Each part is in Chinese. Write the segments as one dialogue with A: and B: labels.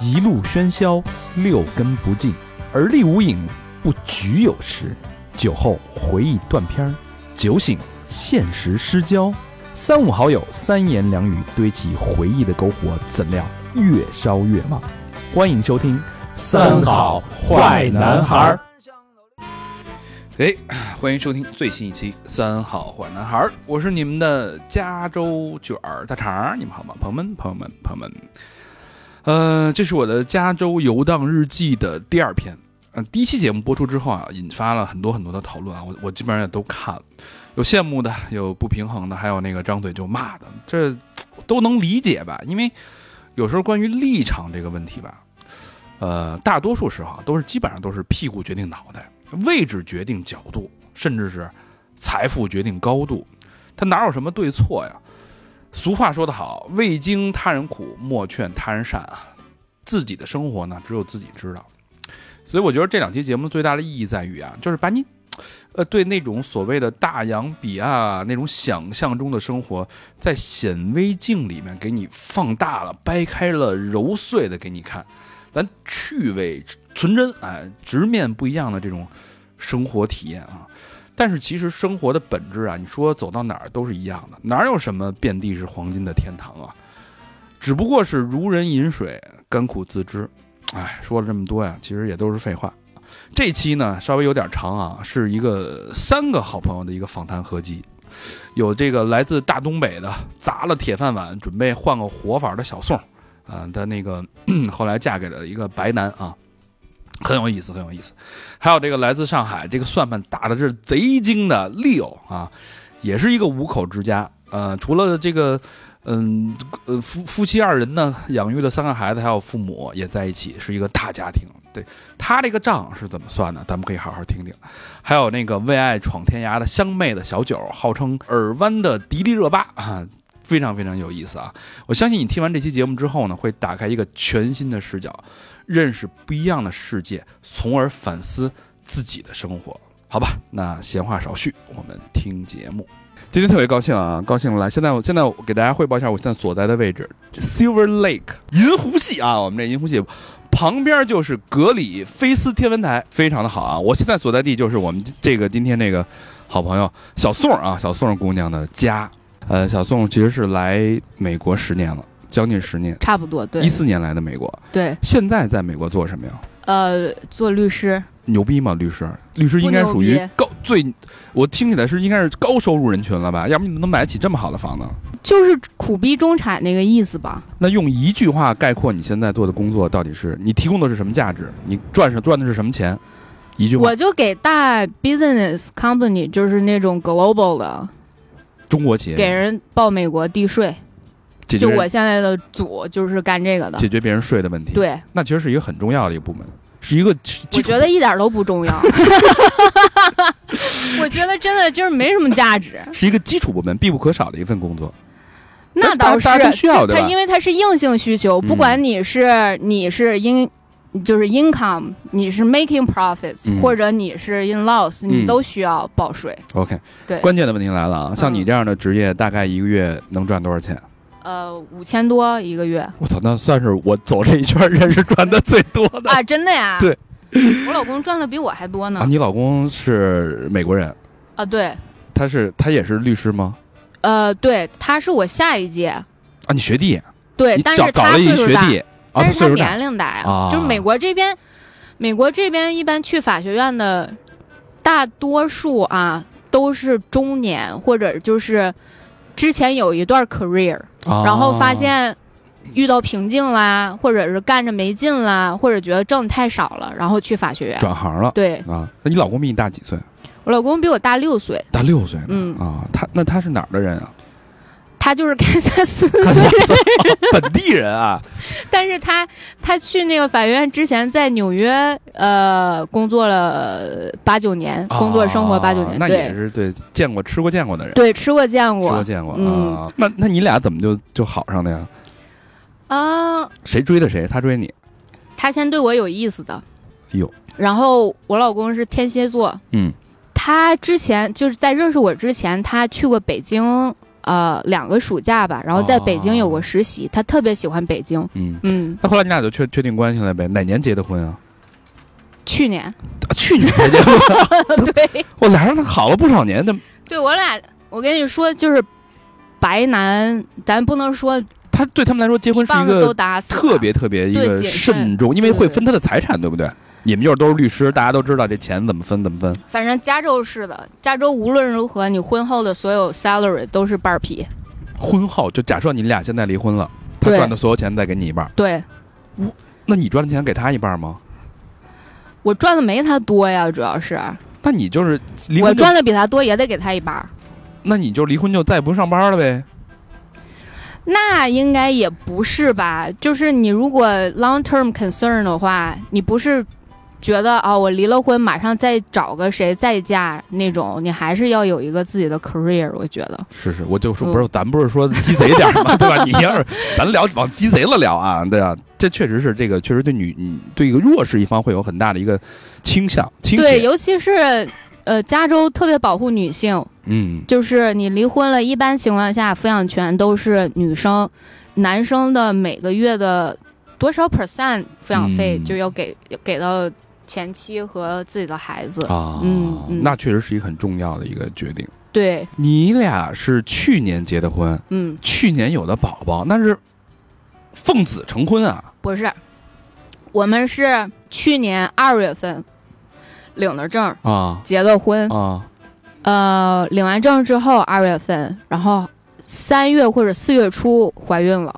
A: 一路喧嚣，六根不净，而立无影，不局有时。酒后回忆断片儿，酒醒现实失焦。三五好友，三言两语堆起回忆的篝火，怎料越烧越旺。欢迎收听《
B: 三好坏男孩儿》。
C: 哎，欢迎收听最新一期《三好坏男孩儿》，我是你们的加州卷儿大肠儿，你们好吗？朋友们，朋友们，朋友们，呃，这是我的加州游荡日记的第二篇。嗯、第一期节目播出之后啊，引发了很多很多的讨论啊，我我基本上也都看了，有羡慕的，有不平衡的，还有那个张嘴就骂的，这都能理解吧？因为有时候关于立场这个问题吧，呃，大多数时候啊都是基本上都是屁股决定脑袋，位置决定角度，甚至是财富决定高度，它哪有什么对错呀？俗话说得好，未经他人苦，莫劝他人善啊。自己的生活呢，只有自己知道。所以我觉得这两期节目最大的意义在于啊，就是把你，呃，对那种所谓的大洋彼岸啊，那种想象中的生活，在显微镜里面给你放大了、掰开了、揉碎的给你看，咱趣味纯真哎，直面不一样的这种生活体验啊。但是其实生活的本质啊，你说走到哪儿都是一样的，哪有什么遍地是黄金的天堂啊？只不过是如人饮水，甘苦自知。哎，说了这么多呀，其实也都是废话。这期呢稍微有点长啊，是一个三个好朋友的一个访谈合集，有这个来自大东北的砸了铁饭碗准备换个活法的小宋，啊、她那个后来嫁给了一个白男啊，很有意思，很有意思。还有这个来自上海这个算盘打的是贼精的 Leo 啊，也是一个五口之家，呃，除了这个。嗯，呃，夫夫妻二人呢，养育了三个孩子，还有父母也在一起，是一个大家庭。对他这个账是怎么算的，咱们可以好好听听。还有那个为爱闯天涯的香妹的小九，号称耳湾的迪丽热巴 啊，非常非常有意思啊！我相信你听完这期节目之后呢，会打开一个全新的视角，认识不一样的世界，从而反思自己的生活。好吧，那闲话少叙，我们听节目。今天特别高兴啊，高兴来！现在我现在我给大家汇报一下我现在所在的位置，Silver Lake 银湖系啊，我们这银湖系旁边就是格里菲斯天文台，非常的好啊！我现在所在地就是我们这个今天这个好朋友小宋啊，小宋姑娘的家。呃，小宋其实是来美国十年了，将近十年，
D: 差不多，对
C: 一四年来的美国。
D: 对，
C: 现在在美国做什么呀？
D: 呃，做律师，
C: 牛逼吗？律师，律师应该属
D: 不
C: 于
D: 牛逼
C: 高最，我听起来是应该是高收入人群了吧？要不你们能买得起这么好的房子？
D: 就是苦逼中产那个意思吧。
C: 那用一句话概括你现在做的工作到底是你提供的是什么价值？你赚是赚的是什么钱？一句话
D: 我，就给大 business company，就是那种 global 的，
C: 中国企业
D: 给人报美国地税。
C: 嗯解决
D: 就
C: 人
D: 我现在的组就是干这个的
C: 解。决别人税的问题。，
D: 对，
C: 那其实是一个很重要的一个部门，是一个
D: 我
C: 我
D: 觉得一点都不 重要。我觉得真的就是没什么价值。
C: 是一个基础部门必不可少的一份工作。
D: 那
C: 大
D: 倒
C: 大家都
D: 是，
C: 需要
D: 就
C: 哦对吧
D: 它因为它是硬性需求，
C: 嗯
D: 不管你是你是 in 就是 income，你是 making profits，、
C: 嗯
D: 或者你是 in loss，
C: 嗯
D: 你都需要报税。
C: OK，
D: 对嗯
C: 关键的问题来了啊，像你这样的职业，大概一个月能赚多少钱？
D: 呃，五千多一个月
C: 我操，那算是我走这一圈儿认识赚的最多的
D: 啊，真的呀？
C: 对，
D: 我老公赚的比我还多
C: 啊！
D: 呢。
C: 你老公是美国人，
D: 啊，对，
C: 他是他也是律师吗？
D: 呃，对，他是我下一届，
C: 啊，你学弟，
D: 对，
C: 你
D: 但
C: 找
D: 是
C: 搞
D: 他
C: 了一
D: 岁数
C: 学
D: 大，
C: 弟啊，
D: 但是他
C: 岁数大
D: 年龄大呀，
C: 啊
D: 就是美国这边，美国这边一般去法学院的大多数啊都是中年，或者就是之前有一段 career，、
C: 啊，
D: 然后发现遇到瓶颈啦，或者是干着没劲啦，或者觉得挣得太少了，然后去法学院。
C: 转行了
D: 对
C: 啊。那你老公比你大几岁？
D: 我老公比我大六岁，
C: 大六岁呢、
D: 嗯
C: 啊。他那他是哪儿的人啊？
D: 他就是堪萨斯 的
C: 看 本地人啊。
D: 但是他他去那个法院之前，在纽约呃工作了八九年， 工作生活八九年，
C: 啊那也
D: 对
C: 是对见过吃过见过的人，
D: 对，吃过见
C: 吃过
D: 过
C: 见过、
D: 嗯
C: 啊。那那你俩怎么就就好上的呀？
D: 啊。
C: 谁追的谁？他追你？
D: 他先对我有意思的，
C: 哟，
D: 然后我老公是天蝎座，
C: 嗯，
D: 他之前就是在认识我之前，他去过北京呃两个暑假吧，然后在北京有过
C: 哦
D: 实习，他特别喜欢北京，
C: 嗯，
D: 嗯，
C: 那后来你俩就确确定关系了呗？哪年结的婚啊？
D: 去年，
C: 啊去年才结婚，
D: 对，
C: 我俩人好了不少年，怎么
D: 对我俩，我跟你说就是。白男，咱不能说
C: 他对他们来说结婚是一
D: 棒子都
C: 个
D: 打死了，
C: 特别特别一个
D: 对谨慎
C: 慎重，因为会分他的财产，对不对？你们就是都是律师，大家都知道这钱怎么分怎么分。
D: 反正加州是的，加州无论如何，你婚后的所有 salary 都是半儿皮。
C: 婚后就假设你俩现在离婚了，他
D: 对
C: 赚的所有钱再给你一半儿，
D: 对
C: 那你赚的钱给他一半儿吗？
D: 我赚的没他多呀，主要是
C: 那你就是离
D: 我
C: 婚就
D: 赚的比他多，也得给他一半儿。
C: 那你就离婚就再也不上班了呗？
D: 那应该也不是吧？就是你如果 long term concern 的话，你不是觉得啊、我离了婚马上再找个谁再嫁那种，你还是要有一个自己的 career。我觉得
C: 是是，我就
D: 嗯
C: 说不是，咱不是说鸡贼点儿 嘛，对吧？你要是咱聊往鸡贼了聊啊，对啊，这确实是这个，确实对女女对一个弱势一方会有很大的一个倾向倾
D: 对，
C: 斜。
D: 尤其是呃，加州特别保护女性，
C: 嗯，
D: 就是你离婚了，一般情况下抚养权都是女生，男生的每个月的多少 percent 抚养费
C: 嗯
D: 就要给、给到前妻和自己的孩子。
C: 啊
D: 嗯嗯
C: 那确实是一个很重要的一个决定。
D: 对，
C: 你俩是去年结的婚，
D: 嗯，
C: 去年有的宝宝，那是奉子成婚啊。
D: 不是，我们是去年二月份领的证儿，
C: 啊
D: 结的婚，
C: 啊
D: 呃，领完证之后二月份，然后三月或者四月初怀孕了。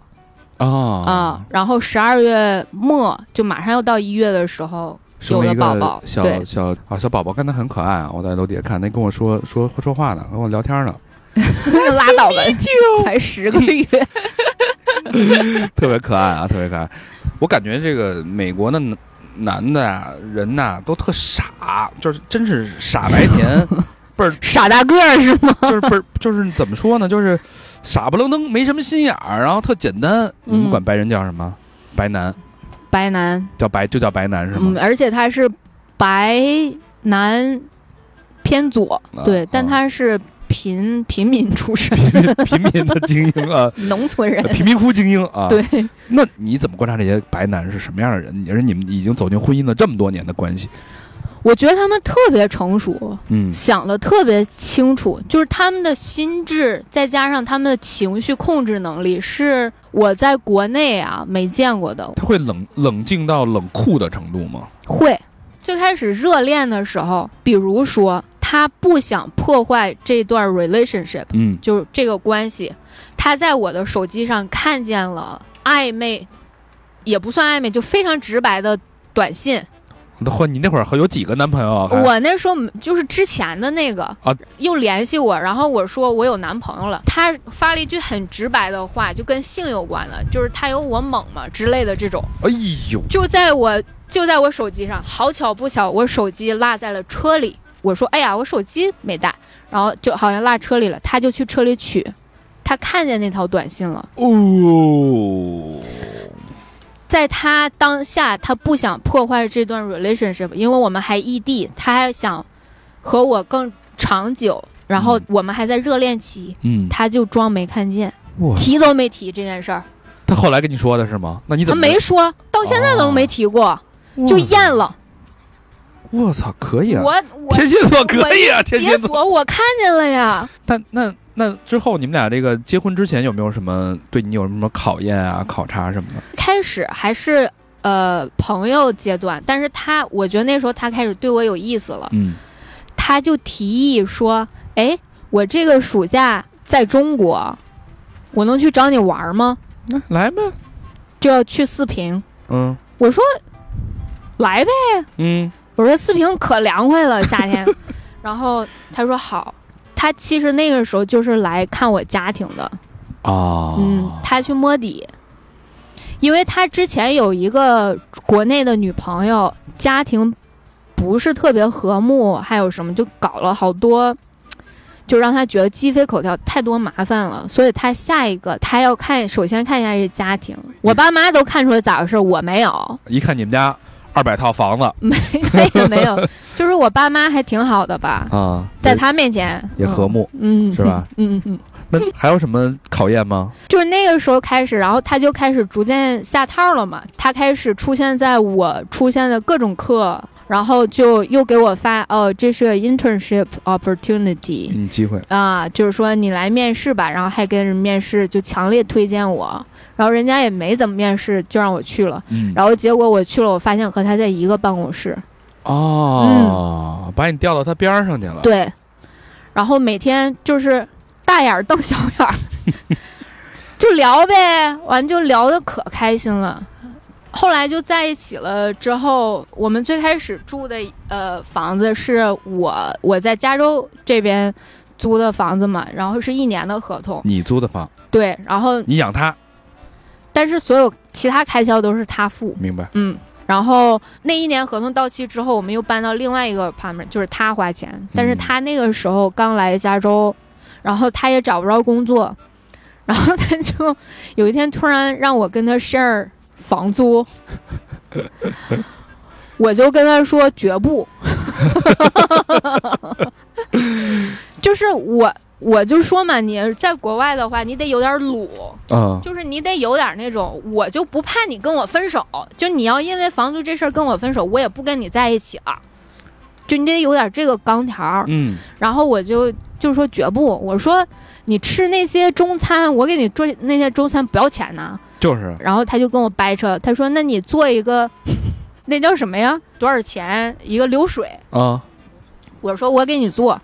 C: 啊
D: 啊！，然后十二月末就马上要到一月的时候，
C: 生了一
D: 有了宝宝
C: 个小
D: 对
C: 小啊小宝宝，刚才很可爱啊！我在楼底下看，那跟我说说说话呢，跟我聊天呢，
D: 拉倒吧，才十个月。
C: 特别可爱啊，特别可爱。我感觉这个美国的男男的啊，人呐、都特傻，就是真是傻白 甜，倍儿
D: 傻大个儿是吗？
C: 就是倍儿就是怎么说呢，就是傻不愣登，没什么心眼儿，然后特简单。你们
D: 嗯
C: 管白人叫什么？白男
D: 白男，
C: 叫白就叫白男是
D: 嗯，
C: 吗？
D: 而且他是白男偏左，
C: 啊
D: 对，
C: 啊
D: 但他是贫贫民出 身，
C: 平民的精英啊，
D: 农村人。
C: 贫民窟精英啊。
D: 对，
C: 那你怎么观察这些白男是什么样的人？也是你们已经走进婚姻了这么多年的关系，
D: 我觉得他们特别成熟，
C: 嗯
D: 想的特别清楚，就是他们的心智再加上他们的情绪控制能力，是我在国内啊没见过的。
C: 他会冷冷静到冷酷的程度吗？
D: 会，最开始热恋的时候，比如说他不想破坏这段 relationship，
C: 嗯，
D: 就是这个关系，他在我的手机上看见了暧昧，也不算暧昧，就非常直白的短信。
C: 那换你那会儿还有几个男朋友啊？还
D: 我那时候就是之前的那个
C: 啊，
D: 又联系我，然后我说我有男朋友了，他发了一句很直白的话，就跟性有关的，就是他有我猛嘛之类的这种。
C: 哎呦，
D: 就在我就在我手机上，好巧不巧，我手机落在了车里。我说：“哎呀，我手机没带。”然后就好像落车里了，他就去车里取，他看见那条短信了。
C: 哦，
D: 在他当下，他不想破坏这段 relationship，因为我们还异地，他还想和我更长久，然后
C: 嗯
D: 我们还在热恋期，
C: 嗯，
D: 他就装没看见，
C: 哇，
D: 提都没提这件事儿，
C: 他后来跟你说的是吗？那你
D: 他
C: 怎么哦
D: 没说，到现在都没提过，就验了。
C: 我操，可以啊！
D: 我我
C: 天蝎座可以啊，天
D: 解
C: 蝎座。
D: 锁我看见了呀。
C: 但那那之后，你们俩这个结婚之前有没有什么对你有什么考验啊、考察什么的？
D: 开始还是呃朋友阶段，但是他我觉得那时候他开始对我有意思了，
C: 嗯，
D: 他就提议说：“哎，我这个暑假在中国，我能去找你玩吗？
C: 那嗯来呗，
D: 就要去四平。
C: 嗯”
D: 我说：“来呗。
C: 嗯。”
D: 我说：“四平可凉快了，夏天。” 然后他说：“好。”他其实那个时候就是来看我家庭的，
C: 啊，
D: 嗯，他去摸底，因为他之前有一个国内的女朋友，家庭不是特别和睦，还有什么就搞了好多，就让他觉得鸡飞狗跳，太多麻烦了。所以他下一个 他要看，首先看一下这家庭。我爸妈都看出来咋回事，我没有。
C: 一看你们家二百套房子
D: 没，他也没有，就是我爸妈还挺好的吧，
C: 啊，
D: 在他面前
C: 也和，睦。
D: 嗯，嗯
C: 是吧？
D: 嗯嗯，嗯
C: 那还有什么考验吗？
D: 就是那个时候开始，然后他就开始逐渐下套了嘛，他开始出现在我出现的各种课，然后就又给我发，哦，这是个 internship opportunity，
C: 给你机会，
D: 啊，就是说你来面试吧，然后还跟人面试，就强烈推荐我，然后人家也没怎么面试就让我去了，
C: 嗯，
D: 然后结果我去了，我发现和他在一个办公室，
C: 哦，
D: 嗯
C: 把你调到他边儿上去了。
D: 对，然后每天就是大眼儿瞪小眼儿， 就聊呗，完就聊的可开心了。后来就在一起了之后，我们最开始住的呃房子是我我在加州这边租的房子嘛，然后是一年的合同，
C: 你租的房，
D: 对，然后
C: 你养他，
D: 但是所有其他开销都是他付，
C: 明白？
D: 嗯。然后那一年合同到期之后，我们又搬到另外一个 apartment，就是他花钱，但是他那个时候刚来加州，然后他也找不着工作， 然后他就有一天突然让我跟他 share 房租，我就跟他说绝不， 就是我我就说嘛，你在国外的话，你得有点鲁，
C: 啊，
D: 就是你得有点那种，我就不怕你跟我分手，就你要因为房租这事儿跟我分手，我也不跟你在一起了。就你得有点这个钢条儿，
C: 嗯，
D: 然后我就就说绝不，我说你吃那些中餐，我给你做那些中餐不要钱呐、
C: 就是
D: 然后他就跟我掰扯，他说那你做一个， 那叫什么呀？多少钱一个流水？
C: 啊，
D: 我说我给你做，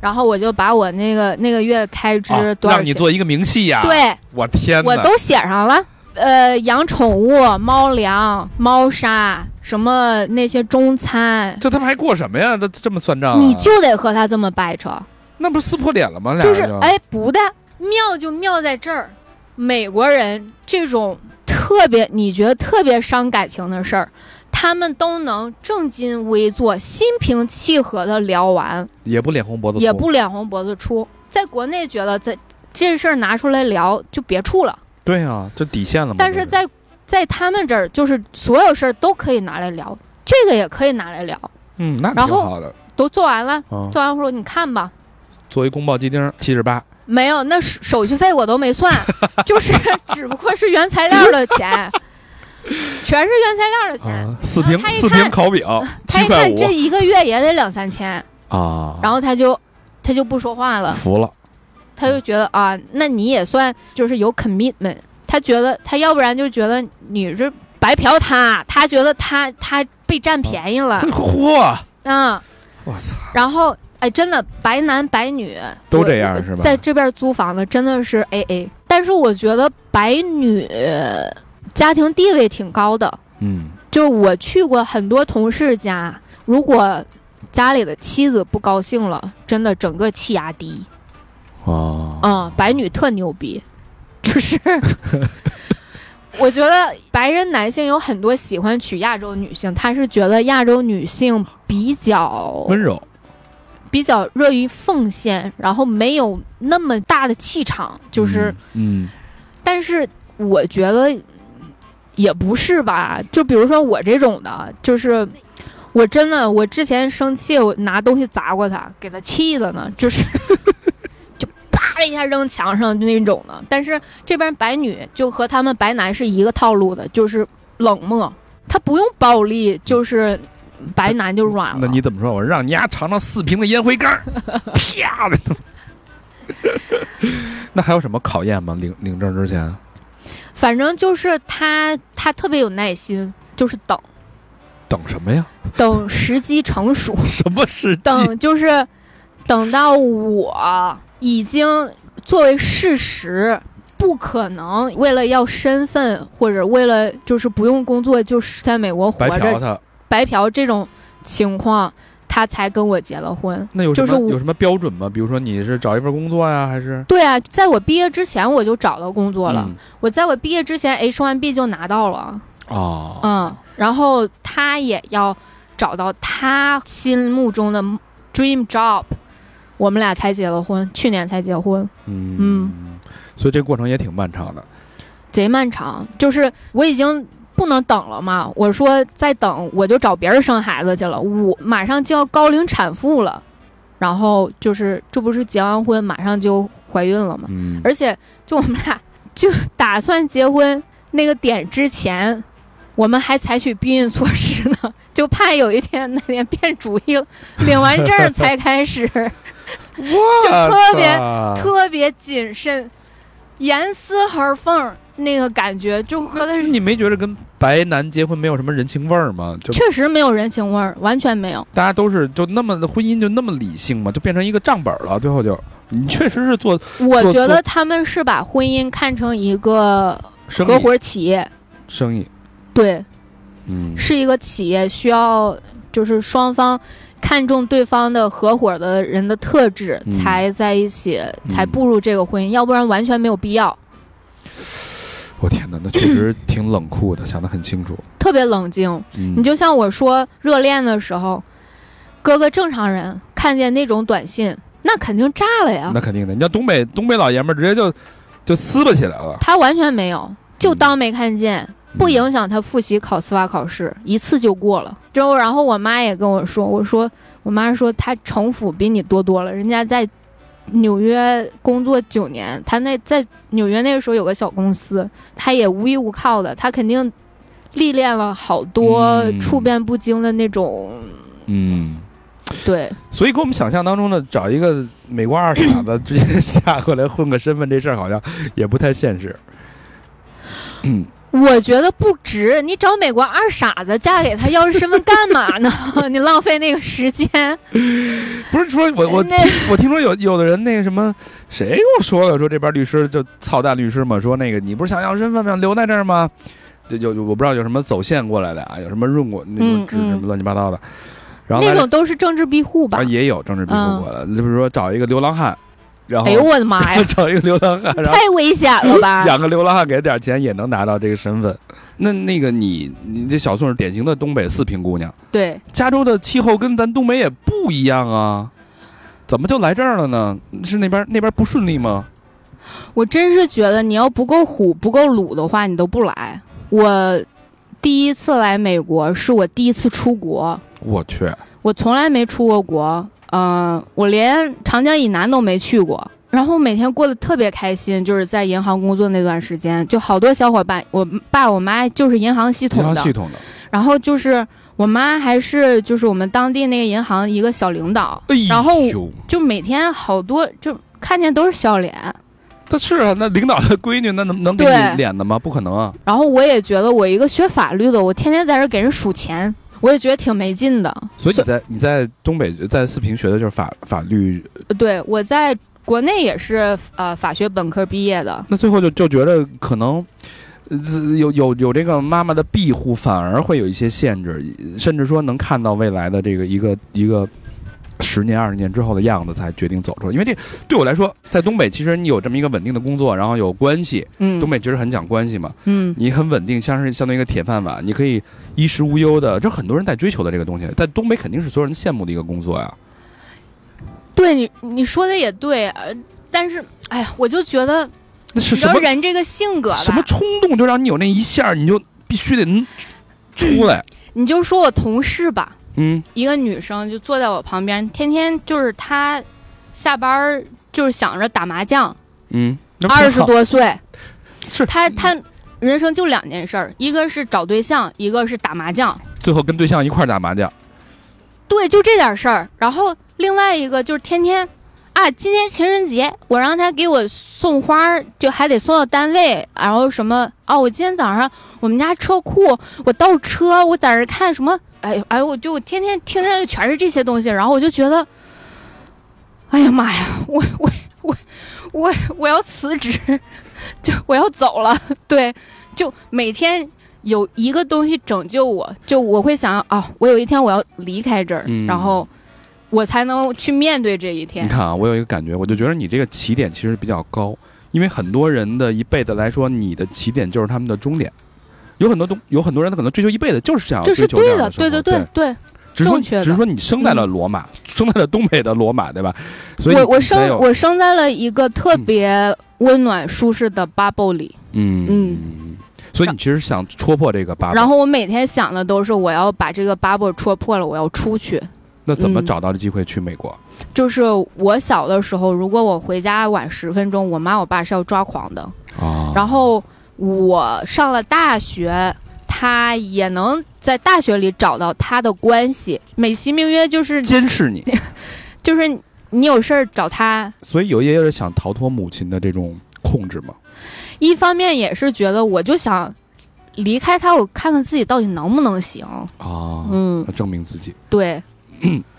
D: 然后我就把我那个那个月开支
C: 啊
D: 多少
C: 让
D: 钱，
C: 你做一个明细呀？，
D: 对，
C: 我天哪，
D: 我都写上了。呃，养宠物、猫粮、猫砂，什么那些中餐，
C: 这他妈还过什么呀？这这么算账啊？
D: 你就得和他这么掰扯。
C: 那不是撕破脸了吗？俩
D: 就是
C: 人就，
D: 哎，不但妙就妙在这儿，美国人这种特别你觉得特别伤感情的事儿，他们都能正襟危坐、心平气和的聊完，
C: 也不脸红脖子粗，
D: 也不脸红脖子粗。在国内觉得在这事儿拿出来聊就别处了。
C: 对啊，这底线了嘛。
D: 但
C: 这
D: 是在在他们这儿，就是所有事儿都可以拿来聊，这个也可以拿来聊。
C: 嗯，那挺
D: 然后
C: 好的
D: 都做完了，
C: 啊。
D: 做完后你看吧，
C: 作为宫保鸡丁，七十八，
D: 没有那手手续费我都 没算，就是只不过是原材料的钱，全是原材料的钱。
C: 啊，四
D: 然后
C: 瓶
D: 他一
C: 四
D: 哎看
C: 瓶烤饼，
D: 他
C: 七
D: 一
C: 块
D: 看
C: 五
D: 这一个月也得两三千，
C: 啊，
D: 然后他就他就不说话了，
C: 服了，
D: 他就觉得啊，那你也算就是有 commitment。他觉得他要不然就觉得你是白嫖他，他觉得他他被占便宜 了，
C: 啊嚯，
D: 嗯。
C: 我操，
D: 然后，哎，真的，白男白女
C: 都
D: 我
C: 这样是吧
D: 在这边租房子真的是 A A，但是我觉得白女呃家庭地位挺高的，
C: 嗯，
D: 就是我去过很多同事家，如果家里的妻子不高兴了，真的整个气压低。
C: 哦，
D: 嗯，白女特牛逼，就是。 我觉得白人男性有很多喜欢娶亚洲女性，他是觉得亚洲女性比较
C: 温柔，
D: 比较乐于奉献，然后没有那么大的气场，就是，
C: 嗯，
D: 但是我觉得也不是吧，就比如说我这种的，就是我真的，我之前生气，我拿东西砸过他，给他气的呢， 就是就啪的一下扔墙上就那种的。但是这边白女就和他们白男是一个套路的，就是冷漠，他不用暴力，就是白男就软了。
C: 那你怎么说？我让你丫尝尝四瓶的烟灰缸， 啪的。那还有什么考验吗？领领证之前，
D: 反正就是他，他特别有耐心，就是 等
C: 等什么呀？
D: 等时机 成熟，
C: 什么是
D: 等就是等到我已经作为事实，不可能为了要身份或者为了就是不用工作就是在美国活
C: 白嫖
D: 着
C: 他？
D: 白嫖这种情况，他才跟我结了婚。
C: 那有什
D: 就
C: 么、
D: 是我
C: 有什么标准吗？比如说你是找一份工作呀，还是
D: 对啊，在我毕业之前我就找到工作了，
C: 嗯
D: 我在我毕业之前 H1B 就拿到了。
C: 哦，
D: 嗯，然后他也要找到他心目中的 dream job，我们俩才结了婚，去年才结婚，
C: 嗯
D: 嗯
C: 所以这过程也挺漫长的。
D: 贼漫长。就是我已经不能等了嘛，我说再等我就找别人生孩子去了，我马上就要高龄产妇了，然后就是这不是结完婚马上就怀孕了嘛，
C: 嗯，
D: 而且就我们俩就打算结婚那个点之前，我们还采取避孕措施呢，就怕有一天哪天变主意了，领完证儿 才开始，就特别
C: 啊
D: 特别谨慎，严丝合缝那个感觉，就和他
C: 那你没觉得跟白男结婚没有什么人情味儿吗？就
D: 确实没有人情味儿，完全没有。
C: 大家都是就那么婚姻就那么理性嘛，就变成一个账本了，最后就你确实是做
D: 我
C: 做
D: 觉得他们是把婚姻看成一个
C: 生
D: 合
C: 意
D: 伙企业，
C: 生意，
D: 对，
C: 嗯，
D: 是一个企业需要就是双方看重对方的合伙的人的特质，
C: 嗯
D: 才在一起，
C: 嗯
D: 才步入这个婚姻，要不然完全没有必要。
C: 我天哪，那确实挺冷酷的，想得很清楚。
D: 特别冷静，
C: 嗯
D: 你就像我说热恋的时候，哥哥正常人看见那种短信，那肯定炸了呀
C: 那。肯定的，你像东北东北老爷们儿直接就就撕巴起来了，
D: 他完全没有，就当没看见，不
C: 嗯
D: 影响他复习考司法考试，一次就过了。之后，然后我妈也跟我说，我说我妈说她城府比你多多了，人家在纽约工作九年，她那在纽约那个时候有个小公司，她也无依无靠的，她肯定历练了好多
C: 嗯
D: 处变不惊的那种，
C: 嗯。
D: 对，
C: 所以跟我们想象当中的找一个美国二傻子直接 嫁过来混个身份这事儿，好像也不太现实。嗯，
D: 我觉得不值，你找美国二傻子嫁给他要是身份干嘛呢？ 你浪费那个时间。
C: 不是说我我
D: 哎那
C: 我听说有有的人那个什么谁跟我说了，说这边律师就操蛋律师嘛，说那个你不是想要身份吗？留在这儿吗？就有有我不知道有什么走线过来的啊，有什么润过那种
D: 嗯
C: 什么
D: 嗯
C: 乱七八糟的，然后
D: 那
C: 来
D: 种都是政治庇护吧
C: 然后？也有政治庇护
D: 嗯
C: 过来，就比如说找一个流浪汉，然后
D: 哎呦我的妈呀，
C: 找一个流浪汉，然后
D: 太危险了 吧！
C: 养个流浪汉给点钱也能拿到这个身份。那那个你你这小宋是典型的东北四平姑娘，
D: 对，
C: 加州的气候跟咱东北也不一样啊，怎么就来这儿了呢？是那边那边不顺利吗？
D: 我真是觉得你要不够虎、不够鲁的话，你都不来。我第一次来美国，是我第一次出国，
C: 我去，
D: 我从来没出过国，嗯、我连长江以南都没去过。然后每天过得特别开心，就是在银行工作那段时间，就好多小伙伴，我爸我妈就是银行系
C: 银
D: 统
C: 行
D: 的，
C: 系统的，
D: 然后就是我妈还是就是我们当地那个银行一个小领导，
C: 哎呦
D: 然后就每天好多就看见都是笑脸，
C: 他是啊，那领导的闺女，那能能给
D: 对
C: 你脸的吗？不可能啊！
D: 然后我也觉得我一个学法律的，我天天在这儿给人数钱，我也觉得挺没劲的。
C: 所以你在你在东北在四平学的就是法法律，
D: 呃对我在国内也是呃法学本科毕业的，
C: 那最后就就觉得可能。呃有有有这个妈妈的庇护，反而会有一些限制，甚至说能看到未来的这个一个一个十年二十年之后的样子，才决定走出来。因为这对我来说，在东北，其实你有这么一个稳定的工作，然后有关系，
D: 嗯，
C: 东北其实很讲关系嘛，
D: 嗯，
C: 你很稳定，像是相当于一个铁饭碗，你可以衣食无忧的，这很多人在追求的这个东西，在东北肯定是所有人羡慕的一个工作啊呀。
D: 对你你说的也对，呃但是哎呀，我就觉得
C: 那
D: 你
C: 是
D: 知
C: 什
D: 道
C: 么
D: 人这个性格吧，
C: 什么冲动，就让你有那一下，你就必须得 嗯出来，
D: 你就说我同事吧，
C: 嗯。
D: 一个女生就坐在我旁边，天天就是她下班儿就是想着打麻将，
C: 嗯，那不挺
D: 二十
C: 好
D: 多岁，
C: 是
D: 她她人生就两件事儿，一个是找对象，一个是打麻将，
C: 最后跟对象一块儿打麻将，
D: 对，就这点事儿。然后另外一个就是天天啊，今天情人节，我让他给我送花儿，就还得送到单位，然后什么哦，我今天早上我们家车库我倒车，我在这看什么，哎呦哎呦，我就天天听着就全是这些东西，然后我就觉得，哎呀妈呀，我我我我我要辞职，就我要走了，对，就每天有一个东西拯救我，就我会想啊，我有一天我要离开这儿，
C: 嗯
D: 然后我才能去面对这一天
C: 你。看啊，我有一个感觉，我就觉得你这个起点其实比较高，因为很多人的一辈子来说，你的起点就是他们的终点。有很多东，有很多人他可能追求一辈子就是想要
D: 这
C: 啊追
D: 是
C: 求这
D: 对
C: 样
D: 的，
C: 的生活，
D: 对对
C: 对
D: 对对，
C: 只是说
D: 正确的嗯
C: 只是说你生在了罗马，生在了东北的罗马，对吧？所以嗯
D: 我我
C: 你才
D: 生
C: 有
D: 我生在了一个特别温暖舒适的 bubble 里，
C: 嗯
D: 嗯
C: 嗯嗯，所以你其实想戳破这个 bubble，
D: 然后我每天想的都是我要把这个 bubble 戳破了，我要出去。
C: 那怎么
D: 嗯
C: 找到的机会去美国？
D: 就是我小的时候，如果我回家晚十分钟，我妈我爸是要抓狂的。
C: 啊
D: 然后我上了大学，他也能在大学里找到他的关系，美其名曰就是
C: 监视 你，
D: 就是你有事儿找他。
C: 所以有也有点想逃脱母亲的这种控制嘛。
D: 一方面也是觉得我就想离开他，我看看自己到底能不能行。
C: 啊，
D: 嗯，
C: 要证明自己。
D: 对，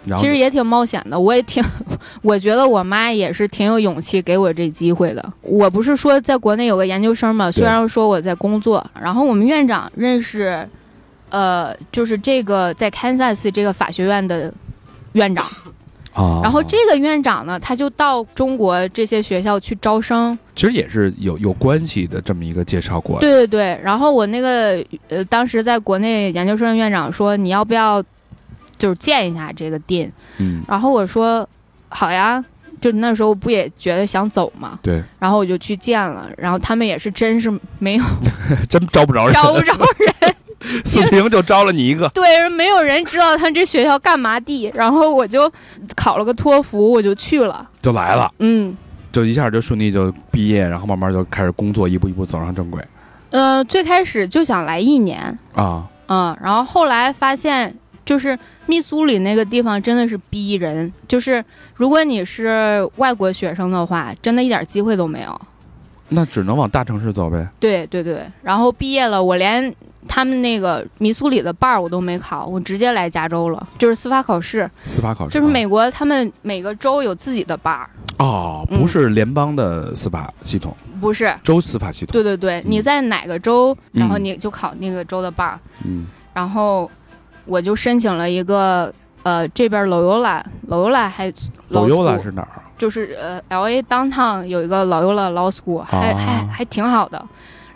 C: 然后
D: 其实也挺冒险的，我也挺， 我觉得我妈也是挺有勇气给我这机会的。我不是说在国内有个研究生嘛，虽然说我在工作，然后我们院长认识，呃，就是这个在 Kansas 这个法学院的院长，
C: 啊，
D: 然后这个院长呢，他就到中国这些学校去招生，
C: 其实也是有有关系的这么一个介绍过来。
D: 对对对。然后我那个呃，当时在国内研究生的院长说，你要不要就是见一下这个 Dean？
C: 嗯，
D: 然后我说好呀，就那时候不也觉得想走嘛，
C: 对，
D: 然后我就去见了，然后他们也是真是没有
C: 真招不着人，
D: 招不着人，
C: 四平就招了你一个。
D: 对，没有人知道他这学校干嘛地，然后我就考了个托福，我就去了，
C: 就来了，
D: 嗯。
C: 就一下就顺利就毕业，然后慢慢就开始工作，一步一步走上正轨
D: 呃，最开始就想来一年，
C: 啊。
D: 嗯，然后后来发现，就是密苏里那个地方真的是逼人，就是如果你是外国学生的话，真的一点机会都没有。
C: 那只能往大城市走呗。
D: 对对对，然后毕业了，我连他们那个密苏里的 bar 我都没考，我直接来加州了，就是司法考试，
C: 司法考试
D: 就是美国他们每个州有自己的 bar，
C: 哦，
D: 嗯
C: 不是联邦的司法系统，
D: 不是？
C: 州司法系统。
D: 对对对，你
C: 嗯
D: 在哪个州，
C: 嗯
D: 然后你就考那个州的 bar，
C: 嗯，
D: 然后我就申请了一个呃这边 Loyola，Loyola 还
C: 左
D: law
C: 右了
D: school
C: 是哪儿啊？
D: 就是呃 L A downtown 有一个 Loyola Law School，还、
C: 啊
D: 还还挺好的，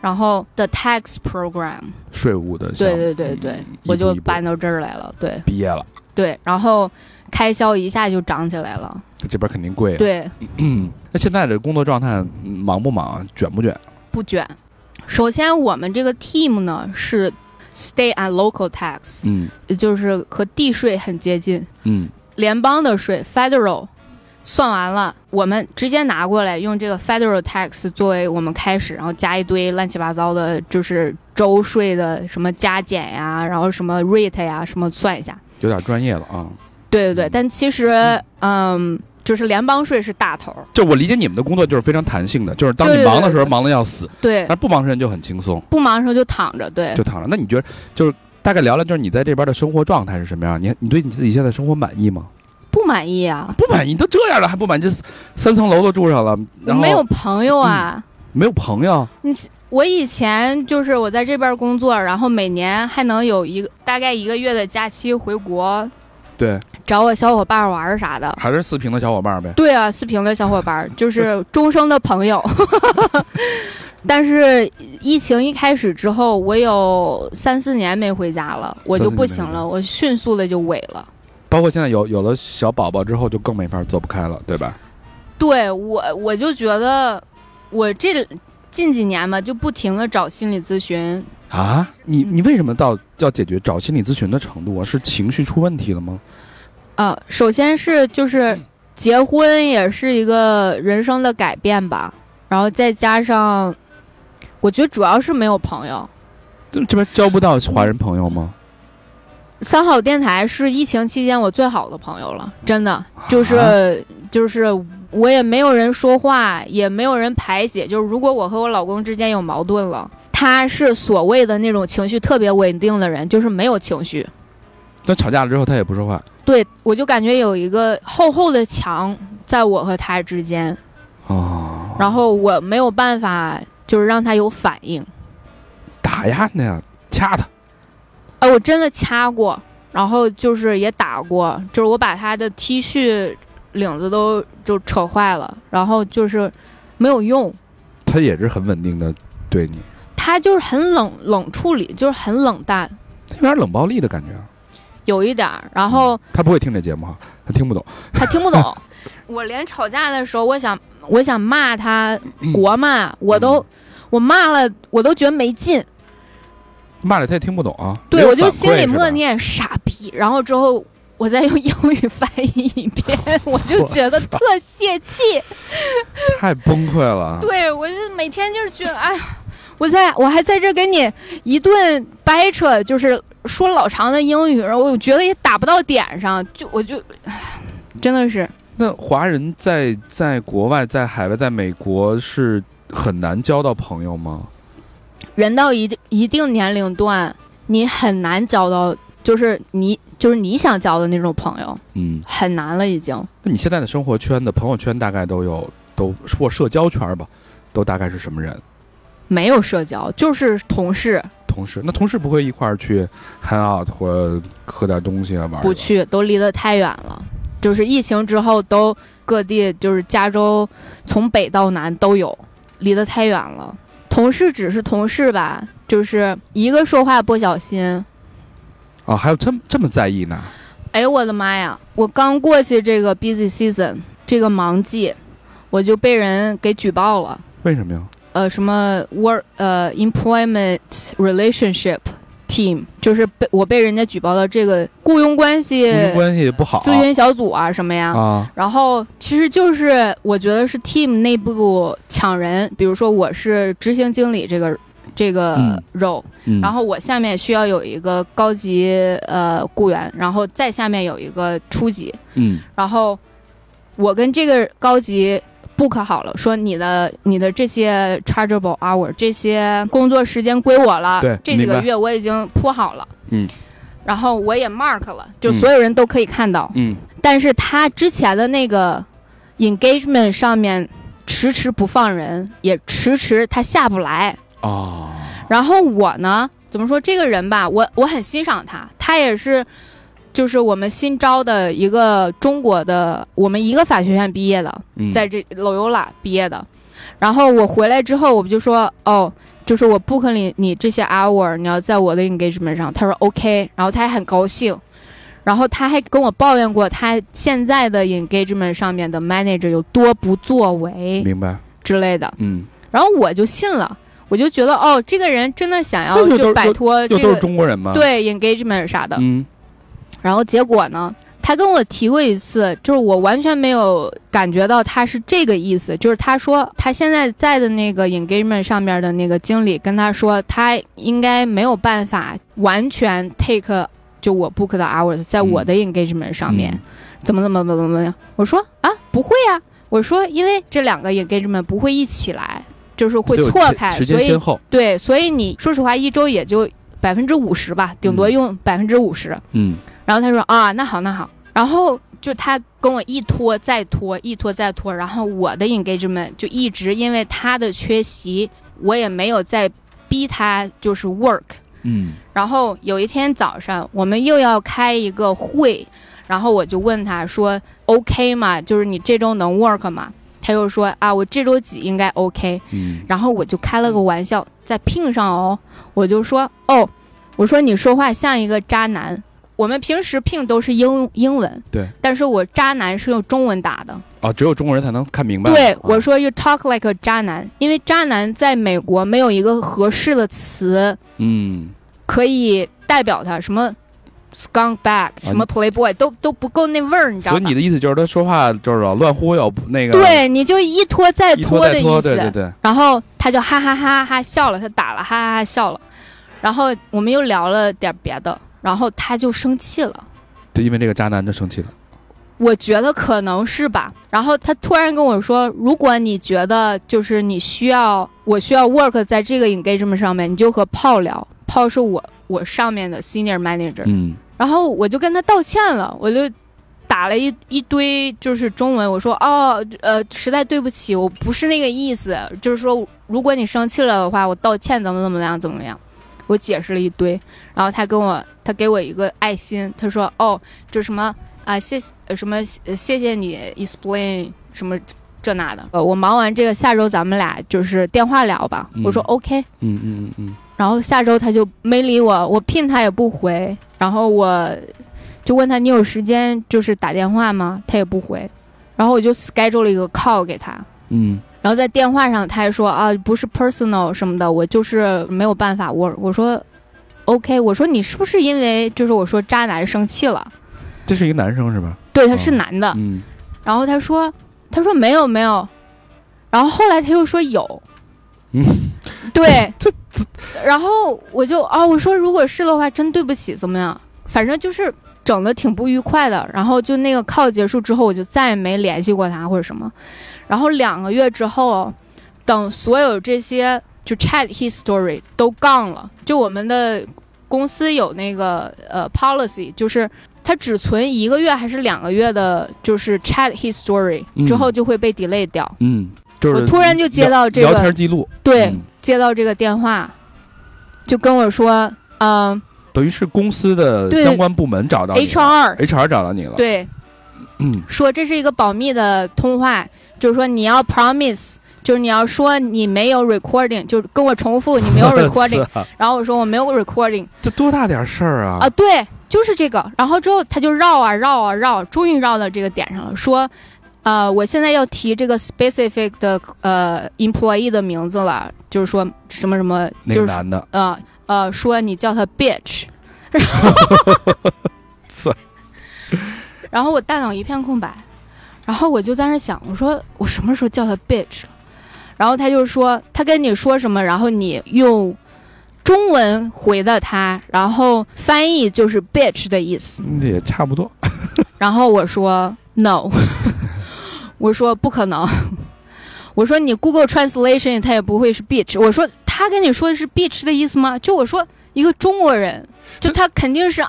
D: 然后 the tax program。
C: 税务的项
D: 对
C: 目。
D: 对对对，
C: 嗯
D: 我
C: 一
D: 就
C: 步一步
D: 搬到这儿来了。对
C: 毕业了，
D: 对，然后开销一下就涨起来了。
C: 这边肯定贵。，
D: 对，
C: 嗯，那现在的工作状态嗯忙不忙啊？卷不卷？
D: 不卷。首先，我们这个 team 呢是 state and local tax，
C: 嗯
D: 也就是和地税很接近，
C: 嗯，
D: 联邦的税 federal。算完了，我们直接拿过来，用这个 federal tax 作为我们开始，然后加一堆乱七八糟的，就是州税的什么加减呀，然后什么 rate 呀，什么算一下。
C: 有点专业了啊。
D: 对对对，
C: 嗯
D: 但其实，嗯，就是联邦税是大头儿，
C: 就我理解你们的工作就是非常弹性的，就是当你
D: 对对
C: 忙的时候
D: 对对
C: 忙的要死，
D: 对，
C: 但不忙时间就很轻松，
D: 不忙的时候就躺着，对
C: 就，躺着。那你觉得就是大概聊聊，就是你在这边的生活状态是什么样？你你对你自己现在生活满意吗？
D: 不满意啊，
C: 不满意，都这样了还不满意，这三层楼都住上了，
D: 我
C: 然后
D: 没有朋友啊。
C: 没有朋友，
D: 我以前就是我在这边工作，然后每年还能有一个大概一个月的假期回国
C: 对，
D: 找我小伙伴玩儿啥的。
C: 还是四平的小伙伴呗。
D: 对啊，四平的小伙伴儿 就是终生的朋友。 但是疫情一开始之后，我有三四年没回家了，我就不行
C: 三四年没回
D: 了，我迅速的就萎了。
C: 包括现在有有了小宝宝之后，就更没法走不开了，对吧？
D: 对我，我就觉得我这近几年吧，就不停的找心理咨询。
C: 啊，你你为什么到要解决找心理咨询的程度啊？是情绪出问题了吗？
D: 啊，首先是就是
C: 嗯
D: 结婚也是一个人生的改变吧，然后再加上，我觉得主要是没有朋友。
C: 这这边交不到华人朋友吗？
D: 三好电台是疫情期间我最好的朋友了，真的就是、
C: 嗯啊
D: 就是我也没有人说话，也没有人排解。就是如果我和我老公之间有矛盾了，他是所谓的那种情绪特别稳定的人，就是没有情绪。
C: 但吵架了之后他也不说话
D: 对我就感觉有一个厚厚的墙在我和他之间，
C: 哦，
D: 然后我没有办法就是让他有反应。
C: 打压那样掐他，
D: 哎，我真的掐过，然后就是也打过，就是我把他的 T 恤领子都就扯坏了，然后就是没有用，
C: 他也是很稳定的对你，
D: 他就是很冷冷处理，就是很冷淡，
C: 他有点冷暴力的感觉啊。嗯
D: 有一点儿，然后。
C: 他不会听这节目哈，他听不懂。
D: 他听 不懂。
C: 嗯
D: 我连吵架的时候，我想我想骂他国骂，我都我骂了，我都觉得没劲。
C: 骂了他也听不懂啊。
D: 对，
C: 没有
D: 我就
C: 反
D: 心
C: 馈
D: 里
C: 是吧
D: 默念傻逼，然后之后我再用英语翻译一遍， 我就觉得特泄气。
C: 太崩溃了。
D: 对我就每天就是觉得，哎呀，我在我还在这给你一顿掰扯，就是说老长的英语，然后我觉得也打不到点上，就我就，唉真的是
C: 那华人在在国外、在海外、在美国是很难交到朋友吗？
D: 人到一定一定年龄段，你很难交到，就是你就是你想交的那种朋友，
C: 嗯，
D: 很难了已经。
C: 那你现在的生活圈的朋友圈大概都有都或社交圈吧，都大概是什么人？
D: 没有社交，就是同事
C: 同事？那同事不会一块儿去 hang out 或喝点东西啊玩儿一玩？
D: 不去，都离得太远了。就是疫情之后，都各地就是加州从北到南都有，离得太远了。同事只是同事吧，就是一个说话不小心，
C: 啊，还有这么这么在意呢？
D: 哎呦我的妈呀！我刚过去这个 busy season 这个忙季，我就被人给举报了。
C: 为什么呀？
D: 呃什么 work 呃 employment relationship team，就是被我被人家举报到这个雇佣关系
C: 夫妻关系不好
D: 咨询小组啊什么呀。
C: 啊，
D: 然后其实就是我觉得是 team 内部抢人，比如说我是执行经理这个这个
C: 嗯
D: role，、
C: 嗯
D: 然后我下面需要有一个高级呃雇员，然后再下面有一个初级，
C: 嗯
D: 然后我跟这个高级 book 好了，说你的你的这些 chargeable hour 啊这些工作时间归我了，
C: 对
D: 这几
C: 明
D: 个
C: 白
D: 月我已经铺好了，
C: 嗯，
D: 然后我也 mark 了，就
C: 嗯
D: 所有人都可以看到，
C: 嗯，
D: 但是他之前的那个 engagement 上面迟迟不放人，也迟迟他下不来，
C: 哦，
D: 然后我呢，怎么说这个人吧，我我很欣赏他，他也是，就是我们新招的一个中国的，我们一个法学院毕业的，
C: 嗯
D: 在这loyola 毕业的。然后我回来之后，我不就说哦，就是我 book 你你这些 hour，你要在我的 engagement 上。他说 OK，然后他还很高兴，然后他还跟我抱怨过他现在的 engagement 上面的 manager 有多不作为
C: 明白，
D: 之类的。
C: 嗯，
D: 然后我就信了，我就觉得哦，这个人真的想要
C: 那就都
D: 就是摆脱这
C: 又都是
D: 个
C: 中国啊人吗？，
D: 对 engagement 啥的。
C: 嗯
D: 然后结果呢，他跟我提过一次，就是我完全没有感觉到他是这个意思，就是他说他现在在的那个 engagement 上面的那个经理跟他说，他应该没有办法完全 take 就我 book 的 hours 在我的 engagement 上面。
C: 嗯
D: 怎么怎么怎么怎么样？我说啊，不会啊，我说因为这两个 engagement 不会一起来，就是会
C: 就有
D: 错
C: 时
D: 开，
C: 时
D: 所
C: 间
D: 以
C: 先后，
D: 对，所以你说实话，一周也就百分之五十吧，顶多
C: 嗯
D: 用百分之五十。
C: 嗯
D: 然后他说啊，那好那好，然后就他跟我一拖再拖，一拖再拖，然后我的 engagement 就一直因为他的缺席，我也没有再逼他就是 work，
C: 嗯
D: 然后有一天早上，我们又要开一个会，然后我就问他说：“OK 吗？就是你这周能 work 吗？”他又说：“啊，我这周几应该 OK。
C: 嗯”
D: 然后我就开了个玩笑，在聘上哦，我就说：“哦，我说你说话像一个渣男。我们平时聘都是英英文，
C: 对，
D: 但是我渣男是用中文打的。
C: 哦，只有中国人才能看明白。
D: 对
C: 啊，
D: 我说 “you talk like a 渣男”，因为渣男在美国没有一个合适的词。
C: 嗯，
D: 可以代表他什么 skunk bag，什
C: 啊
D: 么 playboy 都都不够那味儿，你知道
C: 嗯所以
D: 吧
C: 你？的意思就是他说话就是乱忽悠，那个
D: 对，你就一拖再
C: 一拖再
D: 的
C: 拖，
D: 意
C: 对对
D: 思。
C: 对，
D: 然后他就哈哈哈哈笑了，他打了哈哈哈笑了，然后我们又聊了点别的，然后他就生气了。
C: 就因为这个渣男就生气了。
D: 我觉得可能是吧。然后他突然跟我说：“如果你觉得就是你需要，我需要 work 在这个 engagement 上面，你就和炮聊。炮是我我上面的 senior manager，
C: 嗯
D: 然后我就跟他道歉了，我就打了一一堆就是中文，我说哦，呃，实在对不起，我不是那个意思，就是说如果你生气了的话，我道歉，怎么怎么样，怎么样，我解释了一堆，然后他跟我，他给我一个爱心，他说哦，这什么啊，谢谢呃什么呃谢谢你 explain 什么这那的，呃，我忙完这个，下周咱们俩就是电话聊吧，
C: 嗯
D: 我说 OK，
C: 嗯嗯嗯
D: 然后下周他就没理我，我聘他也不回，然后我就问他你有时间就是打电话吗？他也不回，然后我就 schedule 了一个 call 给他，
C: 嗯嗯，
D: 然后在电话上他还说啊，不是 personal 什么的，我就是没有办法。我我说 OK，我说你是不是因为就是我说渣男生气了？
C: 这是一个男生是吧？
D: 对，他是男的。
C: 嗯，
D: 然后他说他说没有没有，然后后来他又说有，
C: 嗯， 哎
D: 对，呃然后我就啊、我说如果是的话，真对不起，怎么样？反正就是整的挺不愉快的。然后就那个 call 结束之后，我就再也没联系过他或者什么。然后两个月之后，等所有这些就 chat history 都杠了，就我们的公司有那个呃 policy，就是它只存一个月还是两个月的，就是 chat history
C: 嗯
D: 之后就会被 delay 掉。
C: 嗯，就是
D: 我突然就接到这
C: 聊
D: 个
C: 聊天记录，
D: 对、
C: 嗯
D: 接到这个电话，就跟我说，嗯、
C: 等于是公司的
D: 对
C: 相关部门找到你
D: h r
C: HR 找到你了，，
D: 对
C: 嗯
D: 说这是一个保密的通话，就是说你要 promise。就是你要说你没有 recording，就是跟我重复你没 有
C: 啊
D: recording，然后我说我没有 recording
C: 这多大点事儿啊
D: 啊，！对，就是这个。然后之后他就绕啊绕啊绕，终于绕到这个点上了，说，呃，我现在要提这个 specific 的呃 employee 的名字了，就是说什么什么，
C: 那
D: 就
C: 个
D: 是
C: 男的，
D: 呃呃，说你叫他 bitch，
C: 操
D: 然后我大脑一片空白，然后我就在那儿想，我说我什么时候叫他 bitch 了？然后他就说他跟你说什么，然后你用中文回的他，然后翻译就是 bitch 的意思。
C: 嗯这也差不多。
D: 然后我说 no，我说不可能，我说你 Google Translation 它也不会是 beach，我说他跟你说的是 beach 的意思吗？就我说一个中国人，就他肯定是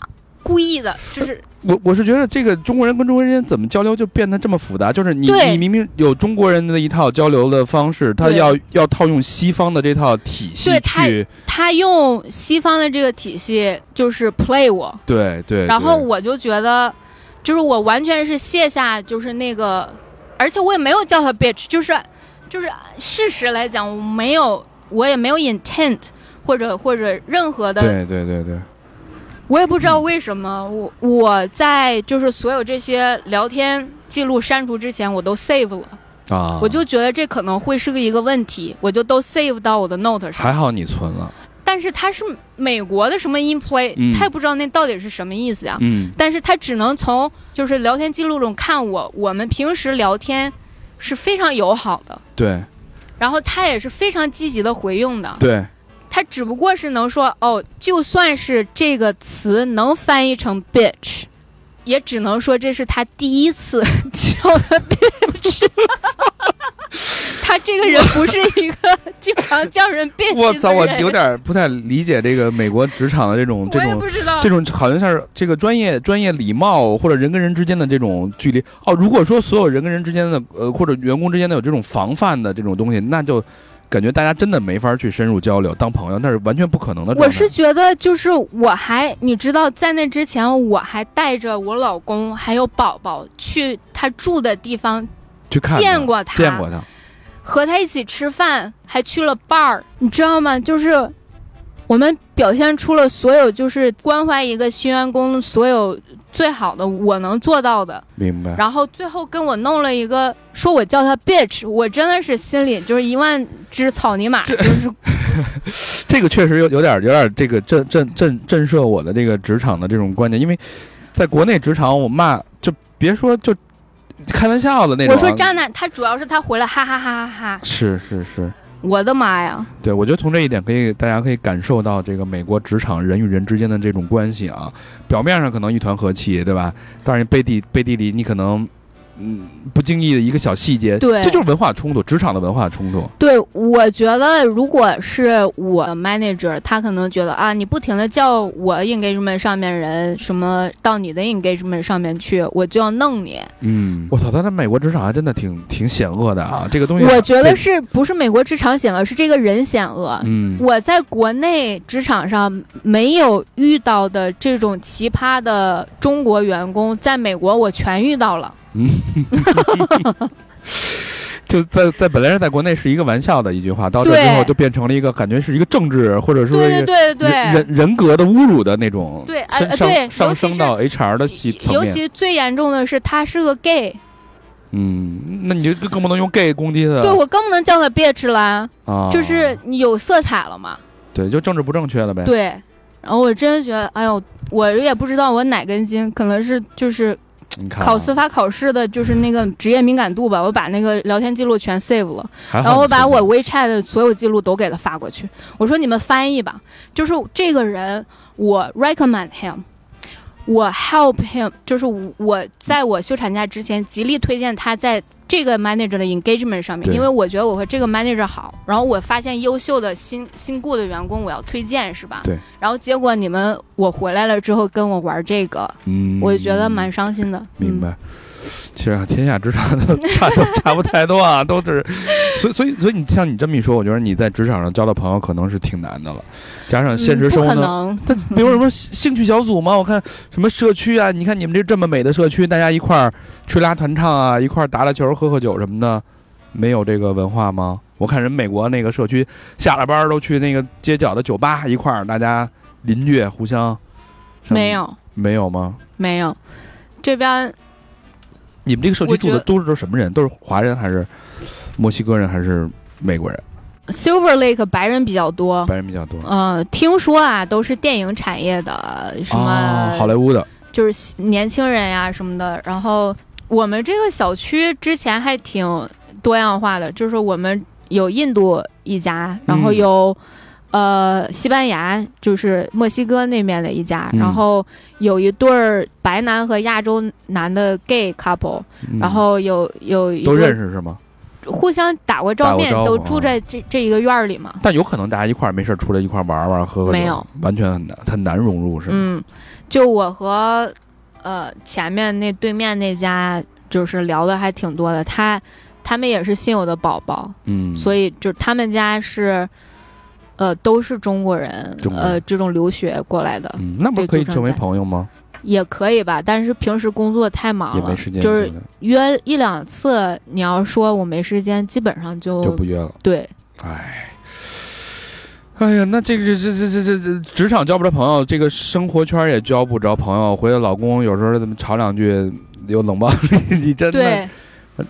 D: 故意的，就是
C: 我我是觉得这个中国人跟中国人之间怎么交流就变得这么复杂，就是你
D: 对
C: 你明明有中国人的一套交流的方式，他
D: 对
C: 要要套用西方的这套体系
D: 对他
C: 去，
D: 他用西方的这个体系就是 play 我，
C: 对对。
D: 然后
C: 对
D: 我就觉得，就是我完全是卸下就是那个，而且我也没有叫他 bitch，就是就是事实来讲，我没有我也没有 intent 或者或者任何的，
C: 对对对对，
D: 我也不知道为什么我我在就是所有这些聊天记录删除之前，我都 save 了，
C: 啊，
D: 我就觉得这可能会是个一个问题，我就都 save 到我的 note 上。
C: 还好你存了，
D: 但是它是美国的什么 in play，、
C: 嗯
D: 他也不知道那到底是什么意思呀、
C: 嗯，
D: 但是他只能从就是聊天记录中看我，我们平时聊天是非常友好的，
C: 对
D: 然后他也是非常积极的回应的。
C: 对，
D: 他只不过是能说哦，就算是这个词能翻译成 bitch，也只能说这是他第一次叫的 bitch。他这个人不是一个经常叫人 bitch
C: 我操，我
D: 的人
C: 有点不太理解这个美国职场的这种这
D: 我也
C: 种
D: 不知道
C: 这种好像像是这个专业专业礼貌或者人跟人之间的这种距离哦。如果说所有人跟人之间的呃或者员工之间的有这种防范的这种东西，那就感觉大家真的没法去深入交流当朋友，那是完全不可能的状态。
D: 我是觉得，就是我还你知道，在那之前，我还带着我老公还有宝宝去他住的地方，
C: 去看的
D: 见过他
C: 见过他，
D: 和他一起吃饭，还去了 bar，你知道吗？就是我们表现出了所有就是关怀一个新员工所有最好的我能做到的，
C: 明白？
D: 然后最后跟我弄了一个说我叫他 bitch，我真的是心里就是一万只草泥马，就是
C: 这个确实有有点有点这个震震震震慑我的这个职场的这种观念，因为在国内职场，我骂就别说就开玩笑的那种啊、
D: 我说渣男，他主要是他回来哈哈哈哈哈，
C: 是是是，
D: 我的妈呀！
C: 对，我觉得从这一点可以，大家可以感受到这个美国职场人与人之间的这种关系啊。表面上可能一团和气，对吧？但是背地背地里，你可能嗯不经意的一个小细节，
D: 对
C: 这就是文化冲突，职场的文化冲突。
D: 对，我觉得如果是我 manager，他可能觉得啊，你不停的叫我 engagement 上面人什么到你的 engagement 上面去，我就要弄你。
C: 嗯，我操，他在美国职场还真的挺挺险恶的啊，这个东西，
D: 我觉得，是不是美国职场险恶，是这个人险恶。
C: 嗯，
D: 我在国内职场上没有遇到的这种奇葩的中国员工，在美国我全遇到了。
C: 就在在本来是在国内是一个玩笑的一句话，到这
D: 对
C: 之后就变成了一个感觉是一个政治或者说
D: 对
C: 是
D: 对对对
C: 人人人格的侮辱的那种，
D: 对哎
C: 上
D: 呃
C: 上
D: 对
C: 上
D: 尤其
C: 升
D: 是
C: 到 HR 的系层
D: 尤
C: 面。
D: 其最严重的是他是个 gay，
C: 嗯，那你就更不能用 gay 攻击他
D: 对我更不能叫他 bitch 啦，
C: 啊，
D: 就是你有色彩了嘛。
C: 对，就政治不正确了呗。
D: 对，然后我真的觉得，哎呦，我也不知道我哪根筋，可能是就是
C: 你看啊，
D: 考司法考试的，就是那个职业敏感度吧。我把那个聊天记录全 save 了，
C: 还好你是，
D: 然后我把我 WeChat 的所有记录都给他发过去，我说你们翻译吧，就是这个人，我 recommend him。我 help him，就是我在我休产假之前极力推荐他在这个 manager 的 engagement 上面，
C: 对
D: 因为我觉得我和这个 manager 好，然后我发现优秀的新新雇的员工我要推荐是吧？
C: 对。
D: 然后结果你们我回来了之后跟我玩这个，
C: 嗯，
D: 我就觉得蛮伤心的。
C: 明
D: 嗯
C: 白。其实啊，天下职场都差都差不太多啊，都是，所以所以所以你像你这么一说，我觉得你在职场上交到朋友可能是挺难的了，加上现实
D: 嗯
C: 生活
D: 不
C: 中
D: 可能，
C: 但比如什么兴兴趣小组嘛，我看什么社区啊，你看你们这这么美的社区，大家一块儿吹拉弹唱啊，一块儿打打球、喝喝酒什么的，没有这个文化吗？我看人美国那个社区，下了班儿都去那个街角的酒吧一块儿，大家邻居互相什么
D: 没有
C: 没有吗？
D: 没有，这边
C: 你们这个社区
D: 我觉
C: 住
D: 得
C: 的都是都是什么人？都是华人还是墨西哥人还是美国人？
D: Silver Lake 白人比较多，
C: 白人比较多。
D: 呃，听说啊，都是电影产业的，什么、
C: 哦、好莱坞的
D: 就是年轻人呀、什么的。然后我们这个小区之前还挺多样化的，就是我们有印度一家，然后
C: 嗯
D: 有、呃西班牙，就是墨西哥那面的一家，
C: 嗯
D: 然后有一对儿白男和亚洲男的 gay couple，、
C: 嗯
D: 然后有有一
C: 都
D: 对
C: 认识是吗？
D: 互相打过
C: 打
D: 照
C: 过
D: 面，
C: 招
D: 都
C: 呼
D: 住
C: 啊
D: 在这这一个院儿里嘛。
C: 但有可能大家一块儿没事儿出来一块儿玩儿玩儿喝喝酒，
D: 没有
C: 完全很难很难融入，是吗？
D: 嗯，就我和呃前面那对面那家就是聊的还挺多的，他他们也是新有的宝宝，
C: 嗯，
D: 所
C: 以
D: 以就他们家是呃都是中国人，
C: 中国人
D: 呃这种留学过来的
C: 嗯，那不是可以成为朋友吗？
D: 也可以吧，但是平时工作太忙
C: 也
D: 了
C: 没时，间，
D: 就是
C: 对不对
D: 约一两次，你要说我没时间，基本上就
C: 就不约了。
D: 对。
C: 哎，哎呀，那这个这这这这这职场交不着朋友，这个生活圈也交不着朋友。回来老公有时候吵两句又冷暴力， 你真的
D: 对，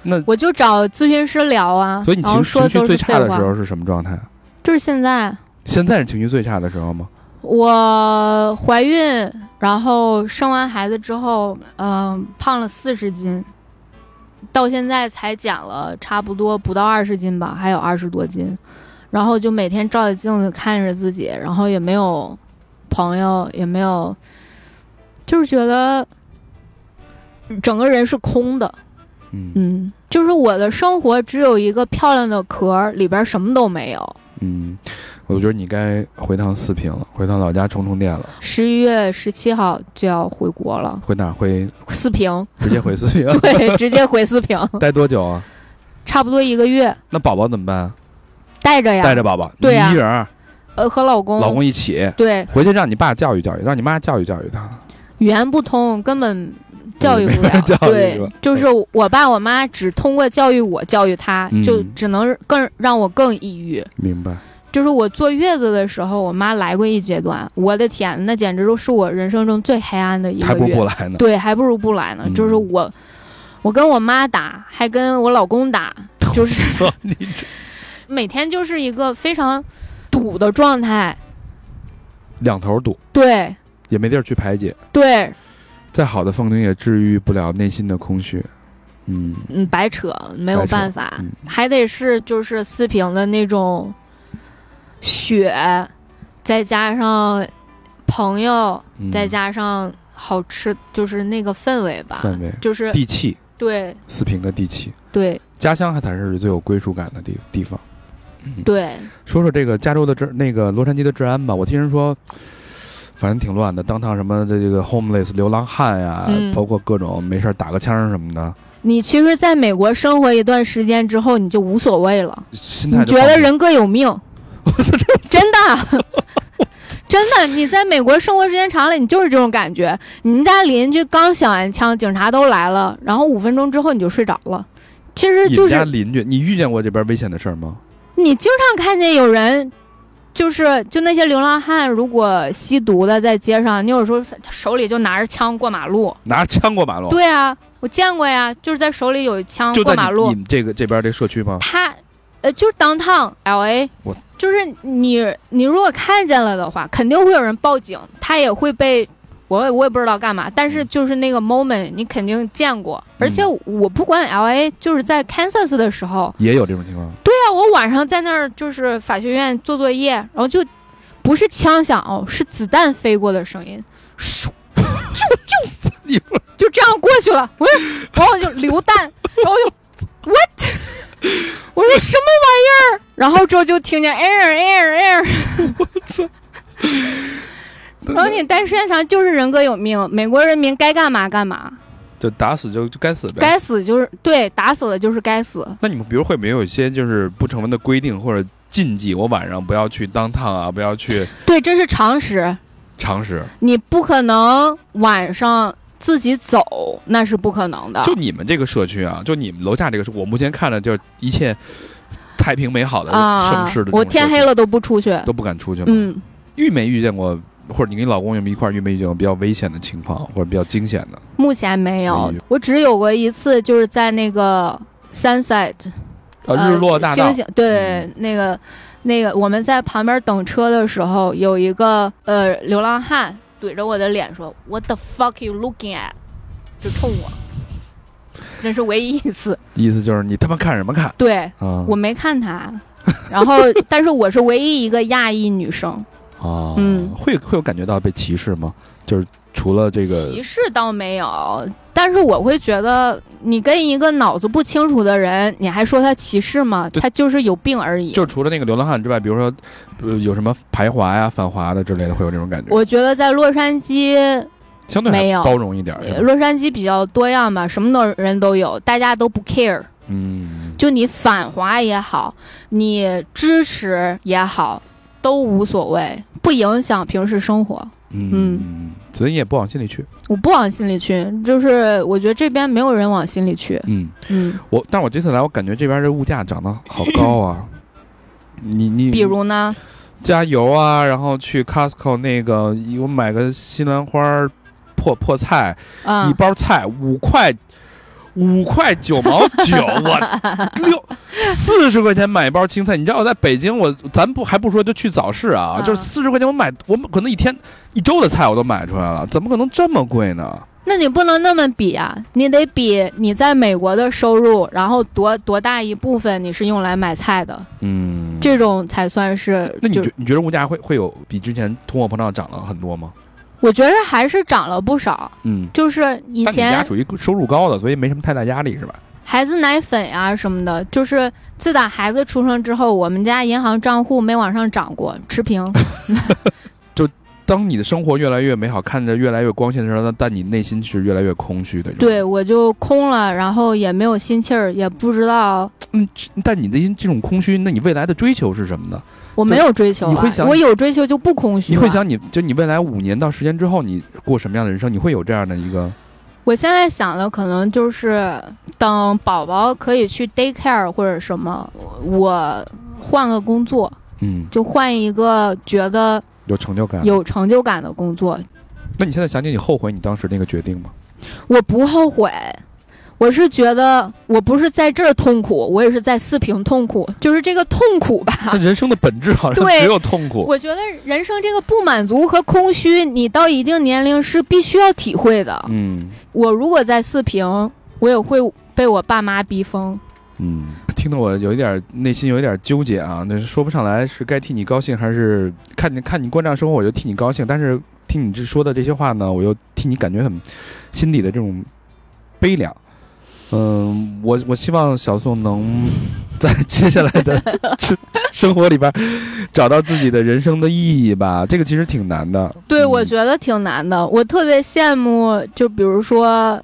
C: 那
D: 我就找咨询师聊啊，
C: 所以你
D: 然后
C: 情
D: 说
C: 情
D: 都
C: 绪最
D: 是废
C: 差的
D: 话
C: 时候是什么状态？
D: 就是现在，
C: 现在是情绪最差的时候吗？
D: 我怀孕，然后生完孩子之后，嗯、胖了四十斤，到现在才减了差不多不到二十斤吧，还有二十多斤。然后就每天照着镜子看着自己，然后也没有朋友，也没有，就是觉得整个人是空的。
C: 嗯
D: 嗯，就是我的生活只有一个漂亮的壳儿，里边什么都没有。
C: 嗯，我觉得你该回趟四平了，回趟老家充充电了。
D: 十一月十七号就要回国了。
C: 回哪儿？回
D: 四平，
C: 直接回四平？
D: 对，直接回四平，
C: 待多久啊？
D: 差不多一个月，
C: 那宝宝怎么办？啊
D: 带哎着呀，
C: 带着宝宝，
D: 对呀
C: 你一人儿，
D: 呃和老公，
C: 老公一起
D: 对
C: 回去，让你爸教育教育，让你妈教育教育他。
D: 语言不通，根本教育不了，
C: 嗯 教育不了
D: 对，就是我爸我妈只通过教育我教育他，
C: 嗯
D: 就只能更让我更抑郁。
C: 明白？
D: 就是我坐月子的时候，我妈来过一阶段，我的天，那简直都是我人生中最黑暗的一
C: 还
D: 个
C: 不如
D: 月
C: 不，来呢。
D: 对，还不如不来呢。
C: 嗯
D: 就是我，我跟我妈打，还跟我老公打，就是
C: 你这
D: 每天就是一个非常堵的状态。
C: 两头堵，
D: 对
C: 也没地儿去排解。
D: 对，
C: 再好的风景也治愈不了内心的空虚。嗯，
D: 嗯，白扯，没有
C: 白扯
D: 办法，
C: 嗯
D: 还得是就是四平的那种雪，再加上朋友，
C: 嗯
D: 再加上好吃，就是那个氛围吧，
C: 氛围、
D: 就是
C: 地气，
D: 对
C: 四平的地气，
D: 对
C: 家乡还才是最有归属感的地地方。嗯，
D: 对，
C: 说说这个加州的治那个洛杉矶的治安吧，我听人说，反正挺乱的，当趟什么的这个 homeless 流浪汉呀、
D: 嗯
C: 包括各种没事儿打个枪什么的，
D: 你其实在美国生活一段时间之后，你就无所谓了。
C: 心
D: 你
C: 态就
D: 觉
C: 放
D: 得
C: 平
D: 人各 有命，真的， 真的，你在美国生活时间长了，你就是这种感觉。你们家邻居刚响完枪，警察都来了，然后五分钟之后你就睡着了。其实
C: 你
D: 就
C: 们家
D: 是
C: 邻居，你遇见过这边危险的事儿吗？
D: 你经常看见有人，就是就那些流浪汉，如果吸毒的在街上，你有时候手里就拿着枪过马路。
C: 哦拿着枪过马路，
D: 对啊，我见过呀，就是在手里有枪
C: 就
D: 过
C: 在
D: 马
C: 你
D: 路
C: 你，们这个这边这社区吗？
D: 他呃就是 downtown L A，
C: 我
D: 就是你你如果看见了的话，肯定会有人报警，他也会被我也我也不知道干嘛，但
C: 嗯
D: 是就是那个 moment 你肯定见过，而且我不管 L A，就是在 Kansas 的时候，
C: 也有这种情况，
D: 对呀、我晚上在那儿就是法学院做作业，然后就不是枪响哦，是子弹飞过的声音，唰，就
C: 你
D: 就就这样过去了。我说，然后我就流弹，然后我就 what，我说什么玩意儿？然后之后就听见 air air air，然后你待时间长就是人各有命，美国人民该干嘛干嘛，
C: 就打死就就该死呗。
D: 该死就是对，打死了就是该死。
C: 那你们比如会没有一些就是不成文的规定或者禁忌？我晚上不要去当趟啊，不要去
D: 对，这是常识。
C: 常识。
D: 你不可能晚上自己走，那是不可能的。
C: 就你们这个社区啊，就你们楼下这个社，我目前看着就是一切太平美好的盛
D: 啊
C: 世呃的，这种社区、
D: 我天黑了都不出去。
C: 都不敢出去吗？
D: 嗯，
C: 遇没遇见过，或者你跟你老公有没有一块儿遇没遇见过比较危险的情况，或者比较惊险的？
D: 目前没有
C: 没有，
D: 我只有过一次，就是在那个 sunset，
C: 啊，日落大道，嗯
D: 呃、星星，对，那个那个我们在旁边等车的时候，有一个呃流浪汉怼着我的脸说 “What the fuck you looking at”，就冲我，那是唯一 一次。
C: 意思就是你他妈看什么看
D: 对，
C: 啊？
D: 我没看他，然后 但是我是唯一一个亚裔女生，
C: 啊，
D: 嗯
C: 会会有感觉到被歧视吗？就是除了这个
D: 歧视倒没有，但是我会觉得你跟一个脑子不清楚的人，你还说他歧视吗？
C: 对
D: 他就是有病而已
C: 就。是除了那个流浪汉之外，比如说，呃，有什么排华呀、反华的之类的，会有这种感觉。
D: 我觉得在洛杉矶，
C: 哎相对
D: 没
C: 还
D: 有
C: 包容一点儿，是吧
D: 洛杉矶比较多样吧，什么的人都有，大家都不 care。
C: 嗯，
D: 就你反华也好，你支持也好，都无所谓，不影响平时生活。
C: 嗯，所以你也不往心里去。
D: 我不往心里去，就是我觉得这边没有人往心里去。
C: 嗯，
D: 嗯，
C: 我，但我这次来，我感觉这边这物价涨得好高 啊。你你
D: 比如呢？
C: 加油啊，然后去 Costco 那个，我买个西兰花儿破破菜，一
D: 嗯，
C: 包菜五块，五块九毛九， 我六四十块钱买一包青菜。你知道我在北京，我咱不还不说就去早市啊，
D: 嗯
C: 就是四十块钱我买，我们可能一天一周的菜我都买出来了，怎么可能这么贵呢？
D: 那你不能那么比啊，你得比你在美国的收入，然后多多大一部分你是用来买菜的，
C: 嗯，
D: 这种才算是
C: 那你
D: 就
C: 觉你觉得物价会会有比之前通货膨胀涨了很多吗？
D: 我觉得还是涨了不少。
C: 嗯，
D: 就是以
C: 但你家
D: 前
C: 属于收入高的，所以没什么太大压力是吧？
D: 孩子奶粉呀、什么的，就是自打孩子出生之后，我们家银行账户没往上涨过，持 平。
C: 当你的生活越来越美好，看着越来越光鲜的时候，但你内心是越来越空虚的。
D: 对，我就空了，然后也没有心气儿，也不知道
C: 嗯，但你内心这种空虚，那你未来的追求是什么呢？
D: 我没有追求、
C: 你
D: 啊
C: 会，想
D: 我有追求就不空虚、
C: 你
D: 啊了。
C: 会想你，就你未来五年到十年之后，你过什么样的人生？你会有这样的一个
D: 我现在想的可能就是等宝宝可以去 daycare 或者什么，我换个工作，
C: 嗯
D: 就换一个觉得
C: 有成就感？。
D: 有成就感的工作。
C: 那你现在想起你后悔你当时那个决定 吗？
D: 我不后悔，我是觉得我不是在这儿痛苦，我也是在四平痛苦，就是这个痛苦吧。
C: 那人生的本质好像
D: 对
C: 只有痛苦。
D: 我觉得人生这个不满足和空虚，你到一定年龄是必须要体会的。
C: 嗯
D: 我如果在四平，我也会被我爸妈逼疯。
C: 嗯，听得我有一点内心有一点纠结啊，那说不上来是该替你高兴，还是看你看你过这样生活我就替你高兴，但是听你这说的这些话呢，我又替你感觉很心底的这种悲凉。嗯，我我希望小宋能在接下来的 生生活里边找到自己的人生的意义吧。这个其实挺难的。
D: 对，
C: 嗯
D: 我觉得挺难的。我特别羡慕，就比如说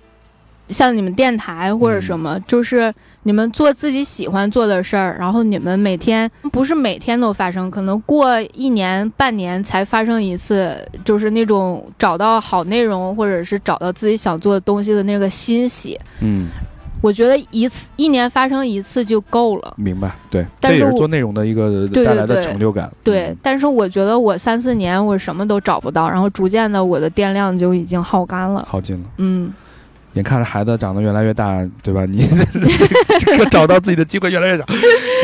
D: 像你们电台或者什么，
C: 嗯
D: 就是你们做自己喜欢做的事儿，然后你们每天不是每天都发生，可能过一年半年才发生一次，就是那种找到好内容或者是找到自己想做的东西的那个欣喜。
C: 嗯，
D: 我觉得一次一年发生一次就够了。
C: 明白。对，
D: 但
C: 这
D: 是
C: 也是
D: 我
C: 做内容的一个
D: 对对
C: 带来的
D: 对
C: 成就感。
D: 对，
C: 嗯
D: 但是我觉得我三四年我什么都找不到，然后逐渐的我的电量就已经耗干了。
C: 耗尽了。
D: 嗯，
C: 眼看着孩子长得越来越大，对吧？你 这个找到自己的机会越来越少，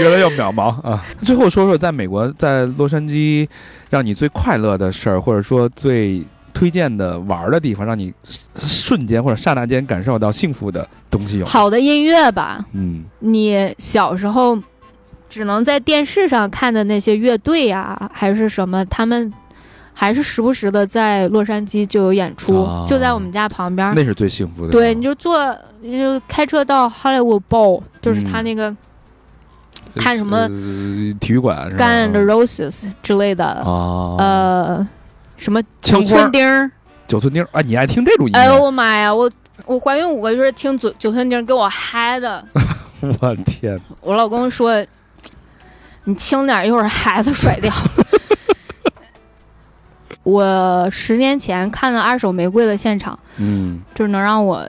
C: 越来越渺茫啊。最后说说，在美国，在洛杉矶，让你最快乐的事儿，或者说最推荐的玩儿的地方，让你瞬间或者刹那间感受到幸福的东西有吗。
D: 好的音乐吧，
C: 嗯，
D: 你小时候只能在电视上看的那些乐队呀、还是什么，他们还是时不时的在洛杉矶就有演出，
C: 啊
D: 就在我们家旁边儿。
C: 那是最幸福的时候。
D: 对，你就坐，你就开车到 Hollywood Bowl，就是
C: 嗯
D: 他那个看什么
C: 呃体育馆是吧
D: Guns N' Roses 之类的，
C: 啊，
D: 呃，什么
C: 枪
D: 九
C: 花儿
D: 寸钉儿。
C: 九寸钉儿啊，你爱听这种音
D: 哎呦
C: 乐？
D: 我妈呀，我我怀孕五个月听九九寸钉儿给我嗨的，
C: 我天，
D: 我老公说你轻点儿，一会儿孩子甩掉。 我十年前看了二手玫瑰的现场，
C: 嗯，
D: 就是能让我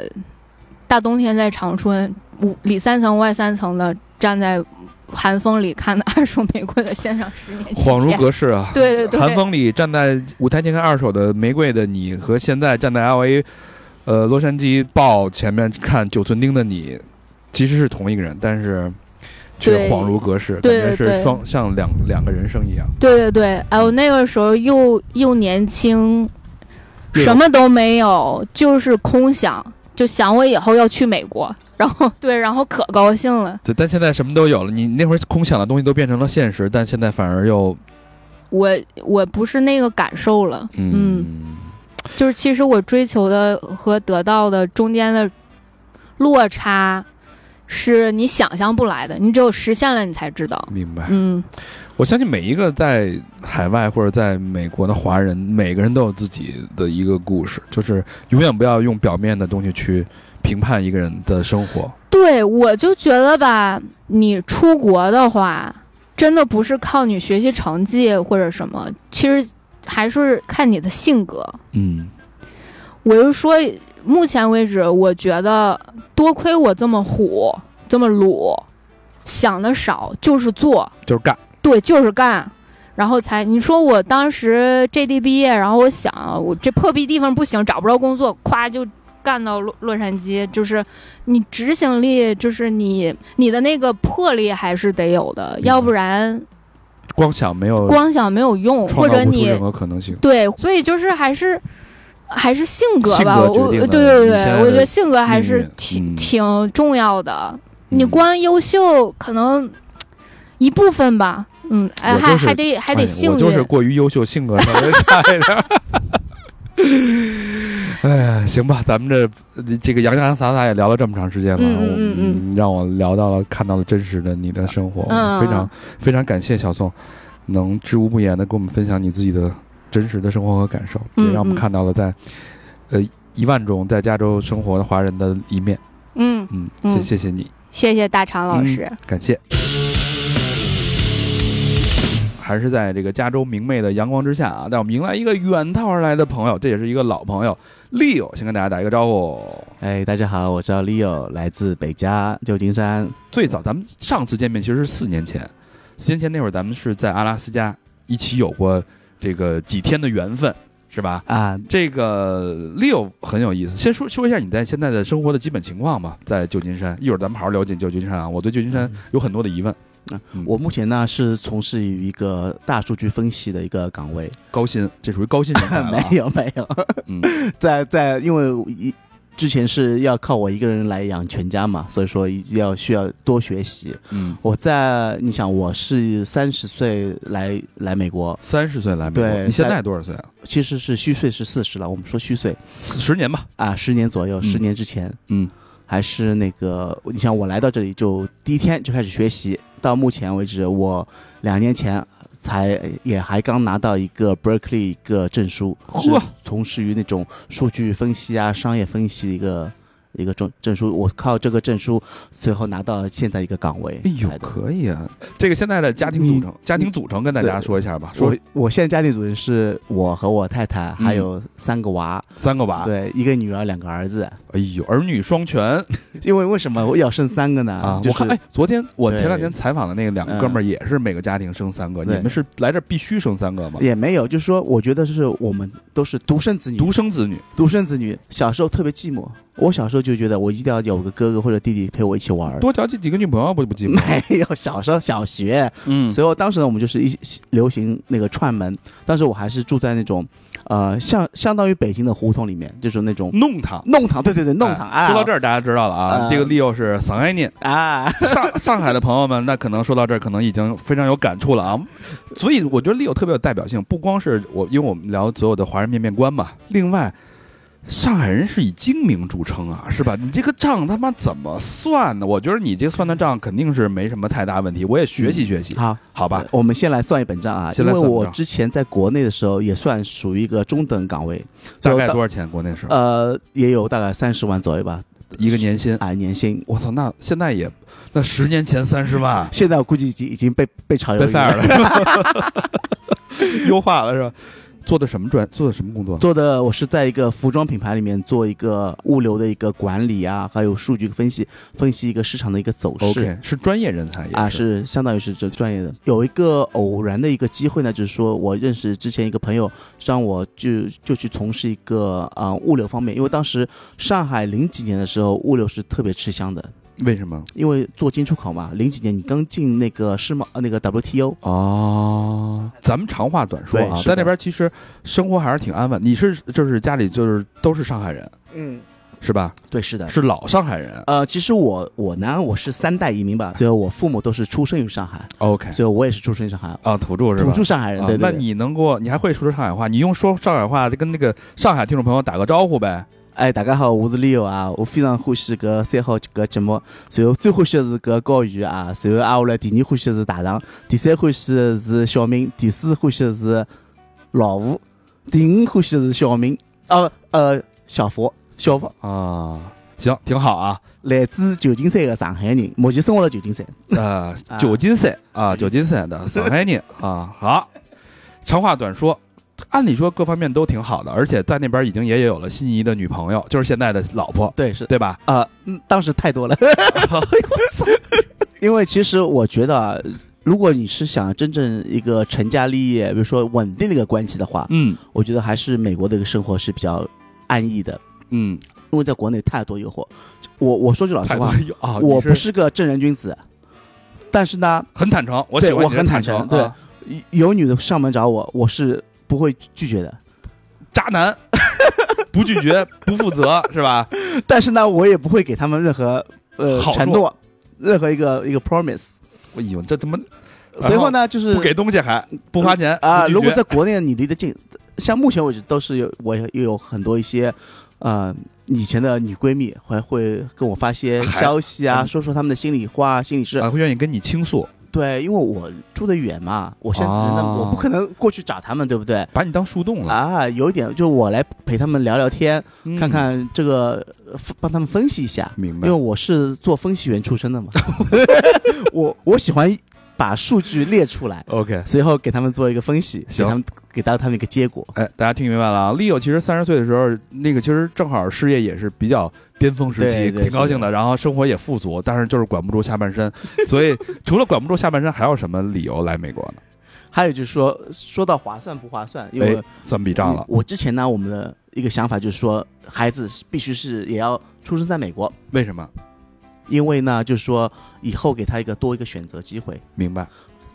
D: 大冬天在长春五里三层外三层的站在寒风里看的二手玫瑰的现场，十年之前
C: 恍如隔世啊。
D: 对对对，
C: 寒风里站在舞台前看二手的玫瑰的你，和现在站在 L A，呃，洛杉矶报前面看九寸钉的你，其实是同一个人，但是却
D: 对
C: 恍如隔世，感
D: 对
C: 觉是
D: 对
C: 双像两两个人生一样。
D: 对对对，哎，我那个时候又又年轻，
C: 又有
D: 什么都没有，就是空想，就想我以后要去美国， 然后对，然后可高兴了，
C: 对，但现在什么都有了，你那会儿空想的东西都变成了现实，但现在反而又
D: 我我不是那个感受了，嗯，
C: 嗯
D: 就是其实我追求的和得到的中间的落差，是你想象不来的，你只有实现了你才知道，
C: 明白。
D: 嗯，
C: 我相信每一个在海外或者在美国的华人，每个人都有自己的一个故事，就是永远不要用表面的东西去评判一个人的生活。
D: 对，我就觉得吧，你出国的话，真的不是靠你学习成绩或者什么，其实还是看你的性格。
C: 嗯
D: 我就说，目前为止，我觉得多亏我这么虎，这么鲁，想的少，就是做，，
C: 就是干。
D: 对，就是干。然后才你说我当时 JD 毕业，然后我想我这破逼地方不行，找不着工作，咵就干到洛洛杉矶。就是你执行力，就是你你的那个魄力还是得有的，
C: 白
D: 要不然
C: 光想没有
D: 光想没有用，
C: 创
D: 或
C: 造
D: 者
C: 不出
D: 你
C: 任何可能性。
D: 对，所以就是还是还是性格
C: 性
D: 吧。
C: 格决
D: 我
C: 定
D: 对
C: 了
D: 对
C: 你现在
D: 对，我觉
C: 的
D: 得性格还
C: 命
D: 是
C: 运
D: 挺、
C: 嗯
D: 挺重要的。你
C: 嗯
D: 光优秀可能一部分吧，嗯，哎，
C: 我
D: 还
C: 就是
D: 还得还
C: 哎
D: 得
C: 呀
D: 幸
C: 我
D: 运，
C: 就是过于优秀，性格稍微差一点 儿。哎呀，行吧，咱们这这个洋洋洒洒也聊了这么长时间了，
D: 嗯嗯嗯
C: 我让我聊到了看到了真实的你的生活，
D: 嗯
C: 非常非常感谢小宋能知无不言的跟我们分享你自己的真实的生活和感受，
D: 嗯
C: 也让我们
D: 嗯
C: 看到了在呃一万种在加州生活的华人的一面，
D: 嗯，
C: 嗯，
D: 嗯
C: 谢谢谢你，
D: 谢谢大常老
C: 嗯
D: 师，
C: 感谢。还是在这个加州明媚的阳光之下啊，让我们迎来一个远道而来的朋友，这也是一个老朋友 Leo，先跟大家打一个招呼。
B: 哎，大家好，我叫 Leo，来自北加旧金山。
C: 最早咱们上次见面其实是四年前，四年前那会儿咱们是在阿拉斯加一起有过这个几天的缘分，是吧？
B: 啊，
C: 这个 Leo 很有意思，先说说一下你在现在的生活的基本情况吧，在旧金山。一会儿咱们好好了解旧金山啊，我对旧金山有很多的疑问。嗯
B: 我目前呢是从事于一个大数据分析的一个岗位，
C: 高薪，这属于高薪人才了啊
B: 没有没有，
C: 嗯
B: 在在因为我一之前是要靠我一个人来养全家嘛，所以说一定要需要多学习。
C: 嗯，
B: 我在你想我是三十岁来来美国，
C: 三十岁来美国，
B: 对
C: 你现在
B: 在
C: 多少岁啊？
B: 其实是虚岁是四十了，我们说虚岁
C: 四十年吧。
B: 啊，十年左右，
C: 嗯
B: 十年之前，
C: 嗯，
B: 还是那个，你想我来到这里就第一天就开始学习，到目前为止，我两年前才也还刚拿到一个 Berkeley 一个证书，是
C: 嚯
B: 从事于那种数据分析啊、商业分析的一个一个证证书，我靠这个证书最后拿到了现在一个岗位
C: 哎呦
B: 来，的。
C: 可以啊！这个现在的家庭组成，家庭组成跟大家
B: 对
C: 说一下吧。说
B: 我我现在家庭组成是我和我太太，还有三个娃，
C: 三个娃，
B: 对，一个女儿，两个 儿子。
C: 哎呦，儿女双全
B: 因为为什么我要生三个呢？
C: 啊！
B: 就
C: 我
B: 是
C: 看，哎，昨天我
B: 对
C: 前两天采访的那个两个
B: 嗯
C: 哥们儿也是每个家庭生三个，你
B: 对
C: 们是来这儿必须生三个吗？
B: 也没有，就是说，我觉得就是我们都是独生子女，
C: 独生子女，
B: 独生子女，小时候特别寂寞。我小时候就觉得我一定要有个哥哥或者弟弟陪我一起玩儿。
C: 多交际几个女朋友不就不寂寞？
B: 没有，小时候小学，
C: 嗯
B: 所以我当时呢，我们就是一起流行那个串门。当时我还是住在那种，呃，相相当于北京的胡同里面，就是那种
C: 弄堂，
B: 弄堂，对对对，弄堂。
C: 嗯哎
B: 啊，
C: 说到这儿，大家知道了啊，
B: 啊
C: 这个 Leo 是嗓爱念。
B: 啊，
C: 上上海的朋友们，那可能说到这儿，可能已经非常有感触了啊。所以我觉得 Leo 特别有代表性，不光是我，因为我们聊所有的华人面面观嘛，另外。上海人是以精明著称啊，是吧？你这个账他妈怎么算呢？我觉得你这算的账肯定是没什么太大问题，我也学习学习，
B: 好，
C: 好吧？
B: 我们先来算一本账啊，
C: 先
B: 因
C: 来
B: 为
C: 算
B: 我
C: 账
B: 之前在国内的时候也算属于一个中等岗位，
C: 大
B: 所以
C: 概
B: 我
C: 多少钱？国内是
B: 呃，也有大概三十万左右吧，
C: 一个年薪？
B: 啊，年薪。，
C: 我操，那现在也，那十年前三十万
B: 现在我估计已经已经被被炒鱿
C: 贝
B: 鱼
C: 塞尔了， 优化了是吧？做的什么专？做的什么工作？
B: 做的我是在一个服装品牌里面做一个物流的一个管理啊，还有数据分析，分析一个市场的一个走势。
C: OK，是专业人才也
B: 啊，
C: 是
B: 是相当于是这专业的。有一个偶然的一个机会呢，就是说我认识之前一个朋友，让我就就去从事一个啊、呃物流方面，因为当时上海零几年的时候，物流是特别吃香的，
C: 为什么？
B: 因为做进出口嘛，零几年你刚进那个世贸呃那个 WTO，
C: 哦，咱们长话短说
B: 对
C: 啊，
B: 是的
C: 在那边其实生活还是挺安稳。你是就是家里就是都是上海人
B: 嗯，
C: 是吧？
B: 对，是的。
C: 是老上海人。
B: 呃，其实我我呢，我是三代移民吧，所以我父母都是出生于上海，
C: OK
B: 所以我也是出生于上海，
C: 啊，土哎著是
B: 土
C: 吧？
B: 著上海人。
C: 啊
B: 对对
C: 那
B: 对
C: 你能给我，你还会说上海话？你用说上海话跟那个上海听众朋友打个招呼呗。
B: 哎，大家好，我是 Leo 啊，我非常欢喜搿三好搿节目，然后最欢喜的是搿高宇啊，然后挨下来第二欢喜的是大长，第三欢喜的是小明，第四欢喜的是老吴，第五欢喜的是小明，哦呃小佛，小佛
C: 啊，行，挺好啊。
B: 来自旧金山的上海人，目前生活在旧金山。
C: 呃，九金赛啊，九金赛 的上海人啊，好，长话短说，按理说各方面都挺好的，而且在那边已经也有了心仪的女朋友，就是现在的老婆，
B: 对，是
C: 对吧？
B: 啊、嗯，当时太多了， 因为其实我觉得啊，如果你是想真正一个成家立业，比如说稳定的一个关系的话，
C: 嗯
B: 我觉得还是美国的一个生活是比较安逸的，
C: 嗯，
B: 因为在国内太多诱惑。我我说句老实
C: 态度
B: 话，
C: 有啊，
B: 我
C: 你
B: 不
C: 是
B: 是个正人君子，但是呢，
C: 很坦诚，我
B: 对
C: 喜欢
B: 我
C: 你的
B: 很
C: 坦
B: 坦诚
C: 啊
B: 有女的上门找我，我是不会拒绝的。
C: 渣男， 不拒绝，不负责，是吧？
B: 但是呢，我也不会给他们任何呃
C: 好处
B: 承诺，任何一个一个 promise。
C: 哎呦，这怎么然后
B: 随后呢，就是
C: 不给东西还不花 钱
B: 嗯啊、
C: 不拒绝
B: 如果在国内你离得近，像目前为止都是有我也有很多一些，呃，以前的女闺蜜还会跟我发一些
C: 还
B: 消息啊，
C: 嗯
B: 说说她们的心里话、心里事。
C: 啊会愿意跟你倾诉，
B: 对，因为我住得远嘛，我现在只能在、
C: 哦
B: 我不可能过去找她们，对不对？
C: 把你当树洞了，
B: 啊，有一点就是我来陪她们聊聊天，
C: 嗯
B: 看看这个，呃帮她们分析一下。
C: 明
B: 因
C: 白
B: 为。我是做分析员出身的嘛， 我我喜欢把数据列出来，
C: OK，
B: 随后给他们做一个分析，给
C: 行
B: 他们给到他们一个结果。
C: 哎，大家听明白了啊！Leo 其实三十岁的时候，那个其实正好事业也是比较巅峰时期，
B: 对对
C: 挺高兴的，然后生活也富足，但是就是管不住下半身。所 以除了管不住下半身，还有什么理由来美国呢？
B: 还有就是说，说到划算不划算，因为嗯
C: 哎，算笔账了，
B: 我之前呢，我们的一个想法就是说，孩子必须是也要出生在美国，
C: 为什么？
B: 因为呢，就是说以后给他一个多一个选择机会。
C: 明白？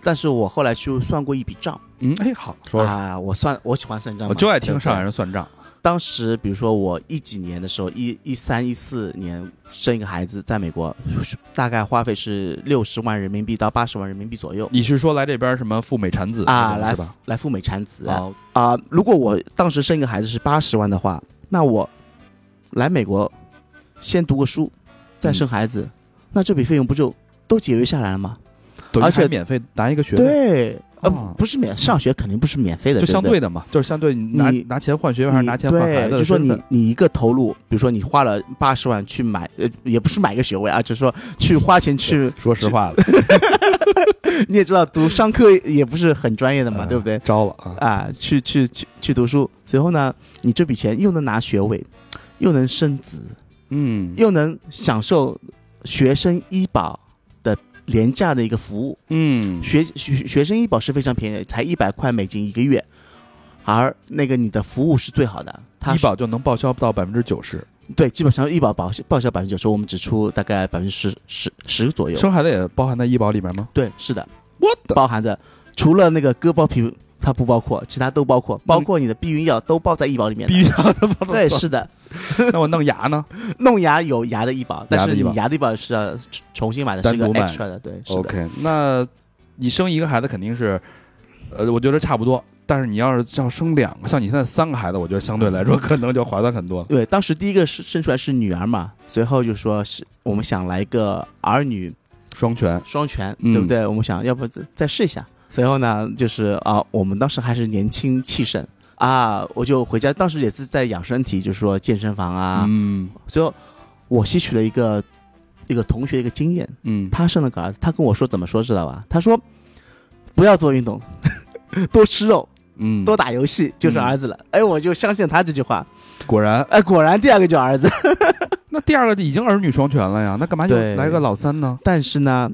B: 但是我后来去算过一笔账
C: 嗯，哎，好，说说，
B: 啊，我算我喜欢算账嘛，
C: 我就爱听上海
B: 对不对
C: 人算账。
B: 当时比如说我一几年的时候，一一三一四年生一个孩子，在美国大概花费是六十万人民币到八十万人民币左右
C: 你是说来这边什么赴美产子
B: 啊，
C: 是
B: 来
C: 吧？
B: 来赴美产子啊、
C: 啊，
B: 如果我当时生一个孩子是八十万的话，那我来美国先读个书，再生孩子，那这笔费用不就都节约下来了吗？
C: 等于
B: 而且
C: 还免费拿一个学位，
B: 对，呃，
C: 哦
B: 不是免上学肯定不是免费的，
C: 就相
B: 对不对
C: 对的嘛，就是相对你拿
B: 你
C: 拿钱换学位还是
B: 你
C: 拿钱换
B: 对
C: 孩子的
B: 就说
C: 身
B: 你
C: 份
B: 你一个投入，比如说你花了八十万去买，呃，也不是买个学位啊，就是说去花
C: ，
B: 钱去
C: 说实话了，
B: 你也知道读商科也不是很专业的嘛，对不对
C: 呃？招了啊，
B: 啊，去去去去读书，随后呢，你这笔钱又能拿学位，又能升职，
C: 嗯
B: 又能享受学生医保的廉价的一个服务。
C: 嗯，
B: 学学学生医保是非常便宜的，才一百块美金一个月。而那个你的服务是最好的，它
C: 医
B: 是
C: 保就能报销到百分之九十，
B: 对基本上医保报报销百分之九十，我们只出大概百分之十十十左右。
C: 生孩子也包含在医保里面吗？
B: 对，是的，
E: 我的
B: 包含着除了那个割包皮它不包括，其他都包括，包括你的避孕药都包在医保里面的。
C: 必须要啊他报
B: 对，是的，
C: 那我弄牙呢？
B: 弄牙有牙的医保，但
C: 牙的
B: 是
C: 医保
B: 你牙的医保是要重新买的，
C: 单
B: 是个
C: 独买
B: extra 的，对，是的
C: OK，那你生一个孩子肯定是，呃，我觉得差不多。但是你要是要生两个，像你现在三个孩子，我觉得相对来说可能就划算很多了。
B: 对，当时第一个是生出来是女儿嘛，随后就说是我们想来一个儿女
C: 双全，
B: 双全，
C: 嗯
B: 对不对？我们想要不再再试一下。随后呢，就是啊，我们当时还是年轻气盛啊，我就回家，当时也是在养身体，就是说健身房啊。
C: 嗯
B: 随后我吸取了一个一个同学一个经验，
C: 嗯，
B: 他生了个儿子，他跟我说怎么说知道吧？他说不要做运动， 多吃肉，
C: 嗯，
B: 多打游戏就是儿子了。哎，我就相信他这句话。
C: 果然，
B: 哎，果然第二个就是儿子。
C: 那第二个已经儿女双全了呀，那干嘛要
B: 对
C: 来个老三呢？
B: 但是呢，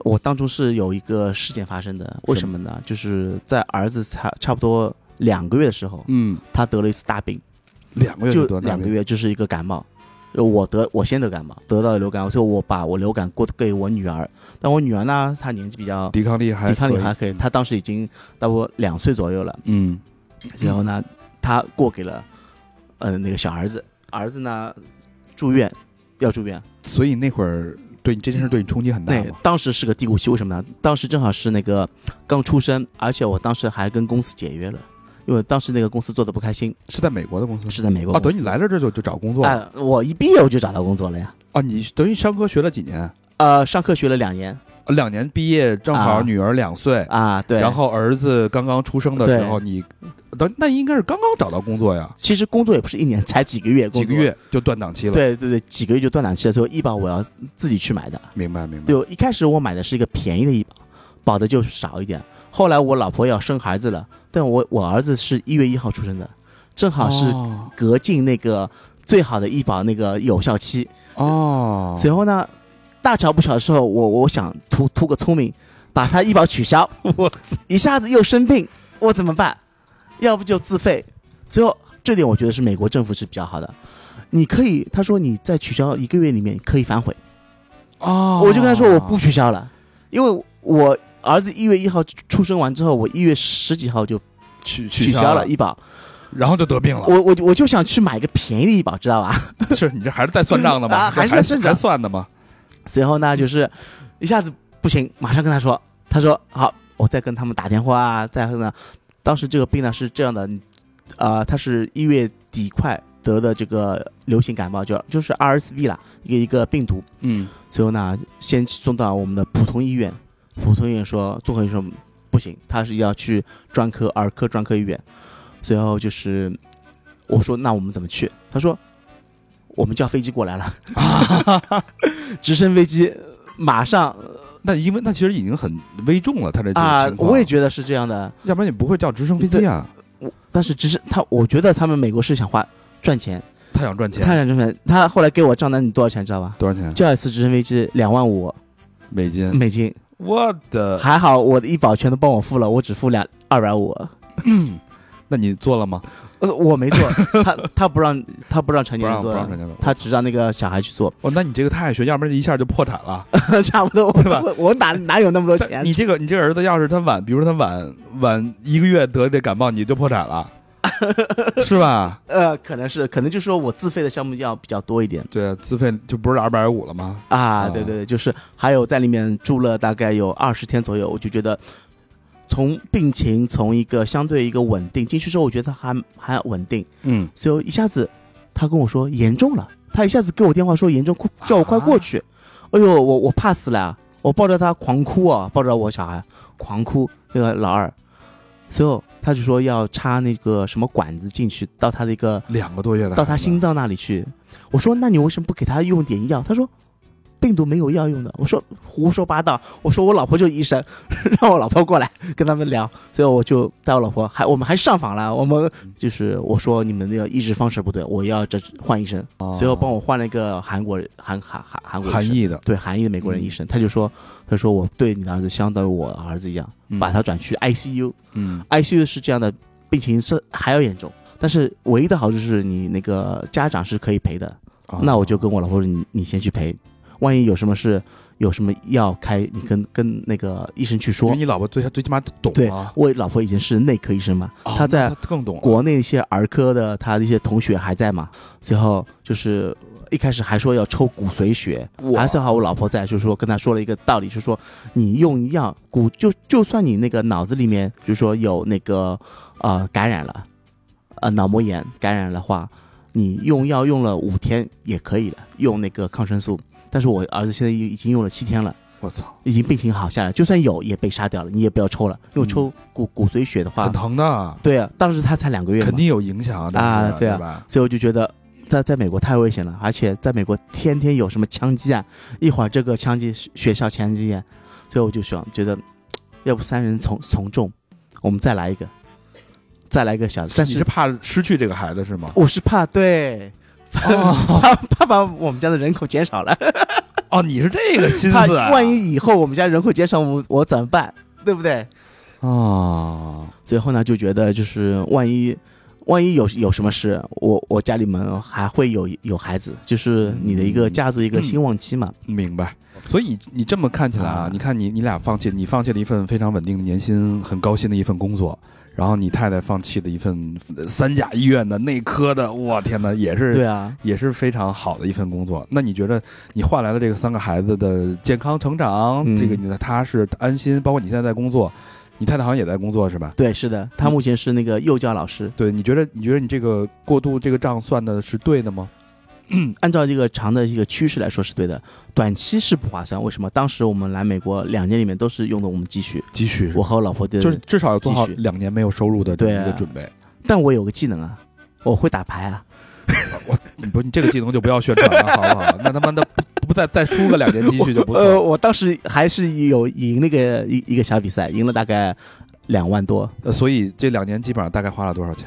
B: 我当中是有一个事件发生的，为什么呢？就是在儿子差差不多两个月的时候，
C: 嗯，
B: 他得了一次大病，
C: 两个月
B: 就
C: 多大
B: 两个，月，就是一个感冒。我得我先得感冒，得到了流感，就我把我流感过给我女儿，但我女儿呢，她年纪比较
C: 抵抗力还
B: 抵抗力还
C: 可
B: 可以，她当时已经大我两岁左右了，
C: 以嗯，
B: 然后呢，她过给了，呃，那个小儿子，儿子呢住院，要住院，
C: 所以那会儿对你这件事对你冲击很大
B: 对
C: 嘛，，
B: 当时是个低谷期，为什么呢？当时正好是那个刚出生，而且我当时还跟公司解约了，因为当时那个公司做的不开心，
C: 是在美国的公司
B: 是在美国
C: 啊，
B: 公
C: 等
B: 司。
C: 于你来这儿这就就找工作了
B: 哎，我一毕业我就找到工作了呀。
C: 啊，你等于商科学了几年？
B: 呃，上课学了两年
C: 呃两年毕业，正好
B: 啊
C: 女儿两岁，
B: 啊，对。
C: 然后儿子刚刚出生的时候，你等那应该是刚刚找到工作呀，
B: 其实工作也不是一年， 才几个月，
C: 几个。月就断档期了。，
B: 对对对，几个月就断档期了，所以医保我要自己去买的。
C: 明白明白。
B: 对，我一开始我买的是一个便宜的医保，保的就少一点。后来我老婆要生孩子了，但我我儿子是一月一号出生的，正好是
C: 哦
B: 隔进那个最好的医保那个有效期。
C: 哦，
B: 随后呢，大巧不巧的时候，我我想图图个聪明，把他医保取消，
C: 我
B: 一下子又生病，我怎么办？要不就自费。最后这点我觉得是美国政府是比较好的，你可以他说你在取消一个月里面可以反悔，
C: 哦，
B: 我就跟他说我不取消了，因为我儿子一月一号出生完之后，我一月十几号就
C: 取
B: 取消
C: 消
B: 了，医保，
C: 然后就得病了。
B: 我我就我就想去买一个便宜的医保，知道吧？
C: 是你这还是在算账的吗？
B: 啊
C: 这还
B: 还是在算账
C: 还算的吗？
B: 随后呢，就是一下子不行，马上跟他说，他说好，我再跟他们打电话啊，再后呢，当时这个病呢是这样的，呃，他是一月底快得的这个流行感冒，就就是 RSV 啦，一个一个病毒。
C: 嗯，
B: 最后呢，先送到我们的普通医院，普通医院说，综合医院说不行，他是要去专科儿科专科医院。随后就是我说那我们怎么去？他说我们叫飞机过来了， 直升飞机马上
C: 那因为那其实已经很危重了，他这
B: 啊、
C: 情况
B: 我也觉得是这样的。
C: 要不然你不会叫直升飞机啊？
B: 我但是直升他，我觉得他们美国是想花赚钱，
C: 他想赚钱
B: 他，想赚钱。他后来给我账单，你多少钱知道吧？
C: 多少钱？
B: 叫一次直升飞机两万五
C: 美金？
B: 美金，
C: 我的，
B: 还好我的医保全都帮我付了，我只付两二百五。
C: 那你做了吗？
B: 呃，我没 做，他他不让他不让成
C: 不
B: 年
C: 让
B: 人
C: 不
B: 做
C: 让
B: 的，
C: 人家做。
B: 他只让那个小孩去 做，
C: 哦，那你这个太悬，要不然一下就破产 了。
B: 差不多，
C: 对吧
B: 我我我哪哪有那么多
C: 但
B: 钱
C: 你？这个你这个儿子要是他晚，比如说他晚晚一个月得这感冒，你就破产 了，是吧？
B: 呃，可能是可能就是说我自费的项目要比较多一点
C: 对，啊自费就不是二百五了吗？
B: 啊，
C: 啊
B: 对对对，就是还有在里面住了大概有二十天左右，我就觉得。从病情从一个相对一个稳定进去之后，我觉得还还稳定，
C: 嗯，
B: 所以一下子他跟我说严重了，他一下子给我电话说严重，快叫我快过去。哎呦，我我怕死了啊，我抱着他狂哭啊，抱着我小孩狂哭。那个老二，随后他就说要插那个什么管子进去，到他的一个
C: 两个多月的孩子，
B: 到他心脏那里去。我说那你为什么不给他用点药？他说病毒没有药用的。我说胡说八道，我说我老婆就是医生， 让我老婆过来跟他们聊，所以我就带我老婆，还我们还上访了。我们就是我说你们那个医治方式不对，我要这换医生，
A: 所
C: 哦
B: 所以我帮我换了一个韩国人，韩韩韩哦韩国
A: 含
B: 医生，
A: 义的，
B: 对韩裔的美嗯国人医生，他就说他说我对你的儿子相当于我儿子一样，
C: 嗯
B: 把他转去 ICU。
C: 嗯
B: ICU 是这样的，病情是还要严重，但是唯一的好处是你那个家长是可以陪的。
C: 哦
B: 嗯那我就跟我老婆说，你你先去陪，万一有什么事，有什么药开，你跟跟那个医生去
C: 因
B: 说
C: 为。你老婆最最起码懂
B: 对
C: 啊，
B: 我老婆以前是内科医生嘛，
C: 哦
B: 她在
C: 那她更懂了
B: 国内一些儿科的她的一些同学还在嘛，最后就是一开始还说要抽骨髓血，
C: 哇
B: 还是好我老婆在，就说跟她说了一个道理，就说你用药骨就就算你那个脑子里面就说有那个呃感染了，呃脑膜炎感染的话，你用药用了五天也可以了，用那个抗生素，但是我儿子现在已已经用了七天了。
C: 我操，
B: 已经病情好下来，就算有也被杀掉了，你也不要抽了，因为
C: 嗯
B: 抽骨骨髓血的话
C: 很，疼的，
B: 对啊，当时他才两个月嘛，
C: 肯定有影响但是
B: 啊对啊
C: 吧？
B: 所以我就觉得在在美国太危险了，啊而且在美国天天有什么枪击案，一会儿这个枪击学校枪击案，所以我就想觉得，要不三人从从众，我们再来一个，再来一个小的，但
C: 但你是
B: 是
C: 怕失去这个孩子是 吗？
B: 我是怕对。怕 怕把我们家的人口减少了，
C: 哦，你是这个心
B: 怕
C: 思啊，
B: 万一以后我们家人口减少，我我怎么办？对不对？
C: 啊，
B: 最后呢，就觉得就是万一万一有有什么事，我我家里面还会有有孩子，就是你的一个家族一个兴旺期嘛。
C: 明白。所以你这么看起来啊
B: 啊，
C: 你看你你俩放弃，你放弃了一份非常稳定的年薪、很高薪的一份工作，然后你太太放弃了一份呃三甲医院的内科的，我天哪，也嗯是
B: 对啊，
C: 也是非常好的一份工作。那你觉得你换来了这个三个孩子的健康成长，
B: 嗯
C: 这个你的踏实安心，包括你现在在工作，你太太好像也在工作是吧？
B: 对，是的，他目前是那个幼教老师，
C: 对，你觉得你觉得你这个过渡这个账算的是对的吗？
B: 按照这个长的一个趋势来说是对的，短期是不划算。为什么？当时我们来美国两年里面都是用的我们积蓄，
C: 继续
B: 我和我老婆的，
C: 就是至少要做好
B: 继续
C: 两年没有收入的这么
B: 对啊
C: 一个准备。
B: 但我有个技能啊，我会打牌啊，
C: 你不，你这个技能就不要宣传了，好不好？那他妈的不不再再输个两年积蓄就不错
B: 呃，
C: 了。
B: 我当时还是有赢那个一一个小比赛，赢了大概两万多。
C: 呃所以这两年基本上大概花了多少钱？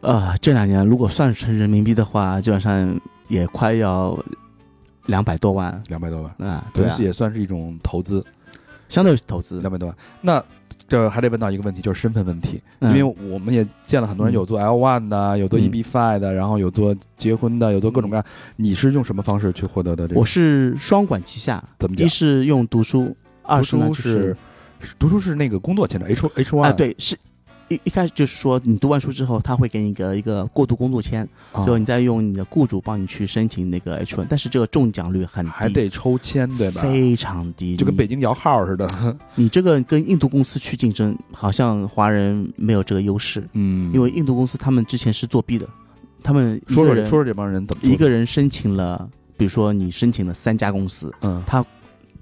B: 啊，这两年如果算成人民币的话，基本上也快要两百多万
C: 两百多万，
B: 啊，对
C: 对，
B: 啊，
C: 也算是一种投资，
B: 相当于是投资
C: 两百多万。那这还得问到一个问题，就是身份问题，因
B: 嗯
C: 为我们也见了很多人
B: 嗯
C: 有做 L one 的，有做 E
B: 嗯
C: EB five 的，然后有做结婚的，有做各种各样。你是用什么方式去获得的这个？
B: 我是双管齐下，
C: 怎么讲
B: 一？是用读书，二
C: 读
B: 是呢
C: 书
B: 就是
C: 是读书是那个工作签证 H H one
B: 啊，，对，是一一开始就是说你读完书之后，他会给你一个一个过渡工作签，
C: 啊
B: 最后你再用你的雇主帮你去申请那个 H1，但是这个中奖率很低，
C: 还得抽签对吧？
B: 非常低，
C: 就跟
B: 你
C: 北京摇号似的，
B: 你这个跟印度公司去竞争，好像华人没有这个优势。
C: 嗯
B: 因为印度公司他们之前是作弊的，他们一
C: 说
B: 个
C: 说
B: 人
C: 说说这帮人怎么做的
B: 一个人申请了，比如说你申请了三家公司，
C: 嗯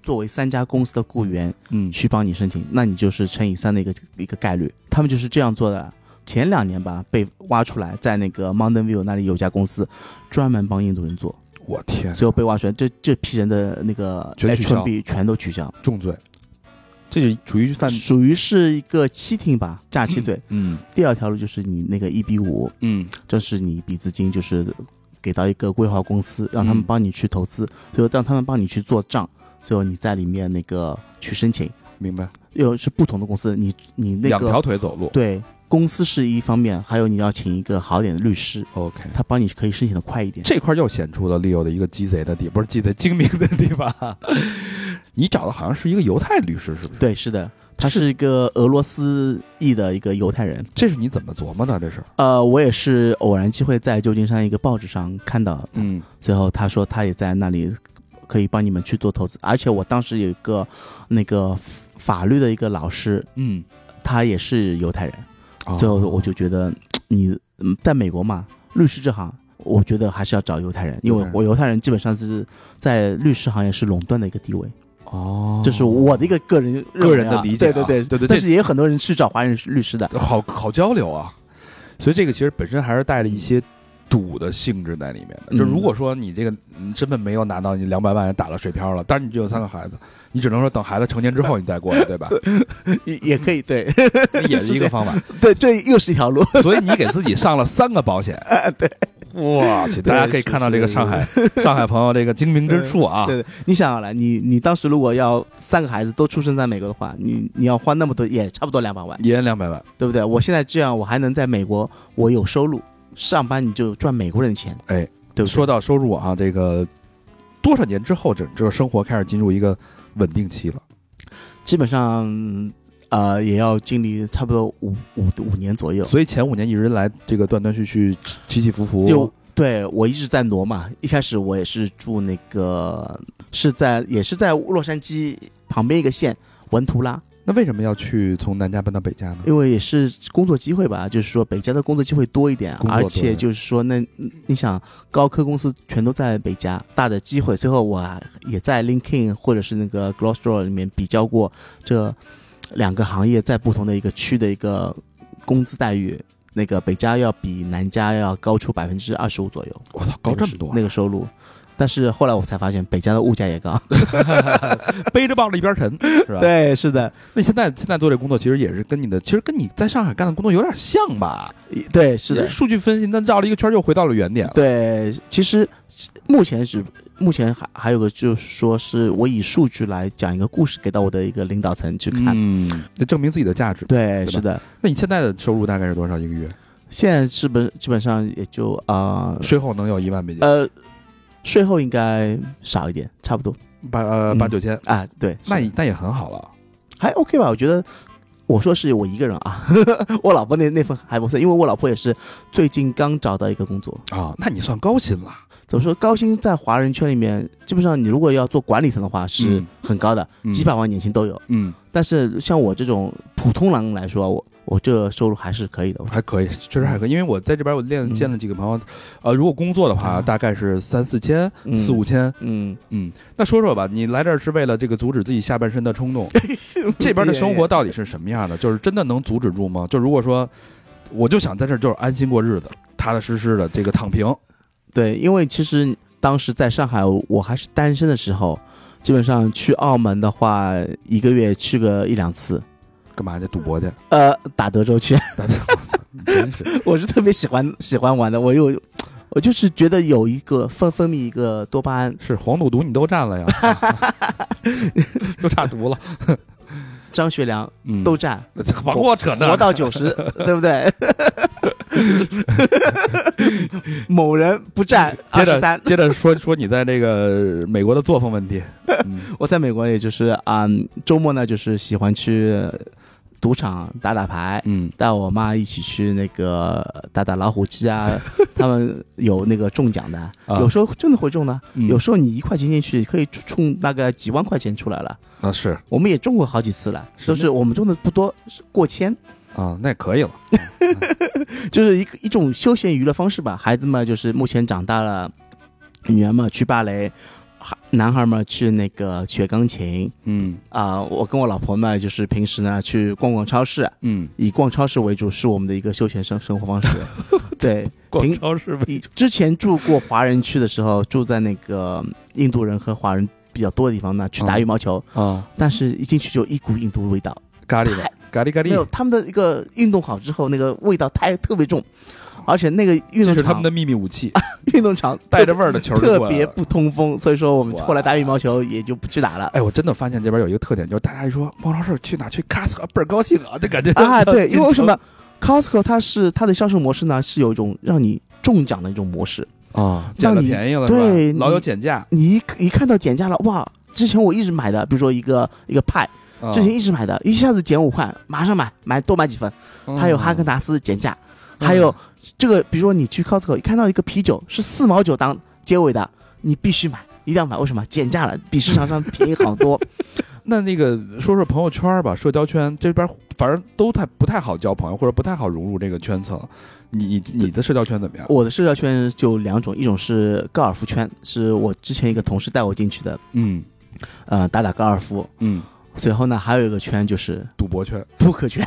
B: 作为三家公司的雇员
C: 嗯
B: 去帮你申请，那你就是乘以三的一个一个概率，他们就是这样做的。前两年吧，被挖出来，在那个 Mountain View 那里有家公司专门帮印度人做，
C: 我天，
B: 最后被挖出来，这这批人的那个
C: 全取消
B: H1B 全都取消，
C: 重罪，这就属于犯
B: 属于是一个欺听吧，诈欺罪。
C: 嗯
B: 第二条路就是你那个 EB 五，
C: 嗯
B: 这是你一笔资金，就是给到一个规划公司，让他们
C: 嗯
B: 帮你去投资，最后让他们帮你去做账，最后你在里面那个去申请，
C: 明白，
B: 又是不同的公司，你你那
C: 两条
B: 个
C: 腿走路。
B: 对公司是一方面，还有你要请一个好点的律师，
C: OK，
B: 他帮你可以申请的快一点。
C: 这块又显出了 Leo 的一个鸡贼的地，不是鸡贼精明的地方。 你找的好像是一个犹太律师，是不是？，
B: 对，是的，他是一个俄罗斯裔的一个犹太人。
C: 这是你怎么琢磨的？这是
B: 呃，我也是偶然机会在旧金山一个报纸上看到，
C: 嗯
B: 最后他说他也在那里可以帮你们去做投资，而且我当时有一个那个法律的一个老师，
C: 嗯，
B: 他也是犹太人，最后我
C: 哦
B: 就觉得你嗯在美国嘛，律师这行。我觉得还是要找犹太人，因
C: 犹太
B: 为
C: 人
B: 我犹太人基本上是在律师行业是垄断的一个地位，
C: 哦，
B: 这是我的一个个人认为啊
C: 个人的理解啊
B: 对对
C: 对对
B: 但是也有很多 人去找华人律师的，
C: 好好交流啊。所以这个其实本身还是带着一些赌的性质在里面的。
B: 嗯
C: 就如果说你这个嗯身份没有拿到，你两百万也打了水漂了，但是你只有三个孩子，你只能说等孩子成年之后你再过来，对 吧？
B: 也也可以，对
C: 也是一个方法。
B: 对，这哎又是一条路。
C: 所以你给自己上了三个保 险。对，我去，大家可以看到这个上海上海朋友这个精明之处啊。
B: 对，对你想想来，你你当时如果要三个孩子都出生在美国的话，你你要花那么多，也差不多两百万，
C: 一人两百万，
B: 对不对？我现在这样，我还能在美国，我有收入，上班你就赚美国人的钱，
C: 哎，
B: 对不对？
C: 说到收入啊，这个多少年之后，这这生活开始进入一个稳定期了。
B: 基本上嗯呃也要经历差不多五五五年左右，
C: 所以前五年一直来这个断断续续、起起伏伏。
B: 就对我一直在挪嘛，一开始我也是住那个是在也是在洛杉矶旁边一个县文图拉，
C: 那为什么要去从南家搬到北家呢？
B: 因为也是工作机会吧，就是说北加的工作机会多一点，啊
C: 工作多
B: 而且就是说那你想高科公司全都在北加，大的机会。最后我啊也在 LinkedIn 或者是那个 Glassdoor 里面比较过这两个行业在不同的一个区的一个工资待遇，那个北加要比南加要高出百分之二十五左右，
C: 我操，高这么多啊，
B: 那个收入。但是后来我才发现，北加的物价也高。
C: 背着棒子一边 沉，是吧？。
B: 对，是的，
C: 那现在现在做这工作，其实也是跟你的，其实跟你在上海干的工作有点像吧？
B: 对，是的
C: 也，数据分析，那绕了一个圈儿又回到了原点了。
B: 对，其实目前是目前还还有个就是说是我以数据来讲一个故事给到我的一个领导层去看。
C: 嗯，那证明自己的价值。
B: 对，
C: 吧
B: 是的，
C: 那你现在的收入大概是多少一个月？
B: 现在基本基本上也就啊
C: 税后能有一万美金？
B: 呃税后应该少一点，差不多
C: 八呃
B: 嗯
C: 八九千，
B: 啊，对，
C: 那
B: 是
C: 也
B: 的
C: 那也很好了。
B: 还 OK 吧？我觉得。我说是我一个人啊， 我老婆那那份还不错，因为我老婆也是最近刚找到一个工作。
C: 啊，那你算高薪了。
B: 怎么说，高薪在华人圈里面，基本上你如果要做管理层的话是
C: 嗯
B: 很高的，
C: 嗯
B: 几百万年薪都有。
C: 嗯，
B: 但是像我这种普通人来说，我我这收入还是可以的。我
C: 还可以，确实还可以。因为我在这边我练
B: 嗯
C: 见了几个朋友，呃，如果工作的话，
B: 啊
C: 大概是三四千、
B: 嗯
C: 四五千。
B: 嗯，
C: 嗯，那说说吧，你来这儿是为了这个阻止自己下半身的冲 动，这边的生活到底是什么样的？就是真的能阻止住吗？就如果说，我就想在这儿就是安心过日子，踏踏实实的这个躺平。
B: 对，因为其实当时在上海，我还是单身的时候，基本上去澳门的话，一个月去个一两次。
C: 干嘛去赌博去？
B: 呃，打德州去，
C: 大家我操，你真是
B: 我是特别喜欢喜欢玩的。我有，我就是觉得有一个分分泌一个多巴胺。
C: 是黄赌毒你都占 了呀，都差毒了，
B: 张学良
C: 嗯，
B: 都占，
C: 往我扯
B: 活
C: 呢。
B: 到九十，对不对？ 某人不占
C: 接
B: 二
C: 着
B: 十三，
C: 接着说说你在这个美国的作风问题，嗯
B: 我在美国也就是啊、嗯周末呢就是喜欢去赌场打打牌，
C: 嗯，
B: 带我妈一起去那个打打老虎机啊， 他们有那个中奖的，
C: 啊
B: 有时候真的会中的，
C: 嗯
B: 有时候你一块钱进去可以冲大概几万块钱出来了，
C: 啊是
B: 我们也中过好几次了，
C: 是
B: 都是我们中的不多，是过千，
C: 啊，那也可以了，
B: 就是一个一种休闲娱乐方式吧。孩子们就是目前长大了，女儿们去芭蕾，孩男孩们去那个学钢琴，
C: 嗯
B: 啊、我跟我老婆呢，就是平时呢去逛逛超市，
C: 嗯，
B: 以逛超市为主，是我们的一个休闲生生活方 式。对，
C: 逛
B: 平
C: 超市呗，
B: 以之前住过华人区的时候，住在那个印度人和华人比较多的地方呢，去打羽毛球，
C: 啊，
B: 但是一进去就一股印度味道，
C: 咖喱吧，咖喱咖
B: 没有
C: 喱，
B: 他们的一个运动好之后，那个味道太特别重，而且那个运
C: 这
B: 动
C: 是他们
B: 场
C: 的秘密武器，
B: 运动场
C: 带着味儿的球就
B: 特
C: 过来
B: 别
C: 了。
B: 不通风，所以说我们
C: 哇
B: 后来打羽毛球也就不去打了。
C: 哎，我真的发现这边有一个特点，就是大家一说逛超市去哪儿去，咔嚓倍儿高兴啊，这感觉
B: 啊，对，因为为什么 Costco 它是它的销售模式呢？是有一种让你中奖的一种模式，
C: 啊？捡了
B: 让你
C: 便宜了，
B: 对
C: 是吧？
B: 你
C: 老有减价，
B: 你一一看到减价了，哇！之前我一直买的，比如说一个一个派，
C: 啊
B: 之前一直买的，一下子减五块，马上买，买多买几份。还有哈根达斯减价，
C: 嗯
B: 还有这个，比如说你去 Costco 一看到一个啤酒是四毛九当结尾的，你必须买，一定要买，为什么？减价了，比市场上便宜好 多。
C: 嗯那那个说说朋友圈吧，社交圈这边反正都太不太好交朋友，或者不太好融入这个圈层。你你你的社交圈怎么样？
B: 我的社交圈就两种，一种是高尔夫圈，是我之前一个同事带我进去的，
C: 嗯
B: 呃，打打高尔夫，
C: 嗯，
B: 随后呢，还有一个圈就是
C: 赌博圈
B: 扑克 圈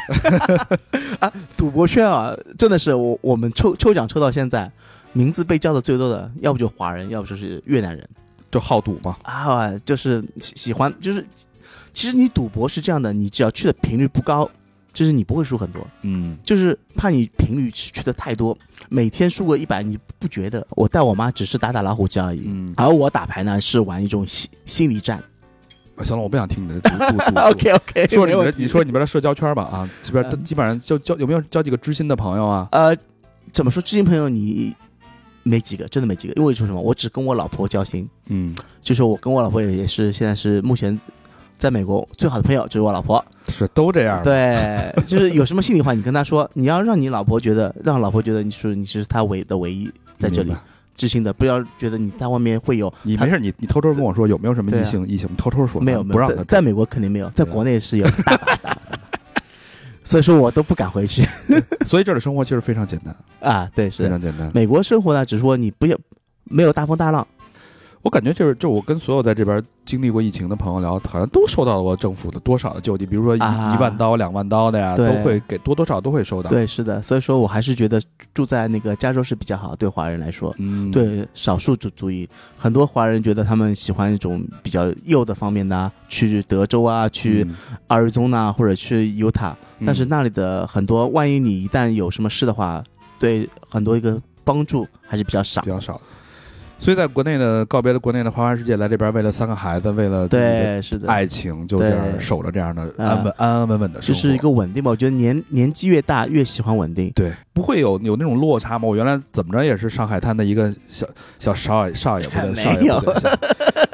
B: 啊，赌博圈啊，真的是我我们抽抽奖抽到现在，名字被叫的最多的，要不就华人，要不就是越南人
A: 就好赌嘛。
B: 啊，就是喜喜欢，就是其实你赌博是这样的，你只要去的频率不高，就是你不会输很多，
C: 嗯，
B: 就是怕你频率去去的太多，每天输个一百你不觉得？我带我妈只是打打老虎机而已，
C: 嗯
B: 而我打牌呢是玩一种心心理战。
C: 行了，我不想听你的赌赌赌赌
B: OK OK，
C: 说你
B: 啊没问
C: 们
B: 题
C: 你说你们的社交圈吧啊，这边
B: 嗯
C: 基本上就交有没有交几个知心的朋友啊？
B: 呃，怎么说？知心朋友你没几个，真的没几个，因为说什么？我只跟我老婆交心，
C: 嗯，
B: 就是我跟我老婆也也是现在是目前在美国最好的朋友就是我老婆。
A: 是都这样，
B: 对，就是有什么心里话你跟她说，你要让你老婆觉得，让老婆觉得你是你是她唯的唯一在这里
C: 明白
B: 知心的，不要觉得你在外面会有
C: 你
B: 他
C: 没事，你你偷偷跟我说有没有什么
B: 对
C: 异
B: 啊
C: 性异性，你偷偷说，
B: 没有
C: 咱们
B: 没
C: 不
B: 有，
C: 让
B: 在
C: 他
B: 在美国肯定没有，在
C: 对啊
B: 国内是有大把的， 所以说我都不敢回去
C: 知，所以这儿的生活其实非常简单，
B: 啊。对，
C: 非
B: 是的
C: 常简单。
B: 美国生活呢，只是说你不要没有大风大浪，
C: 我感觉就是，就我跟所有在这边经历过疫情的朋友聊，好像都收到过政府的多少的救济，比如说一、
B: 啊
C: 一万刀、两万刀的呀，
B: 对
C: 都会给多多少都会收到。，
B: 对，是的，所以说我还是觉得住在那个加州是比较好，对华人来说，
C: 嗯，，
B: 对少数族族裔，很多华人觉得他们喜欢一种比较右的方面的、啊，去德州啊，去
C: 嗯，
B: 阿尔宗纳或者去犹他，但是
C: 嗯
B: 那里的很多，万一你一旦有什么事的话，对很多一个帮助还是比较少
C: 比。较少。所以在国内呢，告别了国内的花花世界，来这边为了三个孩子，为了自己的
B: 对，是的，
C: 爱情，就这样
B: 对
C: 守着这样的
B: 啊
C: 安稳、安安稳稳的
B: 就
C: 生活，
B: 是一个稳定吧。我觉得年年纪越大越喜欢稳定。
C: 对，不会有有那种落差吗？我原来怎么着也是上海滩的一个小小少爷少爷，不对，
B: 没
C: 少爷不对，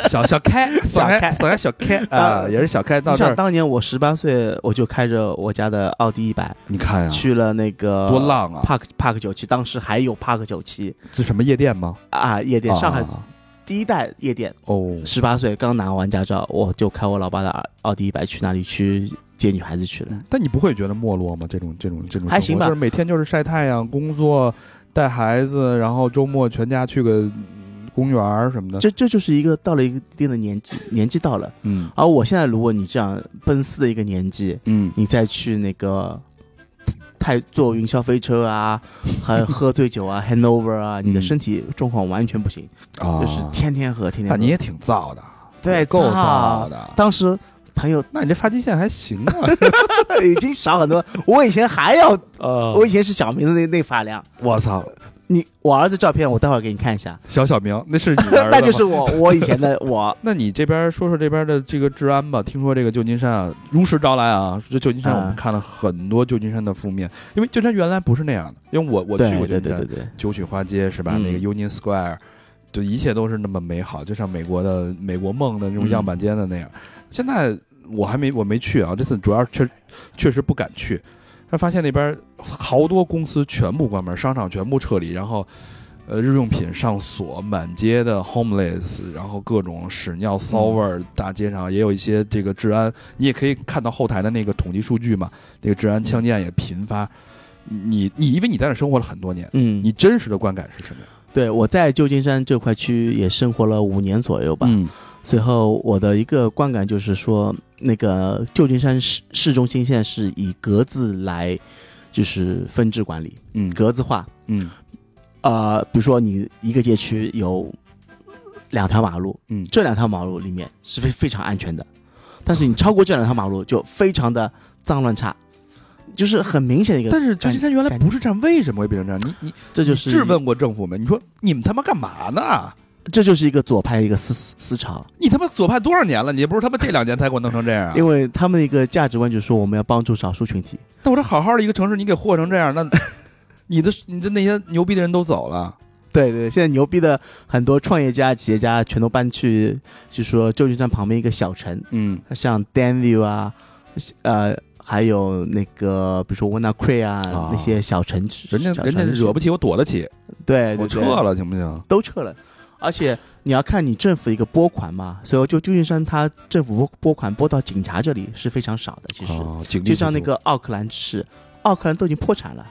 C: 小小小开，
B: 小开
C: 上海小开啊，
B: 啊
C: 也是小开到
B: 你
C: 这
B: 想
C: 儿，
B: 当年我十八岁，我就开着我家的奥迪一百
C: 你看呀，啊
B: 去了那个
C: 多浪啊！
B: Park Park 九七，当时还有 Park 九七
C: 这什么夜店吗？
B: 啊夜店，上海
C: 啊
B: 第一代夜店。
C: 哦，
B: 十八岁刚拿完驾照，我就开我老爸的奥奥迪一百去那里去接女孩子去了。
C: 但你不会觉得没落吗？这种这种这种
B: 嗯还行吧
C: 生活就是每天就是晒太阳、工作、带孩子，然后周末全家去个嗯公园儿什么的。
B: 这这就是一个到了一定的年纪，年纪到了。
C: 嗯
B: 而我现在，如果你这样奔四的一个年纪，
C: 嗯，
B: 你再去那个太坐云霄飞车啊，还喝醉酒啊，hangover 啊，你的
C: 嗯
B: 身体状况完全不行，
C: 啊
B: 就是天天喝，天天
C: 那
B: 喝。
C: 啊你也挺燥的，
B: 对
C: 够燥
B: 燥
C: 的。
B: 当时朋友
C: 那你这发际线还行 啊，
B: 已经少很多，我以前还要，
C: 呃
B: 我以前是小明的那那发量。
C: 我操，
B: 你我儿子照片，我待会儿给你看一下，
C: 小小明，那是你的儿子
B: 那就
C: 吗
B: 是我我以前的 我
C: 那你这边说说这边的这个治安吧？听说这个旧金山啊，如实招来啊。这旧金山
B: 啊
C: 我们看了很多旧金山的负面，因为旧金山原来不是那样的。因为我我去
B: 对
C: 过旧金
B: 对对
C: 山
B: 对，对，
C: 九曲花街是吧？
B: 嗯
C: 那个 Union Square，就一切都是那么美好，就像美国的美国梦的那种
B: 嗯
C: 样板间的那样。现在我还没我没去啊，这次主要确确实不敢去，但发现那边好多公司全部关门，商场全部撤离，然后。呃，日用品上锁，满街的 homeless，然后各种屎尿骚味儿，大街上也有一些这个治安，你也可以看到后台的那个统计数据嘛，那个治安枪击案也频发。你你因为你在那儿生活了很多年，
B: 嗯，
C: 你真实的观感是什么呀？
B: 对我在旧金山这块区也生活了五年左右吧，
C: 嗯
B: 随后我的一个观感就是说，那个旧金山市市中心现在是以格子来，就是分治管理，
C: 嗯
B: 格子化。
C: 嗯
B: 呃，比如说你一个街区有两条马路，
C: 嗯
B: 这两条马路里面是非非常安全的，但是你超过这两条马路就非常的脏乱差，就是很明显的一个，
C: 但是旧金山原来
B: 感
C: 不是这样，为什么会变成这样？你你
B: 这就是
C: 你质，问过政府没？你说你们他妈干嘛呢？
B: 这就是一个左派一个思思潮，
C: 你他妈左派多少年了？你不是他妈这两年才给我弄成这样 啊？
B: 因为他们的一个价值观就是说我们要帮助少数群体，
C: 那我这好好的一个城市，你给祸成这样，那 你的你的那些牛逼的人都走了，
B: 对对，现在牛逼的很多创业家、企业家全都搬去，就说旧金山旁边一个小城，
C: 嗯
B: 像 Danville 啊，呃，还有那个比如说 w a n a c r e 啊
C: 啊
B: 那些小城市，
C: 人家人家惹不
B: 起，
C: 起，我躲得起，
B: 对，对
C: 我
B: 对
C: 撤了行不行？
B: 都撤了。而且你要看你政府一个拨款嘛，所以就旧金山它政府拨拨款拨到警察这里是非常少的，其实、
C: 哦，警力
B: 就像那
C: 不足，
B: 个奥克兰市，奥克兰都已经破产了。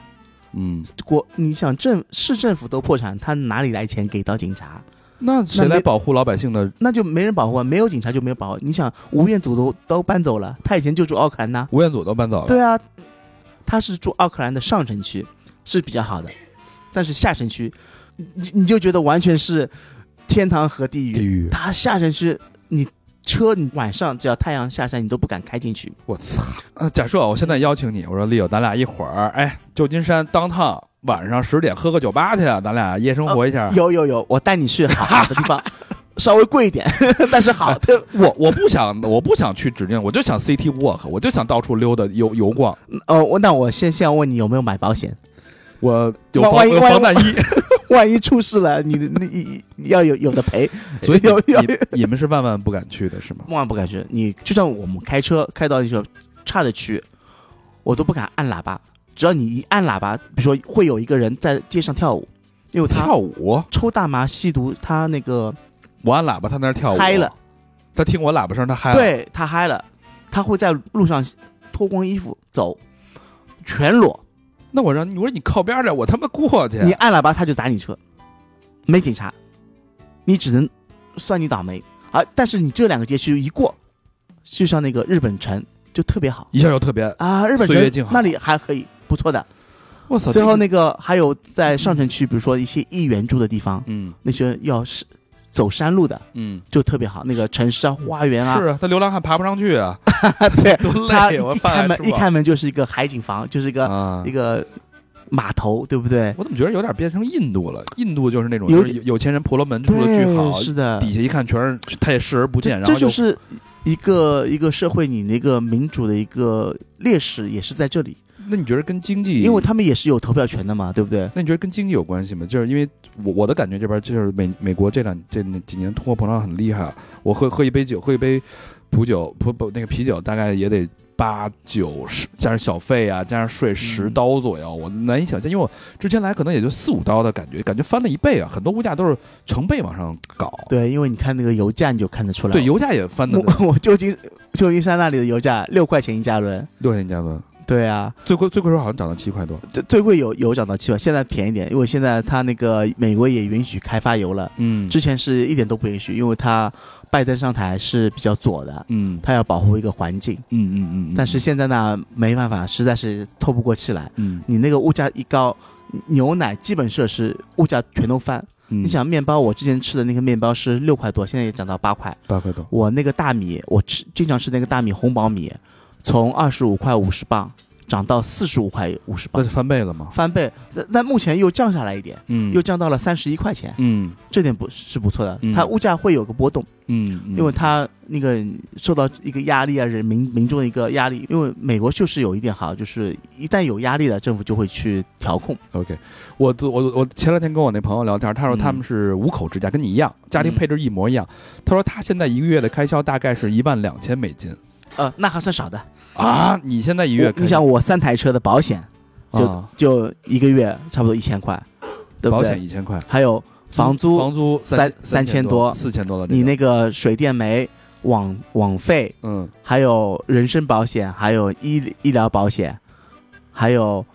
C: 嗯，
B: 国，你想政市政府都破产，他哪里来钱给到警察？
C: 那谁
B: 那没
C: 来保护老百姓的？
B: 那就没人保护啊，没有警察就没有保护。你想，吴彦祖都都搬走了，他以前就住奥克兰呐、
C: 吴彦祖都搬走了，
B: 对啊，他是住奥克兰的上城区，是比较好的，但是下城区，你你就觉得完全是天堂和地狱。
C: 地狱，
B: 它下山是，你车你晚上只要太阳下山，你都不敢开进去。
F: 我操！
C: 呃，假设啊我现在邀请你，我说丽友，咱俩一会儿，哎，旧金山当趟晚上十点喝个酒吧去，啊咱俩夜生活一下。
B: 啊有有有，我带你去好好的地 方，稍微贵一点， 但是好的。
C: 我我不想， 我不想去指定，我就想 City Walk，我就想到处溜达游游逛。
B: 哦，我那我先先问你有没有买保险？
C: 我有
B: 万
C: 防
B: 一
C: 有
B: 万
C: 防
B: 一
C: 弹 衣，
B: 万一出事了，你你你你要有有的赔，
C: 所以
B: 有
C: 你
B: 有
C: 你你们是万万不敢去的是吗？
B: 万万不敢去。你就算我们开车开到一个差的区，我都不敢按喇叭。只要你一按喇叭，比如说会有一个人在街上跳舞，因为他
C: 跳舞，
B: 抽大麻、吸毒，他那个
C: 我按喇叭，他那儿跳舞，
B: 嗨了，
C: 他听我喇叭声，他嗨了。
B: 对他嗨了，他会在路上脱光衣服走，全裸。
C: 那我让你，我说你靠边儿点，我他妈过去。
B: 你按喇叭，他就砸你车，没警察，你只能算你倒霉啊！但是你这两个街区一过，就像那个日本城就特别好
C: 一下就特别，
B: 啊，日本
C: 岁月静好
B: 城那里还可以，不错的。
C: 我操！
B: 最后
C: 这个，
B: 那个还有在上城区，比如说一些议员住的地方，
C: 嗯
B: 那些要是走山路的
C: 嗯，
B: 就特别好，那个城市啊、花园啊，
C: 是啊，他流浪汉爬不上去啊，
B: 对，
C: 多
B: 他
C: 累！我
B: 一
C: 饭还
B: 开门
C: 吃
B: 一
C: 不
B: 开门就是一个海景房，就是一
C: 饱
B: 个、
C: 啊
B: 一。个码头，对不对？
C: 我怎么觉得有点变成印度了？印度就是那种
B: 有
C: 就是有有钱人婆罗门住的巨好
B: 对，，是的，
C: 底下一看全是，他也视而不见，
B: 这
C: 然后
B: 这就是一个一个社会你那个民主的一个劣势，也是在这里，
C: 那你觉得跟经济？
B: 因为他们也是有投票权的嘛，对不对？
C: 那你觉得跟经济有关系吗？就是因为我我的感觉这边就是美美国这两这几年通货膨胀很厉害，啊我喝喝一杯酒，喝一杯葡酒葡不那个啤酒大概也得八九十，加上小费啊，加上税十
B: 嗯
C: 刀左右，我难以想象，因为我之前来可能也就四五刀的感觉，感觉翻了一倍啊，很多物价都是成倍往上搞，
B: 对，因为你看那个油价，你就看得出来。
C: 对，油价也翻的
B: 我我旧金旧金山那里的油价六块钱一加仑，
C: 六千加仑，
B: 对啊，
C: 最贵最贵时候好像涨到七块多，
B: 最最贵有油涨到七块，现在便宜点，因为现在它那个美国也允许开发油了，
C: 嗯
B: 之前是一点都不允许，因为他拜登上台是比较左的，
C: 嗯
B: 他要保护一个环境。
C: 嗯嗯嗯，嗯
B: 但是现在呢，没办法，实在是透不过气来。
C: 嗯
B: 你那个物价一高，牛奶基本设施物价全都翻。
C: 嗯
B: 你想面包，我之前吃的那个面包是六块多，现在也涨到八块。
C: 八块多，
B: 我那个大米，我吃经常吃那个大米红宝米，从二十五块五十磅涨到四十五块五十
C: 那
B: 磅
C: 是，翻倍了吗？
B: 翻倍。但但目前又降下来一点，
C: 嗯
B: 又降到了三十一块钱，
C: 嗯
B: 这点不是不错的
C: 嗯。
B: 它物价会有个波动。
C: 嗯，嗯
B: 因为他那个受到一个压力啊，人民民众的一个压力，因为美国就是有一点好，就是一旦有压力了，政府就会去调控。
C: OK，我我我前两天跟我那朋友聊天，他说
B: 嗯
C: 他们是五口之家，跟你一样，家庭配置一模一样。他说他现在一个月的开销大概是一万两千美金
B: 呃，那还算少的。
C: 啊！你现在一月
B: 我你想，我三台车的保险就、
C: 啊、
B: 就一个月差不多一千块，对不
C: 保
B: 对？
C: 险一千块，
B: 还有房租，
C: 房租三
B: 三三千多
C: 四千多了。
B: 你
C: 这
B: 那个水电煤、网网费，
C: 个嗯，
B: 还有人身保险，还有医医疗保险，还有。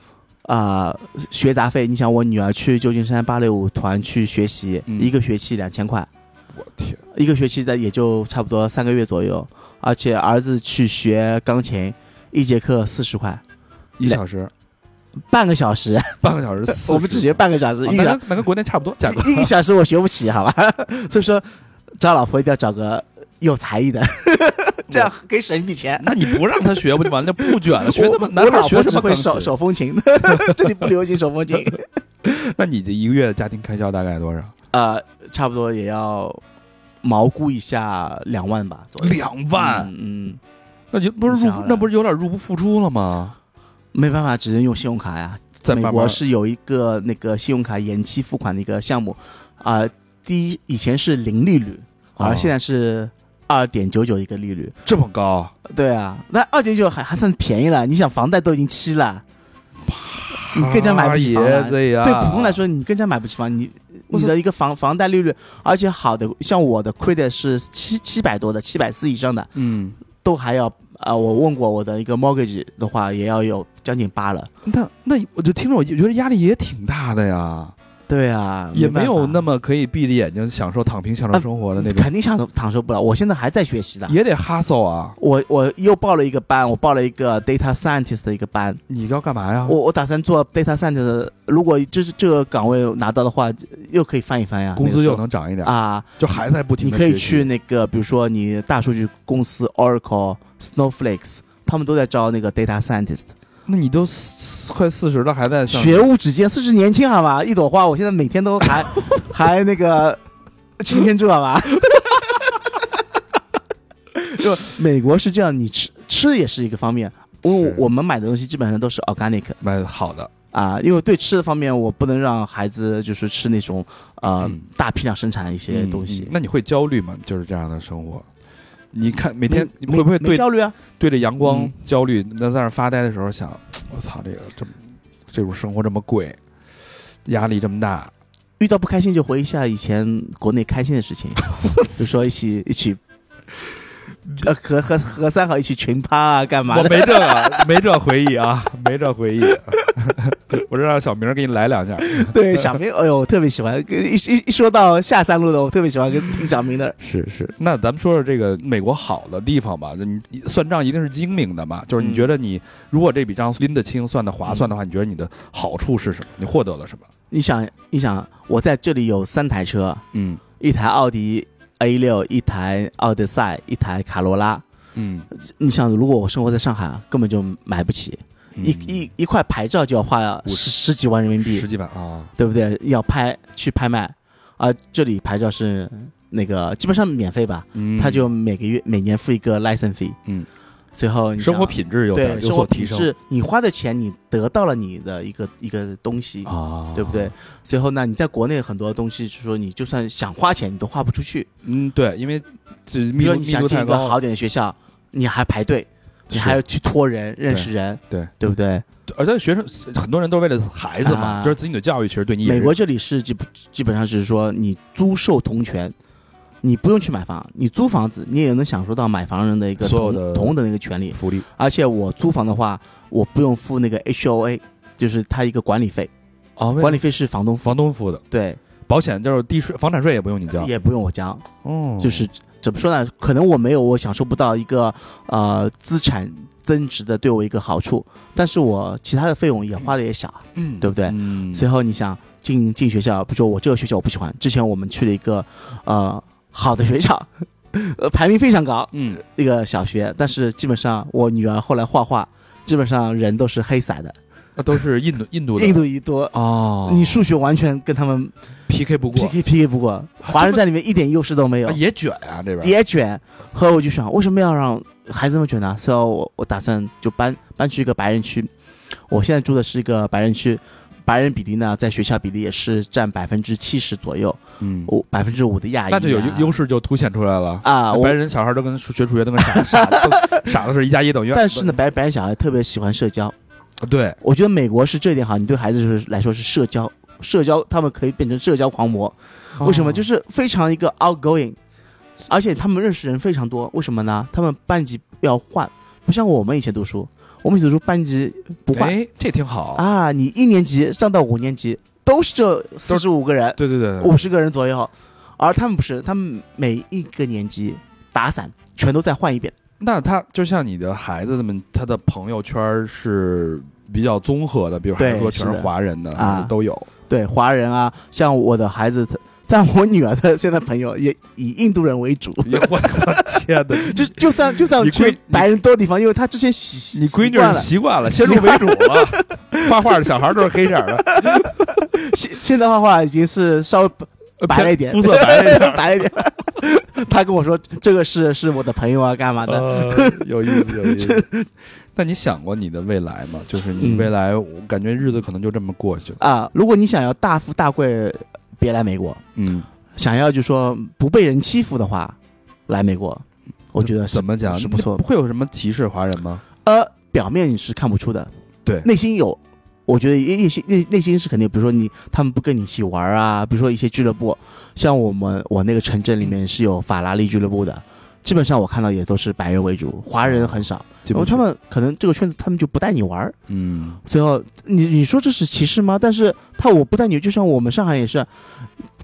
B: 啊、学杂费，你想我女儿去旧金山芭蕾舞团去学习，
C: 嗯
B: 一个学期两千块，
C: 我天，
B: 一个学期的也就差不多三个月左右，而且儿子去学钢琴，一节课四十块，
C: 一小时
B: 半个小时，
C: 半个小时40，
B: 我们只学半个小时，
C: 啊
B: 一
C: 那
B: 个、
C: 跟那跟国内差不多价格。
B: 一个小时我学不起，好吧？ 所以说，找老婆一定要找个有才 艺的，这样可以省一笔钱。
C: 那你不让他学不就完了？不卷了，学
B: 我
C: 那么
B: 我
C: 男孩
B: 老
C: 学
B: 婆
C: 什
B: 只
C: 么
B: 会
C: 钢
B: 手
C: 琴？
B: 手 风琴，这里不流行手风琴，
C: 那你这一个月的家庭开销大概多少？
B: 呃，差不多也要毛估一下两万吧左右。
C: 两万，
B: 嗯，嗯，
C: 那就不是入
B: 你想
C: 不那不是有点入不敷出了吗？
B: 没办法，只能用信用卡呀。
C: 在
B: 美
C: 慢
B: 国
C: 慢
B: 是有一个那个信用卡延期付款的一个项目，啊、第一以前是零利率，
C: 哦
B: 而现在是二点九九一个利率。
C: 这么高，
B: 对啊，那二点九还还算便宜了。你想房贷都已经七了，你更加买不起房
C: 爷
B: 了。
C: 子呀！
B: 对普通来，说，你更加买不起房，你
C: 我
B: 你
C: 操
B: 的一个房房贷利率，而且好的像我的 credit 是七七百多的，七百四以上的
C: 嗯，
B: 都还要啊、我问过我的一个 mortgage 的话，也要有将近八了。
C: 那那我就听着，我就觉得压力也挺大的呀，
B: 对啊，
C: 也没有
B: 么。
C: 那么可以闭着眼睛享受躺平享
B: 啊
C: 受生活的那种，
B: 肯定享受享受不了。我现在还在学习的，
C: 也得 hustle 啊！
B: 我我又报了一个班，我报了一个 data scientist 的一个班，啊
C: 你要干嘛呀？
B: 我我打算做 data scientist，如果这这个岗位拿到的话，又可以翻一翻呀，
C: 工
B: 那个
C: 资
B: 时
C: 又
B: 候
C: 能涨一点，
B: 啊，
C: 就还在不停
B: 你
C: 的
B: 可以去那个，比如说你大数据公司 Oracle、Snowflakes，他们都在招那个 data scientist。
C: 那你都四快四十了，还在上
B: 学无止境，四十年轻好吧？一朵花，我现在每天都 还还那个擎天柱好吧？就美国是这样，你吃吃也是一个方面。因为
C: 是
B: 我们买的东西基本上都是 organic
C: 买好的，
B: 啊，因为对吃的方面，我不能让孩子就是吃那种呃、
C: 嗯
B: 大批量生产的一些
C: 嗯
B: 东西
C: 嗯。那你会焦虑吗？就是这样的生活，你看每天你
B: 没
C: 会不会
B: 没
C: 对
B: 焦虑啊？
C: 对着阳光
B: 嗯
C: 焦虑？那在那儿发呆的时候想，我操，这个这么这种生活这么贵，压力这么大，
B: 遇到不开心就回忆一下以前国内开心的事 情，比如说一起一起，呃，和和和三好一起群趴啊，干嘛
C: 我
B: 的？
C: 没这个，没这回忆啊，没这回忆。 我就让小明儿给你来两下。
B: 对，小明，哎呦，我特别喜欢，跟一一一说到下三路的，我特别喜欢跟听小明的。
C: 是是，那咱们说说这个美国好的地方吧。你你算账一定是精明的嘛，就是你
B: 嗯
C: 觉得你如果这笔账拎得清、算得划算的话，你觉得你的好处是什么？你获得了什么？
B: 你想，你想，我在这里有三台车，
C: 嗯
B: 一台奥迪 A 六，一台奥德赛，一台卡罗拉。
C: 嗯，
B: 你想，如果我生活在上海，根本就买不起，一一一块牌照就要花
C: 五
B: 嗯十十几万人民币，
C: 十几万啊，
B: 对不对？要拍去拍卖，啊、这里牌照是那个基本上免费吧，
C: 嗯
B: 他就每个月每年付一个 license fee，
C: 嗯，
B: 随后你想
C: 生活品质有
B: 对
C: 点有
B: 生
C: 所
B: 活
C: 提
B: 品
C: 升
B: 质，你花的钱你得到了你的一个一个东西，
C: 啊，
B: 对不对？？随后呢，你在国内很多东西是说你就算想花钱你都花不出去，
C: 嗯，对，因为这
B: 比
C: 密度
B: 如说你
C: 密
B: 想
C: 度
B: 进
C: 太
B: 一个
C: 高了，
B: 好点的学校，你还排队，你
C: 是
B: 还要去托人认识人，
C: 对
B: 对不对？
C: 而且学生很多人都是为了孩子嘛，
B: 啊
C: 就是子女的教育其实对你也
B: 美
C: 是
B: 国这里是基本基本上是说你租售同权，你不用去买房，你租房子你也能享受到买房人的一个
C: 所有
B: 同
C: 的
B: 同等的一个权利。
C: 福利
B: 而且我租房的话，我不用付那个 HOA，就是它一个管理费，
C: 啊，为
B: 管理费是房东付，
C: 房东付的，
B: 对，
C: 保险就是地税、房产税也不用你交，
B: 也不用我交。
C: 哦，
B: 就是怎么说呢？可能我没有我享受不到一个呃资产增值的对我一个好处，但是我其他的费用也花的也少啊。
C: 嗯
B: 对不对
C: 嗯，
B: 随后你想进进学校，比如说我这个学校我不喜欢，之前我们去了一个呃好的学校，呃排名非常高
C: 嗯，
B: 一个小学，但是基本上我女儿后来画画，基本上人都是黑色的，
C: 那都是印度印度的
B: 印度裔多。
C: 哦，
B: 你数学完全跟他们
C: PK 不过
B: PK PK 不过，华人在里面一点优势都没有
C: 啊，也卷啊这边
B: 也卷。后来我就想，为什么要让孩子们卷呢？所以我我打算就搬搬去一个白人区。我现在住的是一个白人区，白人比例呢，在学校比例也是占百分之七十左右。
C: 嗯，
B: 五百分之五的亚裔啊、
C: 那就有优优势就凸显出来了。
B: 啊。我
C: 白人小孩都跟数学数学都跟傻 傻子傻子是一加一等于二，
B: 但是呢，白白人小孩特别喜欢社交。
C: 对，
B: 我觉得美国是这一点好，你对孩子是来说是社交，社交他们可以变成社交狂魔。哦
C: 哦
B: 为什么？就是是非常一个 outgoing，而且他们认识人非常多。为什么呢？他们班级要换，不像我们以前读书，我们以前读书班级不换、
C: 哎，这挺好，
B: 啊。你一年级上到五年级都是这四十五个人，
C: 对对对，对
B: 五十个人左右，而他们不是，他们每一个年级打散全都再换一遍。
C: 那他就像你的孩子们，他的朋友圈是比较综合的，比如还是
B: 对
C: 说全
B: 是
C: 是
B: 的
C: 华人的，
B: 啊
C: 还是都有
B: 对华人啊，像我的孩子， 但我女儿的现在朋友也以印度人为主。
C: 哎我我天哪！
B: 就就算就算
C: 你闺
B: 去白人多的地方，因为她之前 习
C: 你闺
B: 习
C: 女
B: 惯
C: 是
B: 了，
C: 习惯了，先入为主了。 画画的小孩都是黑色的，
B: 现现在画画已经是稍微白了一点，
C: 呃肤色白了一点。
B: 白了一点。 她跟我说这个是是我的朋友啊，干嘛的？
C: 呃，有意思，有意思。那你想过你的未来吗？就是你
B: 嗯
C: 未来，我感觉日子可能就这么过去了。
B: 啊，如果你想要大富大贵，别来美国；
C: 嗯，
B: 想要就说不被人欺负的话，来美国，我觉得是
C: 嗯怎么讲
B: 是不错
C: 不。会有什么歧视华人吗？
B: 呃，表面你是看不出的，
C: 对
B: 内心有，我觉得也内心内内心是肯定有，比如说你他们不跟你一起玩啊，比如说一些俱乐部，像我们我那个城镇里面是有法拉利俱乐部的，基本上我看到也都是白人为主，华人很少，
C: 进
B: 然
C: 哦不
B: 后
C: 去
B: 哦他，们可能这个圈子他们就不带你玩儿，
C: 嗯，
B: 最后你你说这是歧视吗？但是他我不带你，就像我们上海也是，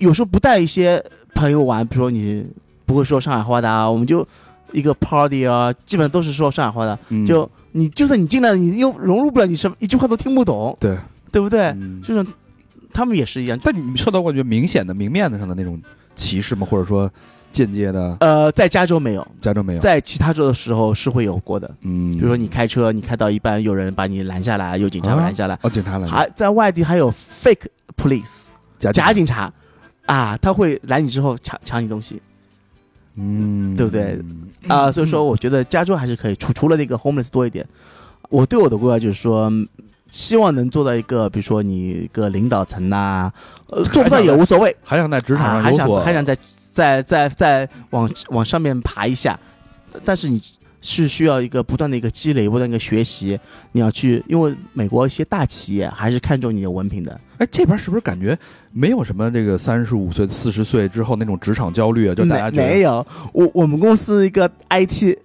B: 有时候不带一些朋友玩，比如说你不会说上海话的啊，我们就一个 party 啊，基本上都是说上海话的。
C: 嗯
B: 就你就算你进来，你又融入不了，你什么一句话都听不懂，
C: 对
B: 对不对？
C: 嗯
B: 这种他们也是一样。
C: 但你受到过觉明显的、明面子上的那种歧视吗？或者说间接的，
B: 呃，在加州没有，
C: 加州没有？
B: 在其他州的时候是会有过的。
C: 嗯，
B: 比如说你开车，你开到一半，有人把你拦下来，有警察
C: 啊
B: 拦下来，
C: 哦，警察来了，
B: 还在外地还有 fake police
C: 假
B: 假，警察啊，他会拦你之后抢抢你东西
C: 嗯，
B: 对不对
C: 嗯？
B: 啊、所以说我觉得加州还是可以，除除了那个 homeless 多一点，我对我的规划就是说。嗯希望能做到一个，比如说你一个领导层呐、呃，做不到也无所谓，
C: 还想在职
B: 啊
C: 场上
B: 还
C: 有
B: 想
C: 所，
B: 还想再再再再往往上面爬一下，但是你是需要一个不断的一个积累，不断的一个学习，你要去，因为美国一些大企业还是看重你的文凭的，
C: 哎，这边是不是感觉没有什么这个三十五岁、四十岁之后那种职场焦虑啊？就大家
B: 没
C: 觉
B: 没
C: 得
B: 有，我我们公司一个 IT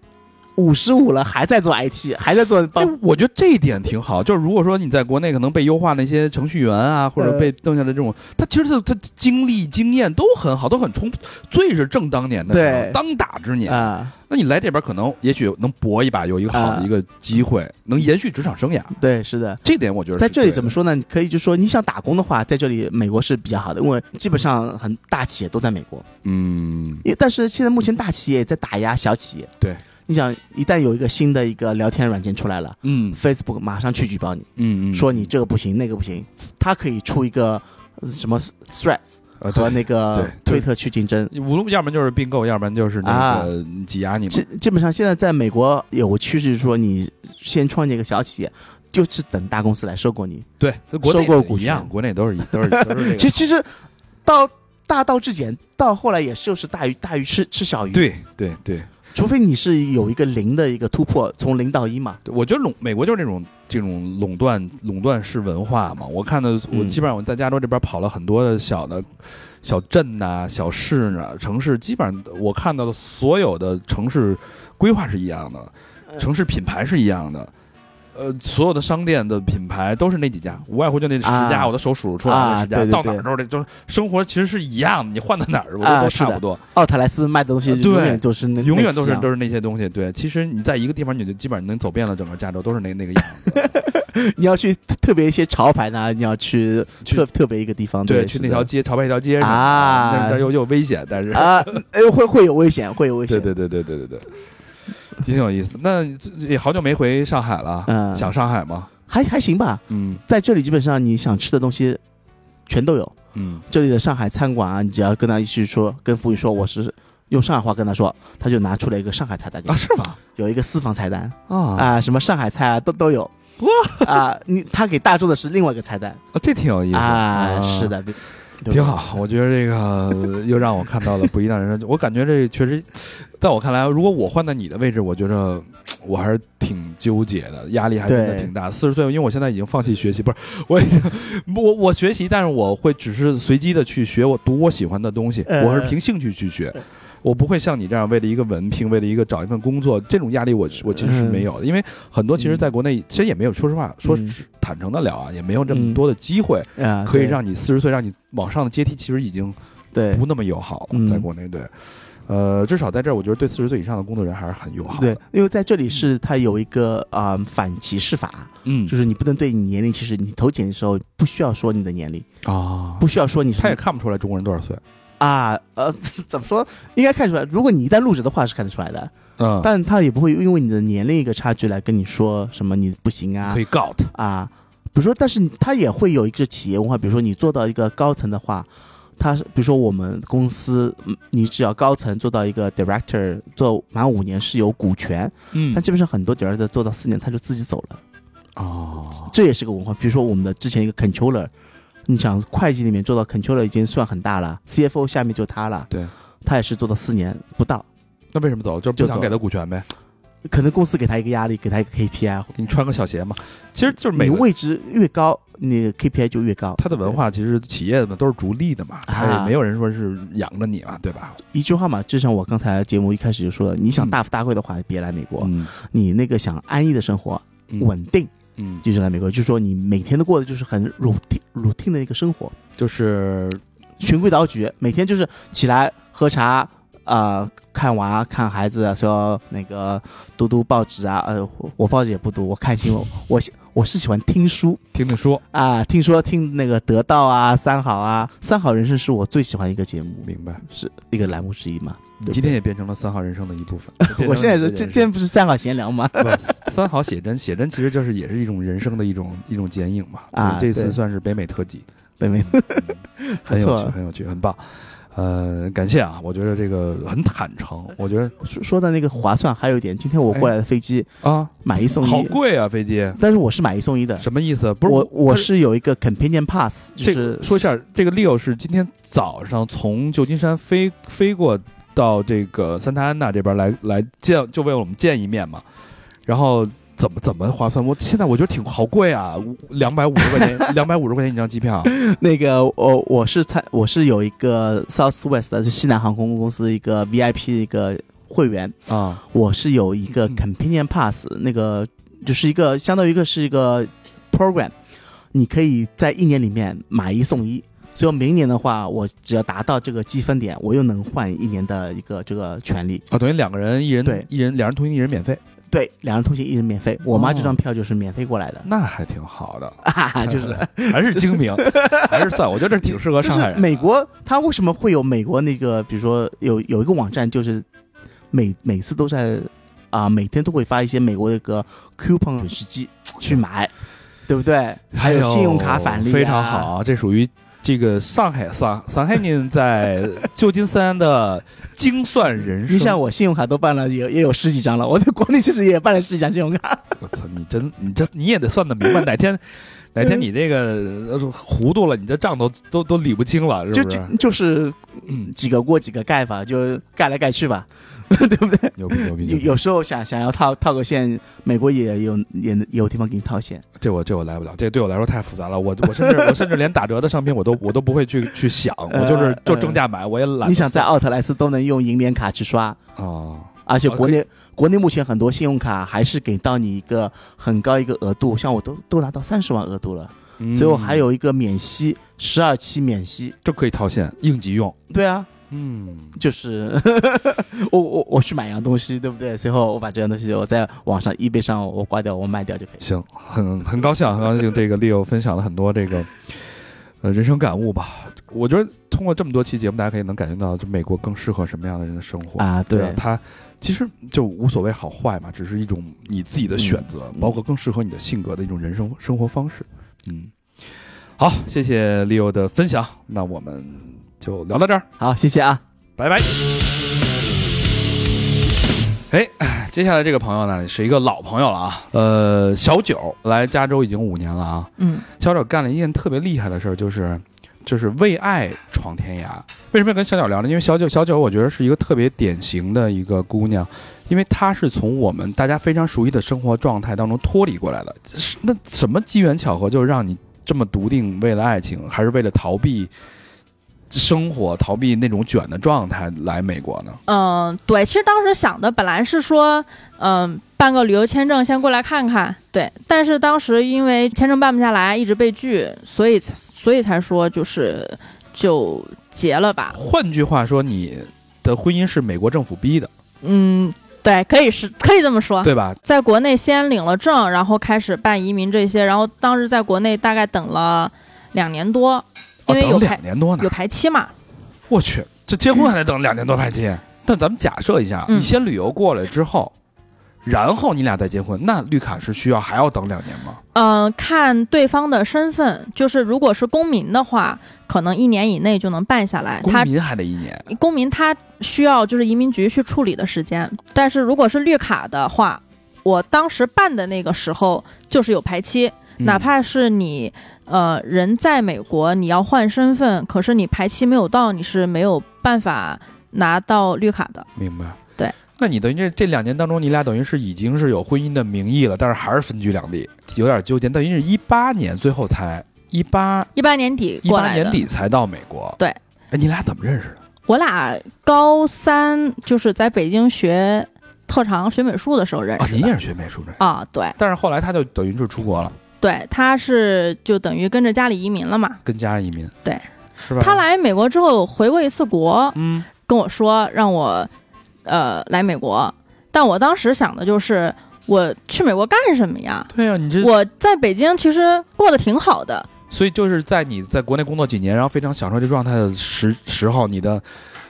B: 五十五了还在做 IT，还在做
C: 哎
B: 帮。，
C: 我觉得这一点挺好。就是如果说你在国内可能被优化那些程序员啊，或者
B: 呃
C: 被弄下来这种，他其实他他经历经验都很好，都很充足，最是正当年的时候
B: 对
C: 当打之年。
B: 啊、
C: 那你来这边可能也许能搏一把，有一个好的
B: 啊
C: 一个机会，能延续职场生涯。
B: 对，是的，
C: 这点我觉得
B: 在
C: 是
B: 这里
C: 对的
B: 怎么？说呢？你可以就说你想打工的话，在这里美国是比较好的，因为基本上很大企业都在美国。
C: 嗯，
B: 也但是现在目前大企业也在打压小企业。
C: 对，
B: 你想一旦有一个新的一个聊天软件出来了
C: 嗯
B: ，Facebook 马上去举报你，
C: 嗯嗯，
B: 说你这个不行那个不行，它可以出一个呃什么 Threads
C: 呃对，
B: 和那个
C: 对
B: 推特去竞争。
C: 无论要不然就是并购，要不然就是
B: 啊
C: 那个挤压你嘛
B: 基。基本上现在在美国有个趋势，就是说你先创建一个小企业，就是等大公司来收购你。
C: 对，跟国内
B: 收购股
C: 一样，
B: 权
C: 国内都是一 都是都是这个。
B: 其其实到大道至简，到后来也就是大鱼大鱼吃吃小鱼。，
C: 对对对，
B: 除非你是有一个零的一个突破，从零到一嘛。
C: 对我觉得垄美国就是这种这种垄断垄断式文化嘛。我看的我
B: 嗯
C: 基本上我在加州这边跑了很多的小的小镇呐、小市呐、城市，基本上我看到的所有的城市规划是一样
B: 嗯
C: 的，城市品牌是一样的。呃，所有的商店的品牌都是那几家，无外乎就那十家，
B: 啊
C: 我的手数出来的
B: 啊
C: 十家，
B: 对对
C: 到哪
B: 对
C: 儿都是这，就是生活其实是一样的，你换到哪儿，我觉
B: 啊
C: 得都
B: 是
C: 差
B: 的
C: 不多。
B: 奥特莱斯卖的东西
C: 呃对
B: 永远就是那，
C: 永远都
B: 那
C: 是
B: 几样
C: 都是那些东西。对，其实你在一个地方，你就基本上能走遍了整个加州，都是那那个样子。
B: 你要去特特别一些潮牌呢，你要去
C: 去
B: 特特别一个地方，
C: 对，
B: 是
C: 去
B: 的
C: 那条街，朝拜一条街上
B: 啊
C: 那那又又危险，但是
B: 啊，哎，会会有危险，会有危 险，
C: 对对对对对对对，挺有意思。那也好久没回上海了，
B: 嗯
C: 想上海吗？
B: 还还行吧，
C: 嗯
B: 在这里基本上你想吃的东西全都有，
C: 嗯，
B: 这里的上海餐馆啊，你只要跟他一起说，跟服务员说我是。用上海话跟他说，他就拿出了一个上海菜单给
C: 啊
B: 你，
C: 是吗？
B: 有一个私房菜单
C: 啊，
B: 啊，什么上海菜啊都都有，啊，你他给大众的是另外一个菜单
C: 这挺有意思
B: 啊，是。的，
C: 挺好，我觉得这个又让我看到了不一样的人生。我 感觉这确实，在我看来，如果我换在你的位置，我觉得我还是挺纠结的，压力还真的
B: 对
C: 挺大。四十岁，因为我现在已经放弃学习，不是我已经我我学习，但是我会只是随机的去学我读我喜欢的东西，
B: 呃
C: 我是凭兴趣去学
B: 对。
C: 我不会像你这样为了一个文凭，为了一个找一份工作，这种压力我我其实是没有的，因为很多其实在国内其实也没有，说实话，说
B: 嗯
C: 坦诚的聊啊，也没有这么
B: 嗯
C: 多的机会
B: 对啊，
C: 可以
B: 对
C: 让你四十岁让你往上的阶梯，其实已经
B: 对
C: 不那么友好了，
B: 嗯
C: 在国内对。呃，至少在这儿，我觉得对四十岁以上的工作人还是很友好嗯的。
B: 对，因为在这里是它有一个啊、呃反歧视法，
C: 嗯，
B: 就是你不能对你年龄歧视。你投简历的时候不需要说你的年龄，
C: 啊，
B: 不需要说你是
C: 他也看不出来中国人多少岁。
B: 啊呃 怎么说，应该看出来。如果你一旦入职的话是看得出来的，
C: 嗯，
B: 但他也不会因为你的年龄一个差距来跟你说什么你不行啊
C: 可以告他。
B: 啊。比如说，但是你他也会有一个企业文化，比如说你做到一个高层的话。他是比如说我们公司，嗯你只要高层做到一个 director，做满五年是有股权，
C: 嗯
B: 但基本上很多 director 做到四年他就自己走了。
C: 哦，
B: 这也是个文化。比如说我们的之前一个 controller，你想会计里面做到 controller 已经算很大了，CFO 下面就他了，
C: 对，
B: 他也是做到四年不到，
C: 那为什么走？就是
B: 就
C: 不想
B: 走
C: 给他股权呗，
B: 可能公司给他一个压力，给他一个 KPI，
C: 给你穿个小鞋嘛。其实就是每
B: 你
C: 个
B: 位置越高，你的 KPI 就越高。
C: 他的文化，其实企业们都是逐利的嘛，他也
B: 啊
C: 没有人说是养着你嘛，对吧？
B: 一句话嘛，就像我刚才节目一开始就说的，你想大富大贵的话，别来美国；
C: 嗯，
B: 你那个想安逸的生活、
C: 嗯，
B: 稳定，
C: 嗯，
B: 就是来美国。就是说你每天都过的就是很 routine routine 的一个生活，
C: 就是
B: 循规蹈矩，每天就是起来喝茶，呃，看娃、看啊孩子，说那个读读报纸啊，呃，我我报纸也不读，我看新闻，我我是喜欢听书
C: 听听说，
B: 啊，听说听那个得到啊、三好啊，三好人生是我最喜欢一个节目，
C: 明白？
B: 是一个栏目之一嘛。
C: 你今天也变成了三好人生的一部分。
B: 我现在是
C: 这
B: 今今天不是三好闲聊 吗？
C: 嗯不三好写真，写真其实就是也是一种人生的一种一种剪影嘛。
B: 啊
C: 这次
B: 对
C: 算是北美特辑，
B: 北美
C: 很有
B: 不
C: 趣，
B: 错
C: 很有趣，很棒。呃，感谢啊，我觉得这个很坦诚，我觉得
B: 说说到那个划算，还有一点，今天
C: 哎
B: 我过来的飞机
C: 啊，
B: 买一送
G: 好
B: 一，
G: 贵啊，飞机
B: 但是我是买一送一的。
C: 什么意思？不是
B: 我，我
C: 他
B: 是有一个 companion pass，就
C: 这
B: 是
C: 说一下，这个 Leo 是今天早上从旧金山飞飞过到这个三塔安娜这边来来见，就为我们见一面嘛。然后怎么怎么划算？我现在我觉得挺好贵啊，两百五十块 钱，两百五十块钱一张机票。 啊
B: 那个我我是参我是有一个 Southwest 的就西南航空公司一个 VIP 一个会员，
C: 啊，
B: 我是有一个
C: 嗯
B: companion pass，那个就是一个相当于一个是一个 program，你可以在一年里面买一送一。所以明年的话，我只要达到这个积分点，我又能换一年的一个这个权利。
C: 啊，等于两个人一人
B: 对
C: 一人两人同行一人免费，
B: 对，两人通行一人免费。我妈
C: 哦
B: 这张票就是免费过来的，
C: 那还挺好的，
B: 哈哈，哎 就是
C: 还是精明，还是算，我觉得这挺适合
B: 就
C: 上海
B: 是
C: 人。
B: 美国，它为什么会有美国那个，比如说有有一个网站，就是每每次都在啊、每天都会发一些美国的一个 coupon 损失机去买，对不对？还有信用卡返利、
C: 非常好，啊，这属于这个上海上上海人 在旧金山的精算人生。
B: 你像我信用卡都办了，也也有十几张了。我在国内其实也办了十几张信用卡，
C: 我操，你真你这你也得算得明白，哪天哪天你这个呃糊涂了，你这账都都都理不清了，是
B: 就
C: 不是？
B: 就就是
C: 嗯，
B: 几个锅几个盖吧，就盖来盖去吧，对不对？
C: 牛逼牛逼
B: 有
C: 牛逼！
B: 有时候想想要套套个现，美国也有也也有地方给你套现。
C: 这我这我来不了，这对我来说太复杂了。我我甚至我甚至连打折的商品我都我都不会去去想，我就是
B: 呃
C: 就正价买，我也懒得算。
B: 你想在奥特莱斯都能用银联卡去刷，
C: 哦，
B: 而且
C: 啊
B: 国
C: 可以
B: 内、国内目前很多信用卡还是给到你一个很高一个额度，像我都都拿到三十万额度了，
C: 嗯
B: 所以我还有一个免息十二期免息。
C: 这可以套现，应急用。
B: 对啊，
C: 嗯，
B: 就是 我我我去买一样东西，对不对？随后我把这样东西我在网上 eBay 上我挂掉，我卖掉就可以。
C: 行，很很高兴，很高兴这个 Leo 分享了很多这个呃人生感悟吧。我觉得通过这么多期节目，大家可以能感觉到，就美国更适合什么样的人的生活
B: 啊，
C: 对
B: 对
C: 啊，，它其实就无所谓好坏嘛，只是一种你自己的选择，
B: 嗯
C: 包括更适合你的性格的一种人生生活方式。嗯，好，谢谢 Leo 的分享，那我们就聊到这儿，
B: 好，谢谢啊。
C: 拜拜。
G: 哎接下来这个朋友呢是一个老朋友了啊，呃，小九来加州已经五年了啊。
H: 嗯，
G: 小九干了一件特别厉害的事儿，就是就是为爱闯天涯。为什么要跟小九聊呢？因为小九小九，我觉得是一个特别典型的一个姑娘，因为她是从我们大家非常熟悉的生活状态当中脱离过来的。是那什么机缘巧合，就是让你这么笃定为了爱情，还是为了逃避生活、逃避那种卷的状态来美国呢？
H: 嗯，对，其实当时想的本来是说，嗯，办个旅游签证先过来看看，对。但是当时因为签证办不下来，一直被拒，所以所以才说就是就结了吧。
C: 换句话说，你的婚姻是美国政府逼的，
H: 嗯，对，可以是可以这么说。
C: 对吧？
H: 在国内先领了证，然后开始办移民这些，然后当时在国内大概等了两年多，
C: 哦，
H: 因为有
C: 等
H: 排、
C: 两年多呢
H: 有。排期嘛。
C: 我去，这结婚还得等两年多排期。
G: 但咱们假设一下，
H: 嗯
G: 你先旅游过来之后，然后你俩再结婚，那绿卡是需要还要等两年吗？
H: 嗯、看对方的身份，就是如果是公民的话，可能一年以内就能办下来。
G: 公
H: 哎他
G: 民还得一年。
H: 公民他需要就是移民局去处理的时间，但是如果是绿卡的话，我当时办的那个时候就是有排期，
C: 嗯
H: 嗯哪怕是你呃人在美国，你要换身份，可是你排期没有到，你是没有办法拿到绿卡的。
C: 明白。
H: 对，
C: 那你等于这这两年当中，你俩等于是已经是有婚姻的名义了，但是还是分居两地，有点纠结。等于是一八年最后才一八
H: 一八年底
C: 一
H: 过
C: 八
H: 来
C: 年
H: 的，
C: 底才到美国。
H: 对
C: 哎，你俩怎么认识的？
H: 我俩高三就是在北京学特长学美术的时候认
C: 啊，
H: 识
C: 您
H: 哎的。
C: 也是学美术的，
H: 啊、对
C: 但是后来他就等于是出国了，
H: 对，他是就等于跟着家里移民了嘛。
C: 跟家移民。
H: 对，
C: 是吧？
H: 他，来美国之后回过一次国，
C: 嗯，
H: 跟我说让我呃来美国，但我当时想的就是我去美国干什么呀？
C: 对啊，你这
H: 我在北京其实过得挺好的，
C: 所以就是在你在国内工作几年，然后非常享受这状态的时时候，你的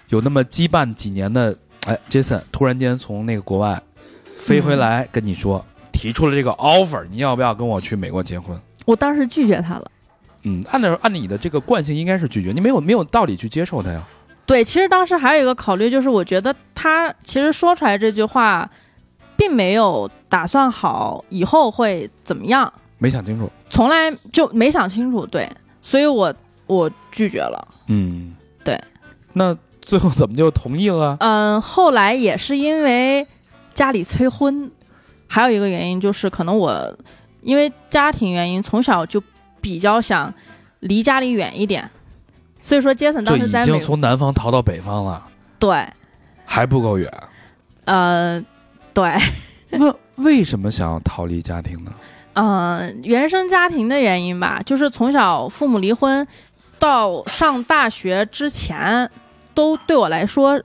C: 有那么羁绊几年的，哎，Jason 突然间从那个国外飞回来，跟你说提出了这个 offer，你要不要跟我去美国结婚？
H: 我当时拒绝他了。
C: 嗯，按照按你的这个惯性，应该是拒绝，你没有没有道理去接受他呀。
H: 对，其实当时还有一个考虑，就是我觉得他其实说出来这句话，并没有打算好以后会怎么样，
C: 没想清楚。
H: 从来就没想清楚，对，所以我我拒绝了。
C: 嗯，
H: 对。
C: 那最后怎么就同意了？
H: 嗯，后来也是因为家里催婚，还有一个原因就是可能我因为家庭原因，从小就比较想离家里远一点，所以说杰森
C: 这
H: 呃当时
C: 已
H: 在
C: 经
H: 美国，
C: 从南方逃到北方了，
H: 对，
C: 还不够远。
H: 呃，对，
C: 那为什么想要逃离家庭呢？
H: 嗯，原生家庭的原因吧，就是从小父母离婚，到上大学之前，都对我来说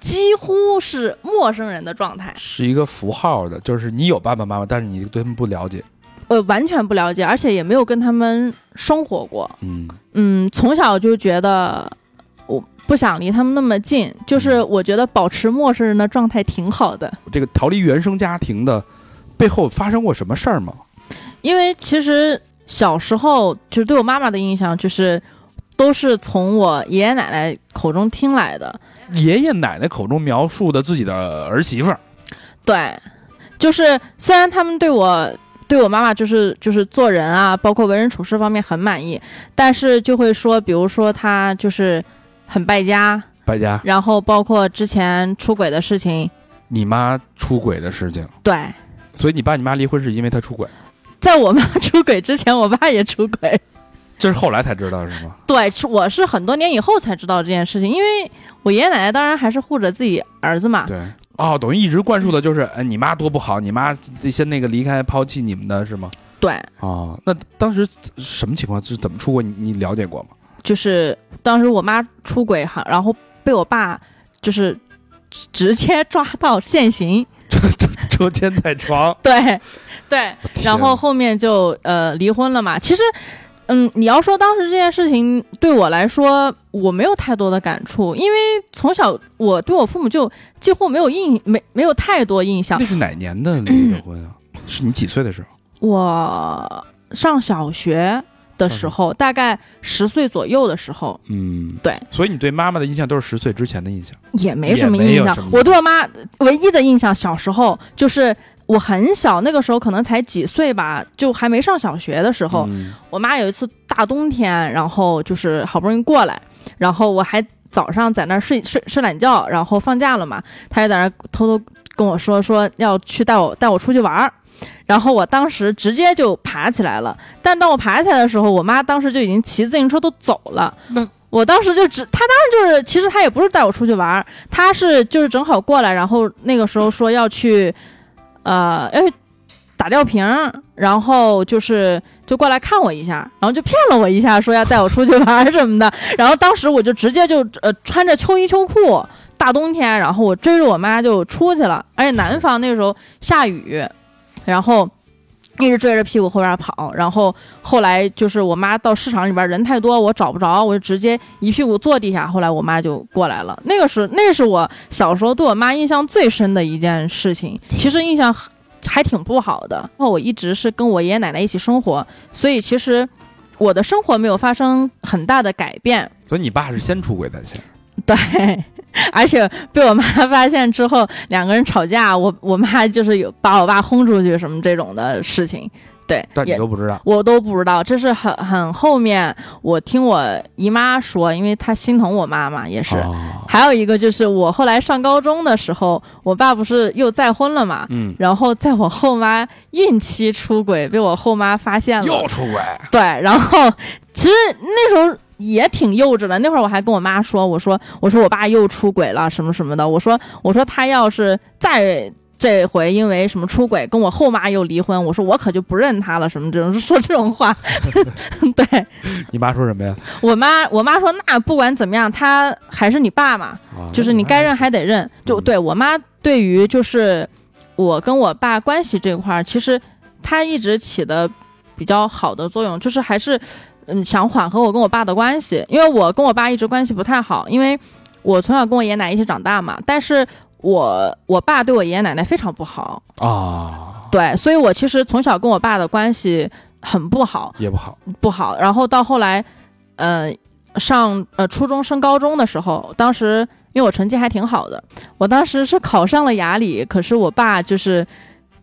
H: 几乎是陌生人的状态，
C: 是一个符号的，就是你有爸爸妈妈，但是你对他们不了解。
H: 我呃完全不了解，而且也没有跟他们生活过。
C: 嗯，
H: 嗯，从小就觉得我不想离他们那么近，就是我觉得保持陌生人的状态挺好的。
C: 这个逃离原生家庭的背后发生过什么事儿吗？
H: 因为其实小时候就是对我妈妈的印象就是都是从我爷爷奶奶口中听来的，
C: 爷爷奶奶口中描述的自己的儿媳妇儿，
H: 对，就是虽然他们对我对我妈妈就是就是做人啊，包括为人处事方面很满意，但是就会说，比如说她就是很败家，
C: 败家，
H: 然后包括之前出轨的事情，
C: 你妈出轨的事情，
H: 对。
C: 所以你爸你妈离婚是因为她出轨，
H: 在我妈 出轨之前，我爸也出轨。
C: 这是后来才知道是吗？
H: 对，是我是很多年以后才知道这件事情，因为我爷爷奶奶当然还是护着自己儿子嘛。
C: 对，哦，等于一直灌输的就是，哎，你妈多不好，你妈这些那个离开抛弃你们的是吗？
H: 对，
C: 哦，那当时什么情况？是怎么出轨？你你了解过吗？
H: 就是当时我妈出轨哈，然后被我爸就是直直接抓到现行，
C: 捉奸在床，
H: 对对，然后后面就呃离婚了嘛。其实，嗯，你要说当时这件事情对我来说，我没有太多的感触，因为从小我对我父母就几乎没有印没没有太多印象
C: 那。是哪年的离的婚啊？是你几岁的时候？
H: 我上小学的时候，大概十岁左右的时候，
C: 嗯，
H: 对，
C: 所以你对妈妈的印象都是十岁之前的印象。
H: 也没什么
C: 也没
H: 印
C: 有
H: 象
C: 什么。
H: 我对我妈唯一的印象，小时候就是我很小，那个时候可能才几岁吧，就还没上小学的时候，
C: 嗯
H: 我妈有一次大冬天，然后就是好不容易过来，然后我还早上在那儿睡睡睡懒觉，然后放假了嘛，她就在那儿偷偷跟我说说要去带我带我出去玩儿。然后我当时直接就爬起来了，但当我爬起来的时候，我妈当时就已经骑自行车都走了。
C: 那
H: 我当时就只，她当时就是，其实她也不是带我出去玩儿，她是就是正好过来，然后那个时候说要去，呃，要去打吊瓶儿，然后就是就过来看我一下，然后就骗了我一下，说要带我出去玩儿什么的。 然后当时我就直接就呃穿着秋衣秋裤，大冬天，然后我追着我妈就出去了，而且南方那个时候下雨，然后一直追着屁股后边跑，然后后来就是我妈到市场里边人太多，我找不着，我就直接一屁股坐地下，后来我妈就过来了。那个是那是我小时候对我妈印象最深的一件事情，其实印象很还挺不好的。然后我一直是跟我爷爷奶奶一起生活，所以其实我的生活没有发生很大的改变。
C: 所以你爸是先出轨在先，
H: 对，而且被我妈发现之后，两个人吵架，我我妈就是有把我爸轰出去什么这种的事情，对，
C: 但你
H: 也
C: 都不知道。
H: 我都不知道，这是很很后面我听我姨妈说，因为她心疼我妈妈也是。
C: 哦
H: 还有一个就是我后来上高中的时候，我爸不是又再婚了嘛，
C: 嗯，
H: 然后在我后妈孕期出轨，被我后妈发现了，
C: 又出轨，
H: 对，然后其实那时候也挺幼稚的。那会儿我还跟我妈说，我说我说我爸又出轨了什么什么的，我说我说他要是再这回因为什么出轨跟我后妈又离婚，我说我可就不认他了什么这种说这种话。 对
C: 你妈说什么呀？
H: 我妈我妈说那不管怎么样，他还是你爸嘛，
C: 啊
H: 就是你该认还得认。就
C: 嗯
H: 对我妈对于就是。我跟我爸关系这块儿，其实他一直起的比较好的作用，就是还是嗯想缓和我跟我爸的关系，因为我跟我爸一直关系不太好，因为我从小跟我爷爷奶奶一起长大嘛，但是我我爸对我爷爷奶奶非常不好，
C: 啊，
H: 对，所以我其实从小跟我爸的关系很不好，
C: 也不好，
H: 不好。然后到后来，呃，上呃初中升高中的时候，当时因为我成绩还挺好的，我当时是考上了雅礼，可是我爸就是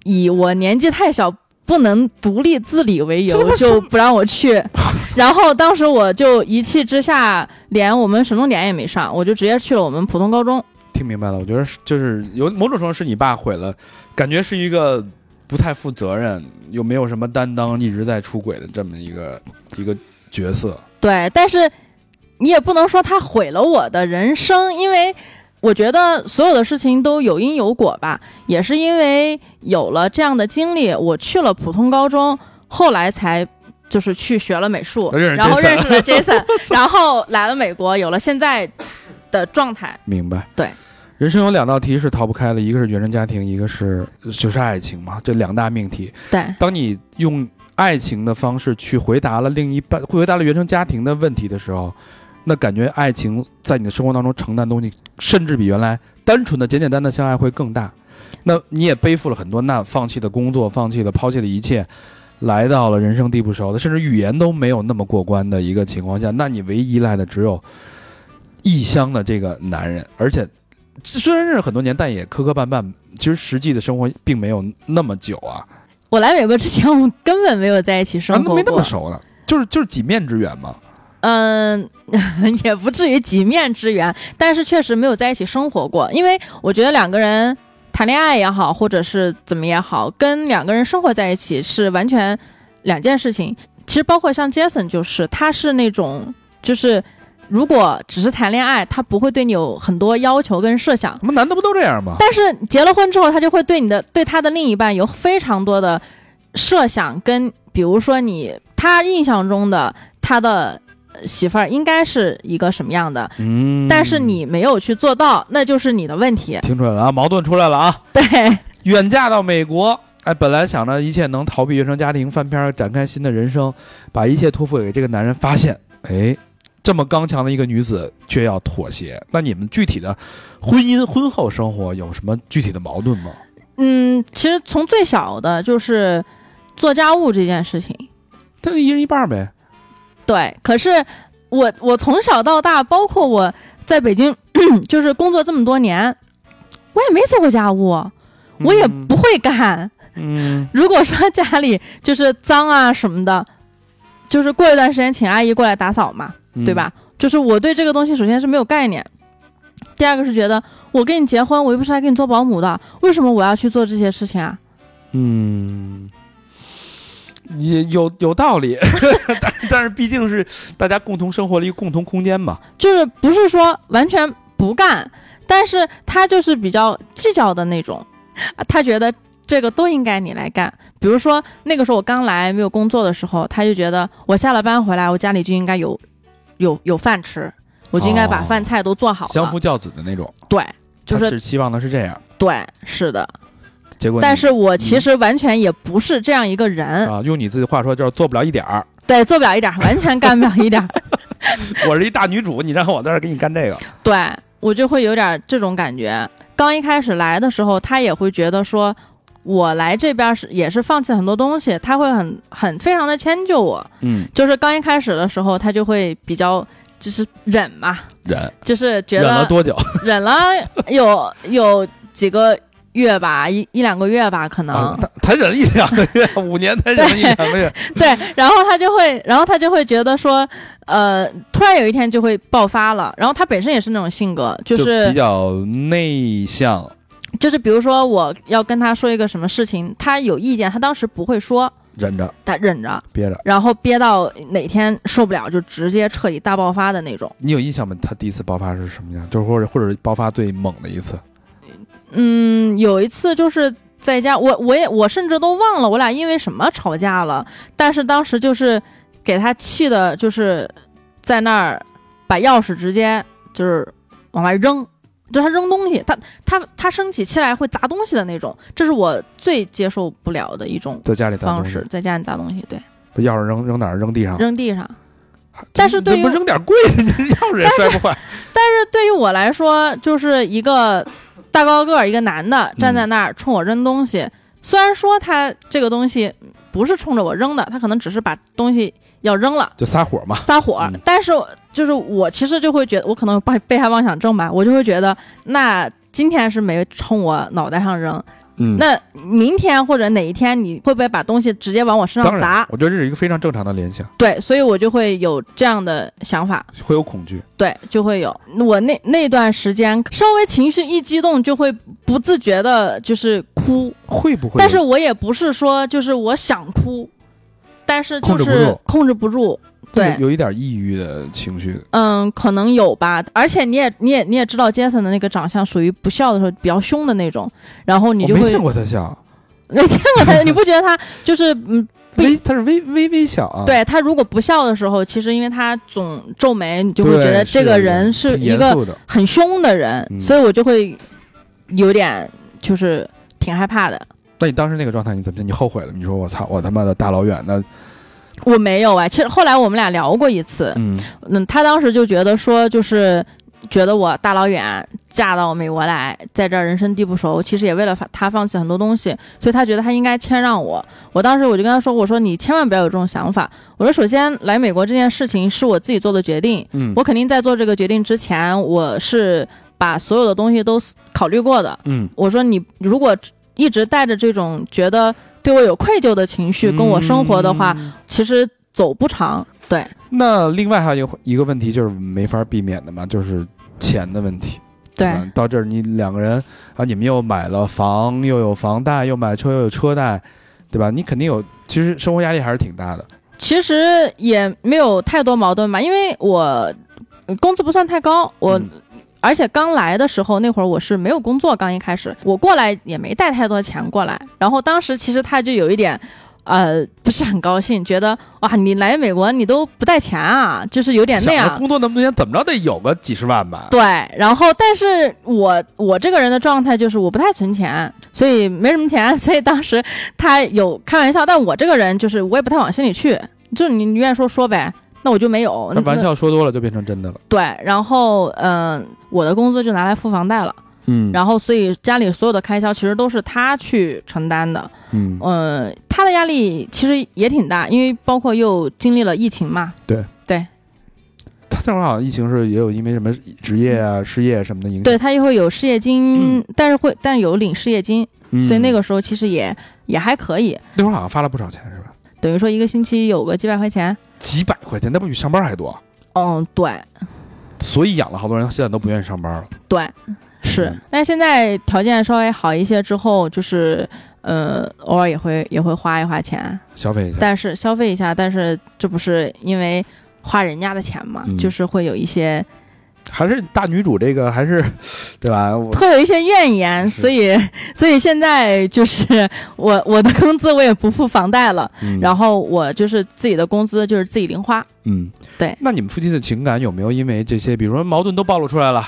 H: 以我年纪太小。不能独立自理为
C: 这他
H: 由，
C: 妈
H: 就是不让我 去。然后当时我就一气之下，连我们省重点也没上，我就直接去了我们普通高中。
C: 听明白了。我觉得是就是有某种程度是你爸毁了，感觉是一个不太负责任又没有什么担当，一直在出轨的这么一个一个角色。
H: 对，但是你也不能说他毁了我的人生，因为我觉得所有的事情都有因有果吧。也是因为有了这样的经历，我去了普通高中，后来才就是去学了美术，
C: 认识
H: 然后
C: Jason
H: 认识了 Jason，然后来了美国，有了现在的状态。
C: 明白。
H: 对，
C: 人生有两道题是逃不开的，一个是原生家庭，一个是就是爱情嘛，这两大命题。
H: 对，
C: 当你用爱情的方式去回答了另一半，回答了原生家庭的问题的时候，那感觉爱情在你的生活当中承担的东西，甚至比原来单纯的、简简单单的相爱会更大。那你也背负了很多那放弃的工作、放弃了、抛弃的一切，来到了人生地不熟的，甚至语言都没有那么过关的一个情况下，那你唯一依赖的只有异乡的这个男人，而且虽然认识很多年，但也磕磕绊绊。其实实际的生活并没有那么久啊，
H: 我来美国之前，我根本没有在一起生
C: 啊，那
H: 活
C: 没那
H: 过
C: 么。熟呢，就是就是几面之缘嘛。
H: 嗯， 也不至于几面之缘，但是确实没有在一起生活过，因为我觉得两个人谈恋爱也好，或者是怎么也好，跟两个人生活在一起是完全两件事情。其实包括像 Jason，就是他是那种就是。如果只是谈恋爱，他不会对你有很多要求跟设想，
C: 怎么男的不都这样吗？
H: 但是结了婚之后，他就会对你的对他的另一半有非常多的设想跟，比如说你他印象中的他的呃媳妇儿应该是一个什么样的，
C: 嗯
H: 但是你没有去做到，那就是你的 问题。
C: 听出来了啊，矛盾出来了啊。
H: 对，
C: 远嫁到美国，哎，本来想着一切能逃避原生家庭翻篇儿，展开新的人生，把一切托付给这个男人，发现，哎，这么刚强的一个女子却要妥协。那你们具体的婚姻婚后生活有什么具体的矛盾吗？
H: 嗯，其实从最小的就是做家务这件事情，
C: 这个一人一半儿呗。
H: 对，可是我我从小到大，包括我在北京， 就是工作这么多年，我也没做过家务，我也不会干。
C: 嗯，
H: 如果说家里就是脏啊什么的，就是过一段时间请阿姨过来打扫嘛，
C: 嗯
H: 对？吧？就是我对这个东西首先是没有概念，第二个是觉得我跟你结婚，我又不是来给你做保姆的，为什么我要去做这些事情啊？
C: 嗯，也有有道理， 但但是毕竟是大家共同生活的一个共同空间嘛。
H: 就是不是说完全不干，但是他就是比较计较的那种，啊他觉得这个都应该你来干。比如说那个时候我刚来没有工作的时候，他就觉得我下了班回来，我家里就应该有有有饭吃，我就应该把
C: 哦
H: 饭菜都做好了。
C: 相夫教子的那种，
H: 对，就
C: 他
H: 是
C: 是期望的是这样，
H: 对，是的。
C: 结果你
H: 但是我其实完全也不是这样一个人，
C: 嗯啊，用你自己话说就是做不了一点儿。
H: 对，做不了一点儿，完全干不了一点儿。
C: 我是一大女主，你让我在这儿给你干这 个，
H: 对我就会有点儿这种感觉。刚一开始来的时候，他也会觉得说，我来这边儿是也是放弃很多东西，他会很很非常的迁就我。
C: 嗯，
H: 就是刚一开始的时候，他就会比较就是忍嘛，
C: 忍
H: 就是觉
C: 忍
H: 得啊
C: 了多久
H: 忍了有 有几个月吧，一一两个月吧，可能、
C: 啊？他他忍了一两个月，五年才忍了一两个月，
H: 对，然后他就会，然后他就会觉得说，呃，突然有一天就会爆发了。然后他本身也是那种性格，就
C: 就是比较内向。
H: 就是比如说我要跟他说一个什么事情，他有意见，他当时不会说，
C: 忍着，
H: 他忍着，
C: 憋着。
H: 然后憋到哪天受不了就直接彻底大爆发的那种。
C: 你有印象吗？他第一次爆发是什么样？就是或者或者爆发最猛的一次，
H: 嗯，有一次就是在家，我我也我甚至都忘了我俩因为什么吵架了，但是当时就是给他气的，就是在那儿把钥匙直接就是往外扔，就是他扔东西，他他他生起气来会砸东西的那种，这是我最接受不了的一种
C: 在家里当
H: 方
C: 东西啊
H: 式，，在家里砸东西，对，
C: 把钥匙扔扔哪儿？扔地上。
H: 扔地上。
C: 这
H: 但是对 于
C: 这不扔点贵，你钥匙也摔不坏。
H: 但是对于我来说，就是一个大高个儿一个男的站在那儿冲我扔东西，虽然说他这个东西不是冲着我扔的，他可能只是把东西要扔了。
C: 就撒火嘛。
H: 撒火，
C: 嗯
H: 但是就是我其实就会觉得，我可能被被害妄想症吧，我就会觉得，那今天是没冲我脑袋上扔，
B: 嗯，
H: 那明天或者哪一天你会不会把东西直接往我身
C: 当
H: 上
C: 然
H: 砸，？
C: 我觉得这是一个非常正常的联想，
H: 对，所以我就会有这样的想法，
C: 会有恐惧。
H: 对，就会有我那那段时间稍微情绪一激动就会不自觉的就是哭，
C: 会不会有？
H: 但是我也不是说就是我想哭，但是就
C: 控制不
H: 是
C: 住
H: 控制不住，对，
C: 有有一点抑郁的情绪，
H: 嗯，可能有吧，而且你也你也你也知道杰森的那个长相属于不笑的时候比较凶的那种，然后你
C: 我
H: 就
C: 哦没
H: 会
C: 见过他笑，
H: 没见过他，你不觉得他就是嗯，不
C: 微他是微微微笑啊。，
H: 对他如果不笑的时候，其实因为他总皱眉，你就会觉得这个人是
C: 是
H: 一
C: 严
H: 个
C: 肃的
H: 很凶的人，
C: 嗯
H: 所以我就会有点就是挺害怕的。
C: 那你当时那个状态你怎么想？你后悔了？你说我操，我他妈的大老远
H: 呃
C: 的，
H: 我没有哎，其实后来我们俩聊过一次，
C: 嗯，
H: 嗯，他当时就觉得说，就是觉得我大老远嫁到美国来，在这儿人生地不熟，其实也为了放他放弃很多东西，所以他觉得他应该谦让我。我当时我就跟他说，我说你千万不要有这种想法。我说，首先来美国这件事情是我自己做的决定，
C: 嗯
H: 我肯定在做这个决定之前，我是把所有的东西都考虑过的。
C: 嗯，
H: 我说你如果一直带着这种觉得对我有愧疚的情绪跟我生活的话，
C: 嗯
H: 其实走不长。对。
C: 那另外还有一个问题就是没法避免的嘛，就是钱的问题。
H: 对
C: 吧到这儿你两个人啊，你们又买了房，又有房贷，又买车，又有车贷，对吧？你肯定有，其实生活压力还是挺大的。
H: 其实也没有太多矛盾吧，因为我呃工资不算太高，我、
C: 嗯
H: 而且刚来的时候那会儿我是没有工作，刚一开始我过来也没带太多钱过来，然后当时其实他就有一点。呃，不是很高兴，觉得哇，你来美国你都不带钱啊，就是有点那
C: 想着
H: 样。
C: 工作那么多年，怎么着得有个几十万吧？
H: 对，然后但是我我这个人的状态就是我不太存钱，所以没什么钱，所以当时他有开玩笑，但我这个人就是我也不太往心里去，就是你你愿意说说呗，那我就没有
C: 那玩
H: 那
C: 笑说多了就变成真的了。
H: 对，然后嗯、我的工资就拿来付房贷了，
C: 嗯
H: 然后所以家里所有的开销其实都是他去承担的，
C: 嗯，
H: 嗯，他的压力其实也挺大，因为包括又经历了疫情嘛，
C: 他那会儿好像疫情是也有因为什么职业啊、失业什么的影响。
H: 对他也会有失业金，
C: 嗯
H: 但是会但是有领失业金，
C: 嗯
H: 所以那个时候其实也也还可以，
C: 那会儿好像发了不少钱是吧？
H: 等于说一个星期有个几百块钱。
C: 几百块钱，那不比上班还多？哦
H: 嗯，对
C: 所以养了好多人，现在都不愿意上班了。
H: 对，是
C: 嗯。
H: 但是现在条件稍微好一些之后，就是呃，偶尔也会也会花一花钱，
C: 消费一下，
H: 但是消费一下，但是这不是因为花人家的钱嘛，
C: 嗯
H: 就是会有一些
C: 还是大女主这个还是，对吧？我
H: 会有一些怨言，
C: 是
H: 所以 所以现在就是我我的工资我也不付房贷了，
C: 嗯
H: 然后我就是自己的工资就是自己零花，
C: 嗯，
H: 对
C: 那你们夫妻的情感有没有因为这些，比如说矛盾都暴露出来了，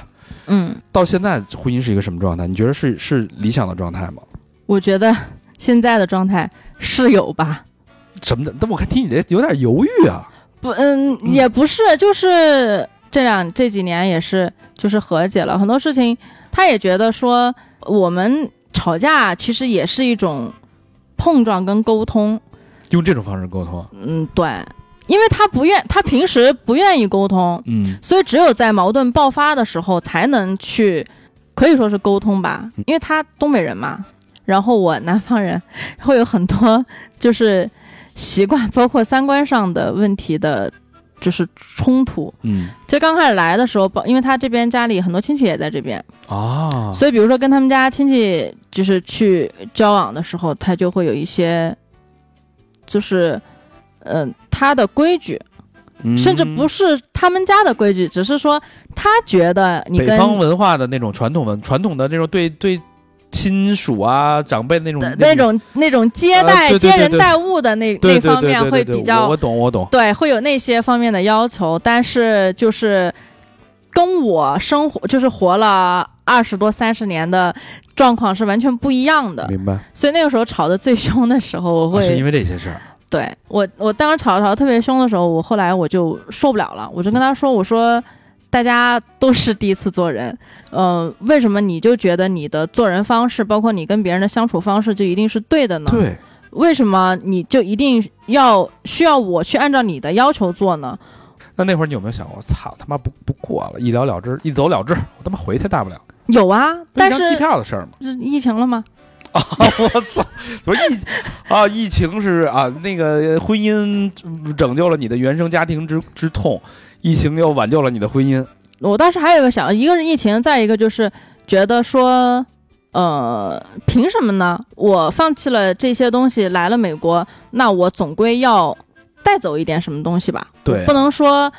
H: 嗯。
C: 到现在婚姻是一个什么状态？你觉得是是理想的状态吗？
H: 我觉得现在的状态是有吧，
C: 什么的？但我看听你这有点犹豫啊。
H: 不，嗯，
C: 嗯
H: 也不是，就是这两这几年也是，就是和解了很多事情。他也觉得说，我们吵架其实也是一种碰撞跟沟通，
C: 用这种方式沟通，
H: 嗯，对，因为他不愿，他平时不愿意沟通，
C: 嗯，
H: 所以只有在矛盾爆发的时候才能去，可以说是沟通吧，因为他东北人嘛，然后我南方人， 会有很多就是习惯，包括三观上的问题的，就是冲突。
C: 嗯
H: 就刚开始来的时候，包因为他这边家里很多亲戚也在这边，
C: 啊，
H: 所以比如说跟他们家亲戚就是去交往的时候，他就会有一些，就是，嗯、他的规矩，
C: 嗯
H: 甚至不是他们家的规矩，只是说他觉得你
C: 北
H: 跟
C: 方嗯文化的那种传统文传统的这种对对亲属啊长辈那种
H: 的那种那种接
C: 呃
H: 待、
C: 对对
H: 接
C: 对
H: 人
C: 对
H: 待物的那
C: 对
H: 那
C: 对
H: 方
C: 对
H: 面
C: 对
H: 会
C: 对对
H: 比
C: 我
H: 较
C: 我懂我懂，
H: 对，会有那些方面的要求，但是就是跟我生活就是活了二十多、三十年的状况是完全不一样的。
B: 明白。
H: 所以那个时候吵得最凶的时候，我
C: 啊是
H: 会、
C: 因为这些事儿，
H: 对我我当时吵得吵得特别凶的时候，我后来我就受不了了，我就跟他说：“我说大家都是第一次做人，嗯、为什么你就觉得你的做人方式，包括你跟别人的相处方式，就一定是对的呢？
C: 对，
H: 为什么你就一定要需要我去按照你的要求做呢？”
C: 那那会儿你有没有想过，操他妈不不过了，一了了之，一走了之，我他妈回去大不了，
H: 有啊，
C: 不一
H: 但
C: 张
H: 是
C: 机票的事儿吗？
H: 这疫情了吗？
C: 啊， 我操！不是疫啊，疫情是啊，那个婚姻拯救了你的原生家庭之之痛，疫情又挽救了你的婚姻。
H: 我当时还有一个想，一个是疫情，再一个就是觉得说，呃，凭什么呢？我放弃了这些东西，来了美国，那我总归要带走一点什么东西吧？
C: 对啊
H: 我不能说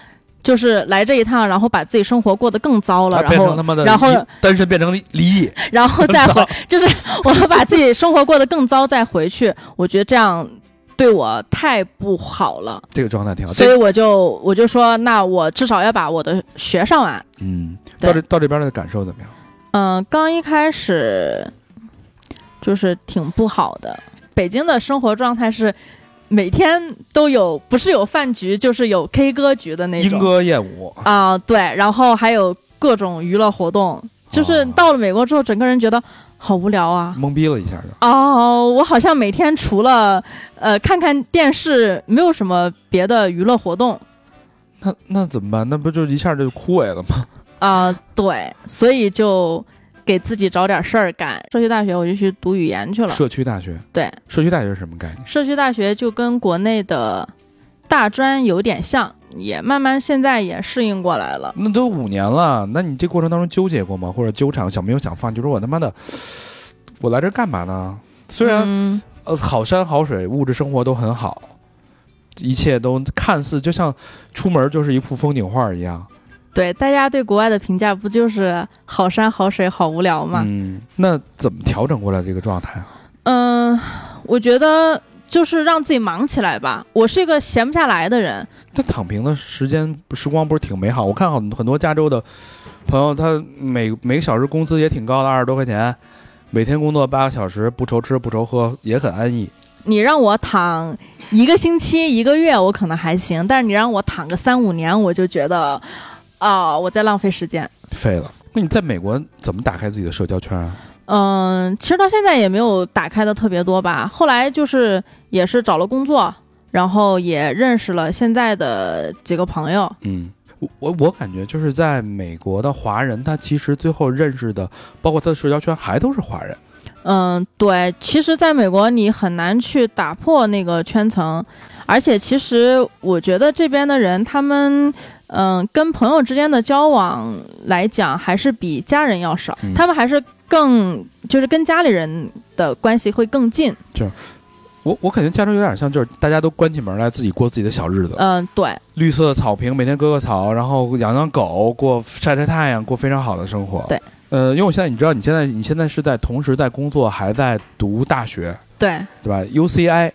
H: 就是来这一趟，然后把自己生活过得更糟了，
C: 啊
H: 然
C: 变成
H: 后
C: 他妈的
H: 然后
C: 离单身变成离异，
H: 然后再回，就是我把自己生活过得更糟再回去，我觉得这样对我太不好了。
C: 这个状态挺好。
H: 所以
C: 这
H: 我就我就说，那我至少要把我的学上完。
C: 嗯，
H: 对
C: 到这到这边的感受怎么样？
H: 嗯、刚一开始就是挺不好的。北京的生活状态是每天都有，不是有饭局，就是有 K 歌局的那
C: 莺
H: 种
C: 歌燕舞，
H: 啊、对，然后还有各种娱乐活动。就是
C: 哦
H: 到了美国之后，整个人觉得好无聊啊。
C: 懵逼了一下就。
H: 哦，我好像每天除了呃看看电视，没有什么别的娱乐活动。
C: 那那怎么办？那不就一下就枯萎了吗？
H: 啊、对，所以就给自己找点事儿干。社区大学我就去读语言去了。
C: 社区大学，
H: 对，
C: 社区大学是什么概念？
H: 社区大学就跟国内的大专有点像，也慢慢现在也适应过来了。
C: 那都五年了，那你这过程当中纠结过吗？或者纠缠想没有想放弃？就是我他妈的，我来这儿干嘛呢？虽然、
H: 嗯
C: 呃好山好水，物质生活都很好，一切都看似就像出门就是一幅风景画一样。
H: 对大家对国外的评价不就是好山好水好无聊吗？
C: 嗯，那怎么调整过来这个状态啊？
H: 嗯、我觉得就是让自己忙起来吧。我是一个闲不下来的人，
C: 但躺平的时间时光不是挺美好？我看很很多加州的朋友，他每每个小时工资也挺高的，二十多块钱，每天工作八个小时，不愁吃不愁喝，也很安逸。
H: 你让我躺一个星期、一个月，我可能还行；但是你让我躺个三五年，我就觉得，啊、我在浪费时间。
C: 废了。那你在美国怎么打开自己的社交圈啊？
H: 嗯，其实到现在也没有打开的特别多吧。后来就是也是找了工作，然后也认识了现在的几个朋友。
C: 嗯，我我我感觉就是在美国的华人，他其实最后认识的，包括他的社交圈，还都是华人。
H: 嗯，对，其实在美国你很难去打破那个圈层，而且其实我觉得这边的人他们。嗯，跟朋友之间的交往来讲，还是比家人要少。
C: 嗯
H: 他们还是更就是跟家里人的关系会更近。
C: 我我感觉加州有点像，就是大家都关起门来自己过自己的小日子，
H: 嗯，对，
C: 绿色的草坪，每天割割草，然后养养狗，过晒晒太阳，过非常好的生活。
H: 对，
C: 呃，因为我现在你知道，你现在你现在是在同时在工作，还在读大学，
H: 对
C: 对吧？UCI，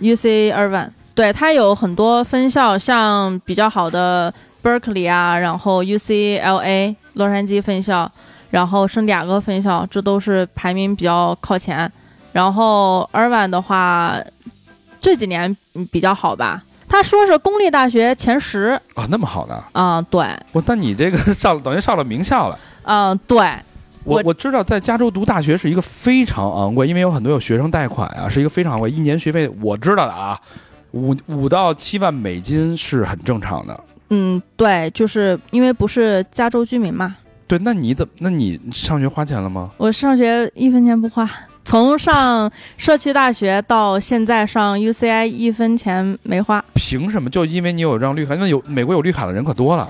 H: ，UC Irvine，对，它有很多分校，像比较好的 Berkeley 啊，然后 UCLA 洛杉矶分校，然后圣地亚哥分校，这都是排名比较靠前。然后 Irvine 的话，这几年嗯比较好吧。他说是公立大学前十
C: 啊，那么好的，
H: 啊、对，
C: 我那你这个 上等于上了名校了。
H: 嗯、对，
C: 我
H: 我
C: 我知道，在加州读大学是一个非常昂贵，因为有很多有学生贷款啊，是一个非常昂贵，一年学费我知道的啊，五五到七万美金是很正常的。
H: 嗯，对，就是因为不是加州居民嘛，
C: 对，那你怎么？那你上学花钱了吗？
H: 我上学一分钱不花，从上社区大学到现在上 UCI 一分钱没花。
C: 凭什么？就因为你有张绿卡？那有美国有绿卡的人可多了。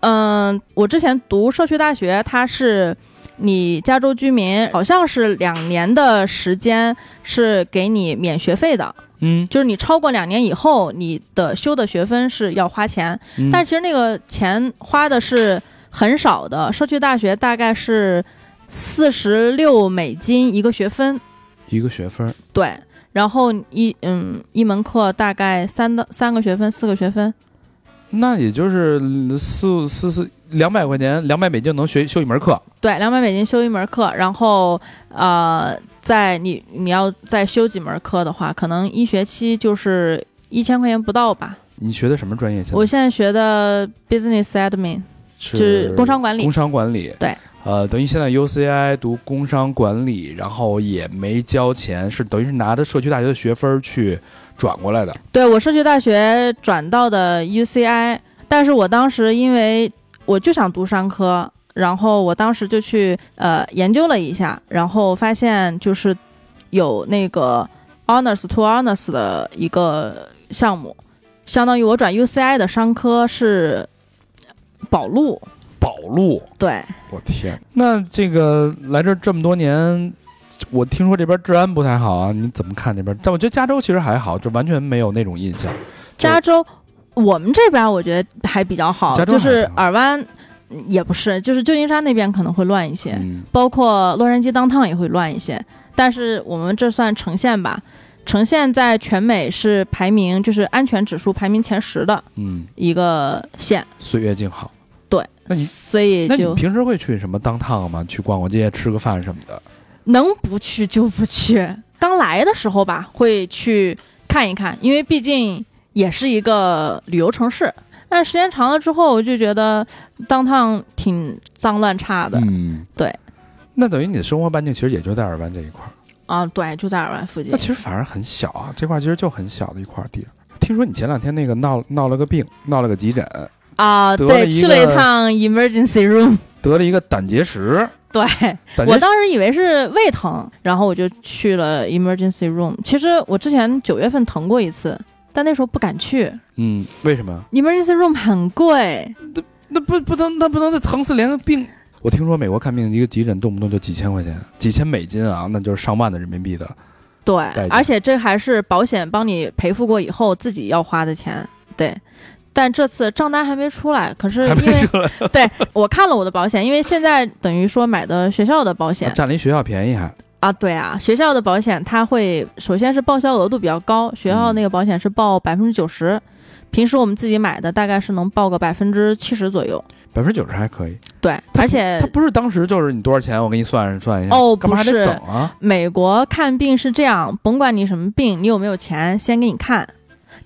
H: 嗯，我之前读社区大学，它是你加州居民好像是两年的时间是给你免学费的，
C: 嗯，
H: 就是你超过两年以后，你的修的学分是要花钱，
C: 嗯
H: 但其实那个钱花的是很少的。社区大学大概是四十六美金一个学分，
C: 一个学分儿，
H: 对，然后一嗯一门课大概三的三个学分，四个学分，
C: 那也就是嗯四四四两百块钱，两百美金能学修一门课。
H: 对，两百美金修一门课，然后呃，在你你要再修几门课的话，可能一学期就是一千块钱不到吧。
C: 你学的什么专业？
H: 我现在学的 business admin，
C: 是
H: 是工商管理
C: 工商管理
H: 对。
C: 呃，等于现在 UCI 读工商管理，然后也没交钱，是等于是拿着社区大学的学分儿去转过来的。
H: 对我社区大学转到的 UCI，但是我当时因为我就想读商科，然后我当时就去呃研究了一下，然后发现就是有那个 honors to honors 的一个项目，相当于我转 UCI 的商科是保录，
C: 宝路，
H: 对，
C: 我天！那这个来这儿这么多年，我听说这边治安不太好啊，你怎么看这边？但我觉得加州其实还好，就完全没有那种印象。
H: 加州，我们这边我觉得还比较好，
C: 加州
H: 就
C: 还
H: 是
C: 行啊
H: 尔湾嗯也不是，就是旧金山那边可能会乱一些，
C: 嗯，
H: 包括洛杉矶当趟也会乱一些。但是我们这算城县吧，城县在全美是排名就是安全指数排名前十的
C: 嗯，
H: 一个县，
C: 岁月静好。
H: 对，
C: 那你
H: 所以
C: 那你
H: 就
C: 平时会去什么当趟吗？去逛逛街、吃个饭什么的？
H: 能不去就不去。刚来的时候吧，会去看一看，因为毕竟也是一个旅游城市。但时间长了之后，我就觉得当趟挺脏乱差的、
C: 嗯，
H: 对。
C: 那等于你的生活半径其实也就在尔湾这一块儿，
H: 啊，对，就在尔湾附近
C: 那。其实反而很小啊，这块儿其实就很小的一块地儿。听说你前两天那个闹闹了个病，闹了个急诊，
H: 啊，
C: 得了
H: 对，
C: 一
H: 去了一
C: 个
H: 趟 emergency room，
C: 得了一个胆结石。
H: 对
C: 胆结
H: 我
C: 石
H: 当时以为是胃疼，然后我就去了 emergency room。其实我之前九月份疼过一次，但那时候不敢去
C: 嗯，为什么？
H: emergency room 很贵。
C: 那不不能，那不能再疼死，连个病。我听说美国看病一个急诊动不动就几千块钱，几千美金啊，那就是上万的人民币的。
H: 对
C: 代，价
H: 而且这还是保险帮你赔付过以后自己要花的钱，对。但这次账单还没出来，可是
C: 还
H: 因
C: 没
H: 为
C: 出来，
H: 我看了我的保险，因为现在等于说买的学校的保险
C: 占了一学校便宜还。
H: 啊，对啊，学校的保险它会首先是报销额度比较高，学
C: 嗯
H: 校那个保险是报百分之九十，平时我们自己买的大概是能报个百分之七十左右。
C: 百分之九十还可以，
H: 对，而且
C: 他不是当时就是你多少钱，我给你算算一下。
H: 呃哦
C: 干嘛还
H: 不
C: 得
H: 是
C: 等啊？
H: 美国看病是这样，甭管你什么病，你有没有钱，先给你看，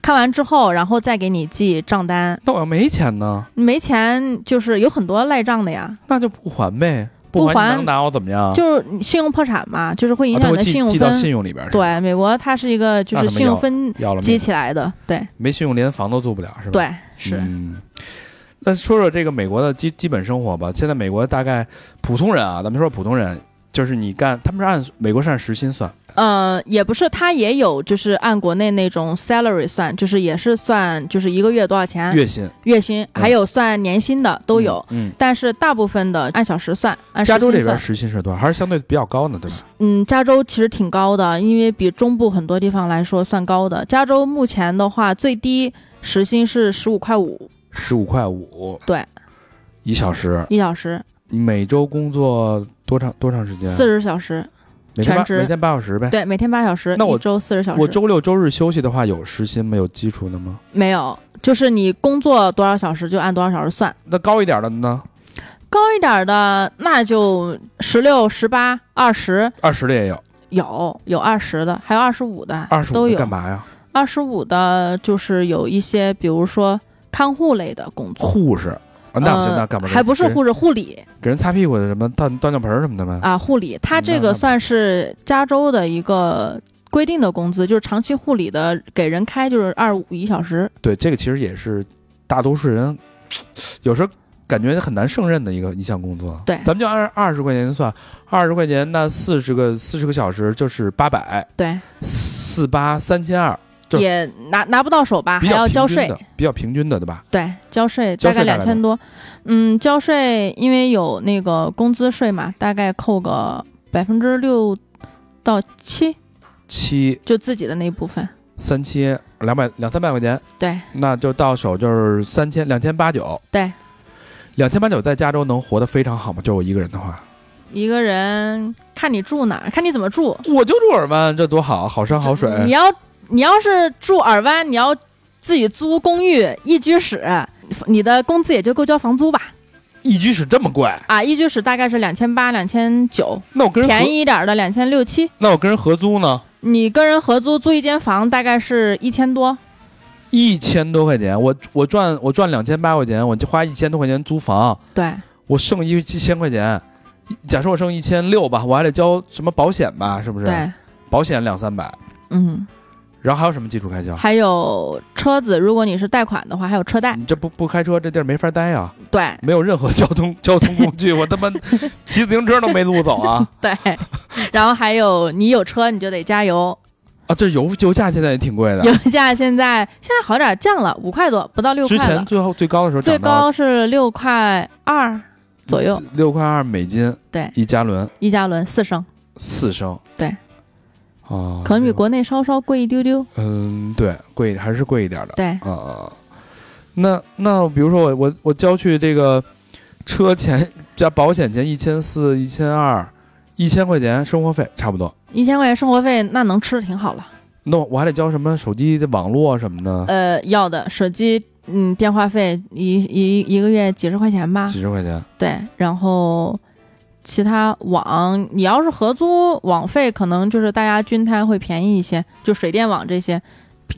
H: 看完之后，然后再给你记账单。
C: 那我要没钱呢，
H: 你没钱就是有很多赖账的呀，
C: 那就不还呗，
H: 不
C: 还
H: 还
C: 你能拿我怎么样？
H: 就是你信用破产嘛，就是会影
C: 啊
H: 响
C: 都
H: 你
C: 会
H: 的
C: 记
H: 信用
C: 记到信
H: 分。
C: 用里边。，
H: 对，美国它是一个就
C: 那
H: 是
C: 他们
H: 信用
C: 要
H: 分
C: 要了
H: 积
C: 没？
H: 起来的，对
C: 没信用连房都租不了是吧？，
H: 对是。
C: 嗯那说说这个美国的基基本生活吧。现在美国大概普通人啊，咱们说普通人，就是你干，他们是按美国是按时薪算，
H: 呃，也不是，他也有，就是按国内那种 salary 算，就是也是算，就是一个月多少钱，月
C: 月薪
H: 薪，还有算年薪的啊都有。。
C: 嗯，
H: 但是大部分的按小时算，按
C: 嗯
H: 时薪
C: 加州这边
H: 算
C: 时薪是多少？还是相对比较高呢，对吧？
H: 嗯，加州其实挺高的，因为比中部很多地方来说算高的。加州目前的话，最低时薪是十五块五
C: 十五块五，
H: 对，
C: 一小时。
H: 一小时，
C: 你每周工作多长多长时间？
H: 四十小时，
C: 每天八
H: 全职
C: 每天八小时呗。
H: 对，每天八小时，
C: 那我
H: 一周四十小时。
C: 我周六周日休息的话，有时薪没有基础的吗？
H: 没有，就是你工作多少小时就按多少小时算。
C: 那高一点的呢？
H: 高一点儿的那就十六、十八、二十，
C: 二十的也有，
H: 有有二十的，还有二十五的，
C: 二十
H: 都
C: 五
H: 有
C: 干。嘛呀？
H: 二十五的就是有一些，比如说看护类的工作。
C: 护士啊，那不行，
H: 呃
C: 那干嘛？
H: 还不是
C: 给人
H: 护士，护理
C: 给人擦屁股的什么倒倒尿盆儿什么的呗？
H: 啊，护理，他
C: 嗯
H: 这
C: 那那
H: 个
C: 不
H: 算是加州的一个规定的工资，就是长期护理的给人开就是二五一小时。
C: 对，这个其实也是大多数人有时候感觉很难胜任的一个一项工作。
H: 对
C: 咱们就按二十块钱算，二十块钱那四十个四十个小时就是八百，
H: 对，
C: 四八三千二，就是
H: 也拿拿不到手吧，
C: 比较
H: 啊还要
C: 平
H: 交
C: 均
H: 税
C: 的。，比较平均的，对吧？
H: 对，交税
C: 交
H: 大
C: 税
H: 概
C: 大
H: 两
C: 概
H: 千多，嗯，交税因为有那个工资税嘛，大概扣个百分之六到七，
C: 七
H: 就自己的那一部分。
C: 三七两百两三百块钱，
H: 对
C: 那就到手就是三千两千八九，
H: 对，
C: 两千八九在加州能活得非常好吗？就我一个人的话，
H: 一个人看你住哪儿，看你怎么住。
C: 我就住尔湾，这多好，好山好水。
H: 你要你要是住尔湾，你要自己租公寓一居室，你的工资也就够交房租吧。
C: 一居室这么贵？
H: 啊，一居室大概是两千八、两千九，
C: 那我跟人合
H: 便宜一点的两千六七。
C: 那我跟人合租呢？
H: 你跟人合租租一间房大概是一千多，
C: 一千多块钱，我我赚我赚两千八块钱，我就花一千多块钱租房，
H: 对，
C: 我剩一七千块钱。假设我剩一千六吧，我还得交什么保险吧？是不啊是？
H: 对，
C: 保险两三百，
H: 嗯，
C: 然后还有什么基础开销？
H: 还有车子，如果你是贷款的话，还有车贷，
C: 你这不不开车，这地儿没法待啊！
H: 对
C: 没有任何交通交通工具，我他 妈骑自行车都没路走啊！
H: 对， 然后还有你有车你就得加油，
C: 啊，这油油价现在也挺贵的
H: 油，价现在现在好点降了，五块多，不到六
C: 之
H: 块
C: 前
H: 了，
C: 最后最高的时候
H: 最
C: 涨到嗯
H: 高是六块二左右
C: 六块二美金，
H: 对
C: 一加仑
H: 一加仑四升，
C: 四升，
H: 对，
C: 啊，
H: 可能比国内稍稍贵一丢丢，
C: 嗯对贵还是贵一点的
H: 对，
C: 啊啊。那那比如说我我我交去这个车钱加保险钱一千四一千二一千块钱生活费差不多，
H: 一千块钱生活费那能吃的挺好了。
C: 那我还得交什么手机的网络什么的，
H: 呃，要的手机，嗯，电话费一一一个月几十块钱吧，
C: 几十块钱。
H: 对，然后其他网，你要是合租网费，可能就是大家均摊会便宜一些，就水电网这些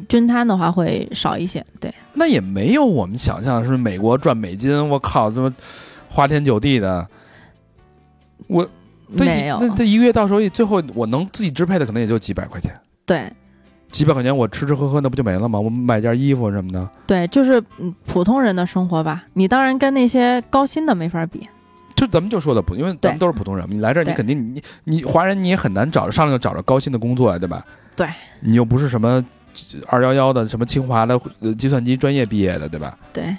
H: 均摊的话会少一些，对，
C: 那也没有我们想象是美国赚美金，我靠，这么花天酒地的。我这一
H: 没有，
C: 那这一个月到时候最后我能自己支配的可能也就几百块钱，
H: 对
C: 几百块钱我吃吃喝喝那不就没了吗？我买件衣服什么的，
H: 对，就是嗯普通人的生活吧，你当然跟那些高薪的没法比，
C: 就咱们就说的普，因为咱们
H: 对
C: 都是普通人，你来这儿你
H: 对
C: 肯定你你华人你也很难找着上来就找着高薪的工作呀，对吧？
H: 对，
C: 你又不是什么二幺幺的什么清华的呃计算机专业毕业的，对吧？
H: 对。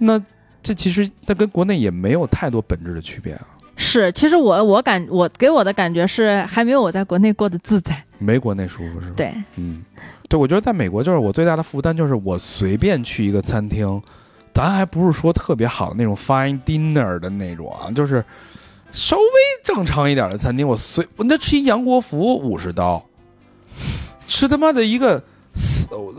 C: 那这其实它跟国内也没有太多本质的区别啊，
H: 是，其实我我感我给我的感觉是还没有我在国内过得自在，
C: 没国内舒服是吧？
H: 对，
C: 嗯，对，我觉得在美国就是我最大的负担就是我随便去一个餐厅，咱还不是说特别好的那种 fine dinner 的那种啊，就是稍微正常一点的餐厅，我随我那吃一杨国福五十刀，吃他妈的一个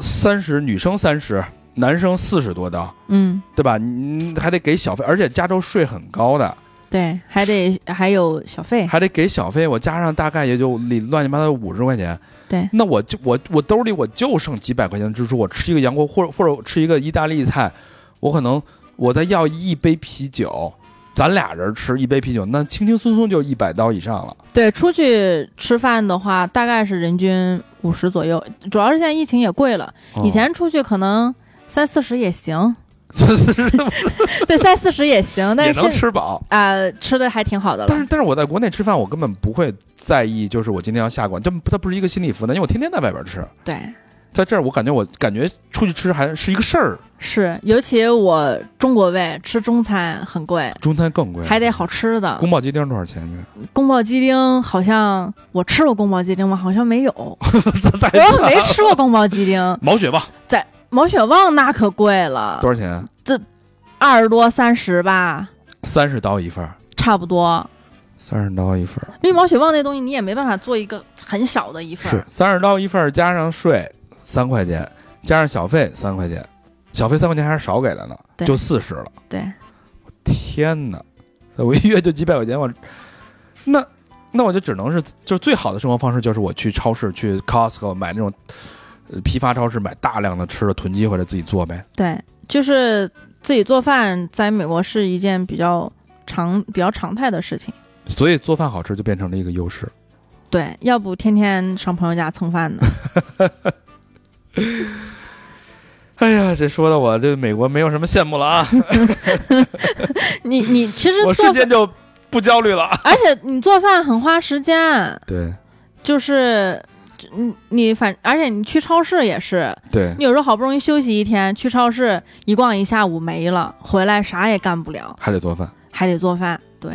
C: 三十女生三十，男生四十多刀，
H: 嗯，
C: 对吧？你还得给小费，而且加州税很高的，
H: 对，还得还有小费，
C: 还得给小费，我加上大概也就里乱七八糟五十块钱。
H: 对
C: 那我就我我兜里我就剩几百块钱的支出，我吃一个洋锅或者或者我吃一个意大利菜，我可能我再要一杯啤酒，咱俩人吃一杯啤酒，那轻轻松松就一百刀以上了。
H: 对，出去吃饭的话，大概是人均五十左右，主要是现在疫情也贵了，
C: 哦
H: 以前出去可能三四十也行，
C: 三四十
H: 对，三四十也行，但
C: 也
H: 是
C: 能
H: 现呃在
C: 吃饱。
H: 啊、吃的还挺好的
C: 但是
H: 了。
C: 但是我在国内吃饭，我根本不会在意，就是我今天要下馆，这它不是一个心理负担，因为我天天在外边吃，
H: 对，
C: 在这儿我感觉我感觉出去吃还是一个事儿，
H: 是，尤其我中国胃吃中餐很贵，
C: 中餐更贵，
H: 还得好。吃的。
C: 宫保鸡丁多少钱 一个？
H: 宫保鸡丁好像我吃过宫保鸡丁吗？好像 没有，我
C: 再
H: 没吃过宫保鸡丁。
C: 毛血旺
H: 在毛血旺那可贵了
C: 多，少钱？啊
H: 二十多三十吧，
C: 三十刀一份儿，
H: 差不多。
C: 三十刀一份儿
H: 因为毛血旺那东西你也没办法做一个很小的一份
C: 是
H: 儿，
C: 三十刀一份儿，加上税三块钱，加上小费三块钱，小费三块钱还是少给的呢，
H: 对
C: 就四十了。
H: 对，
C: 天哪，我一月就几百块钱，我那那我就只能是，就是最好的生活方式就是我去超市去 Costco 买那种。呃批发超市买大量的吃的囤积回来自己做呗，
H: 对，就是自己做饭，在美国是一件比较常、比较常态的事情。
C: 所以做饭好吃就变成了一个优势。
H: 对，要不天天上朋友家蹭饭呢。
C: 哎呀，这说的我对美国没有什么羡慕了啊，
H: 你你其实
C: 我
H: 做
C: 瞬
H: 饭，
C: 间就不焦虑了。
H: 而且你做饭很花时间，
C: 对
H: 就是你你反，而且你去超市也是，
C: 对，
H: 你有时候好不容易休息一天，去超市一逛一下午没了，回来啥也干不了，
C: 还得做饭。
H: 还得做饭。对，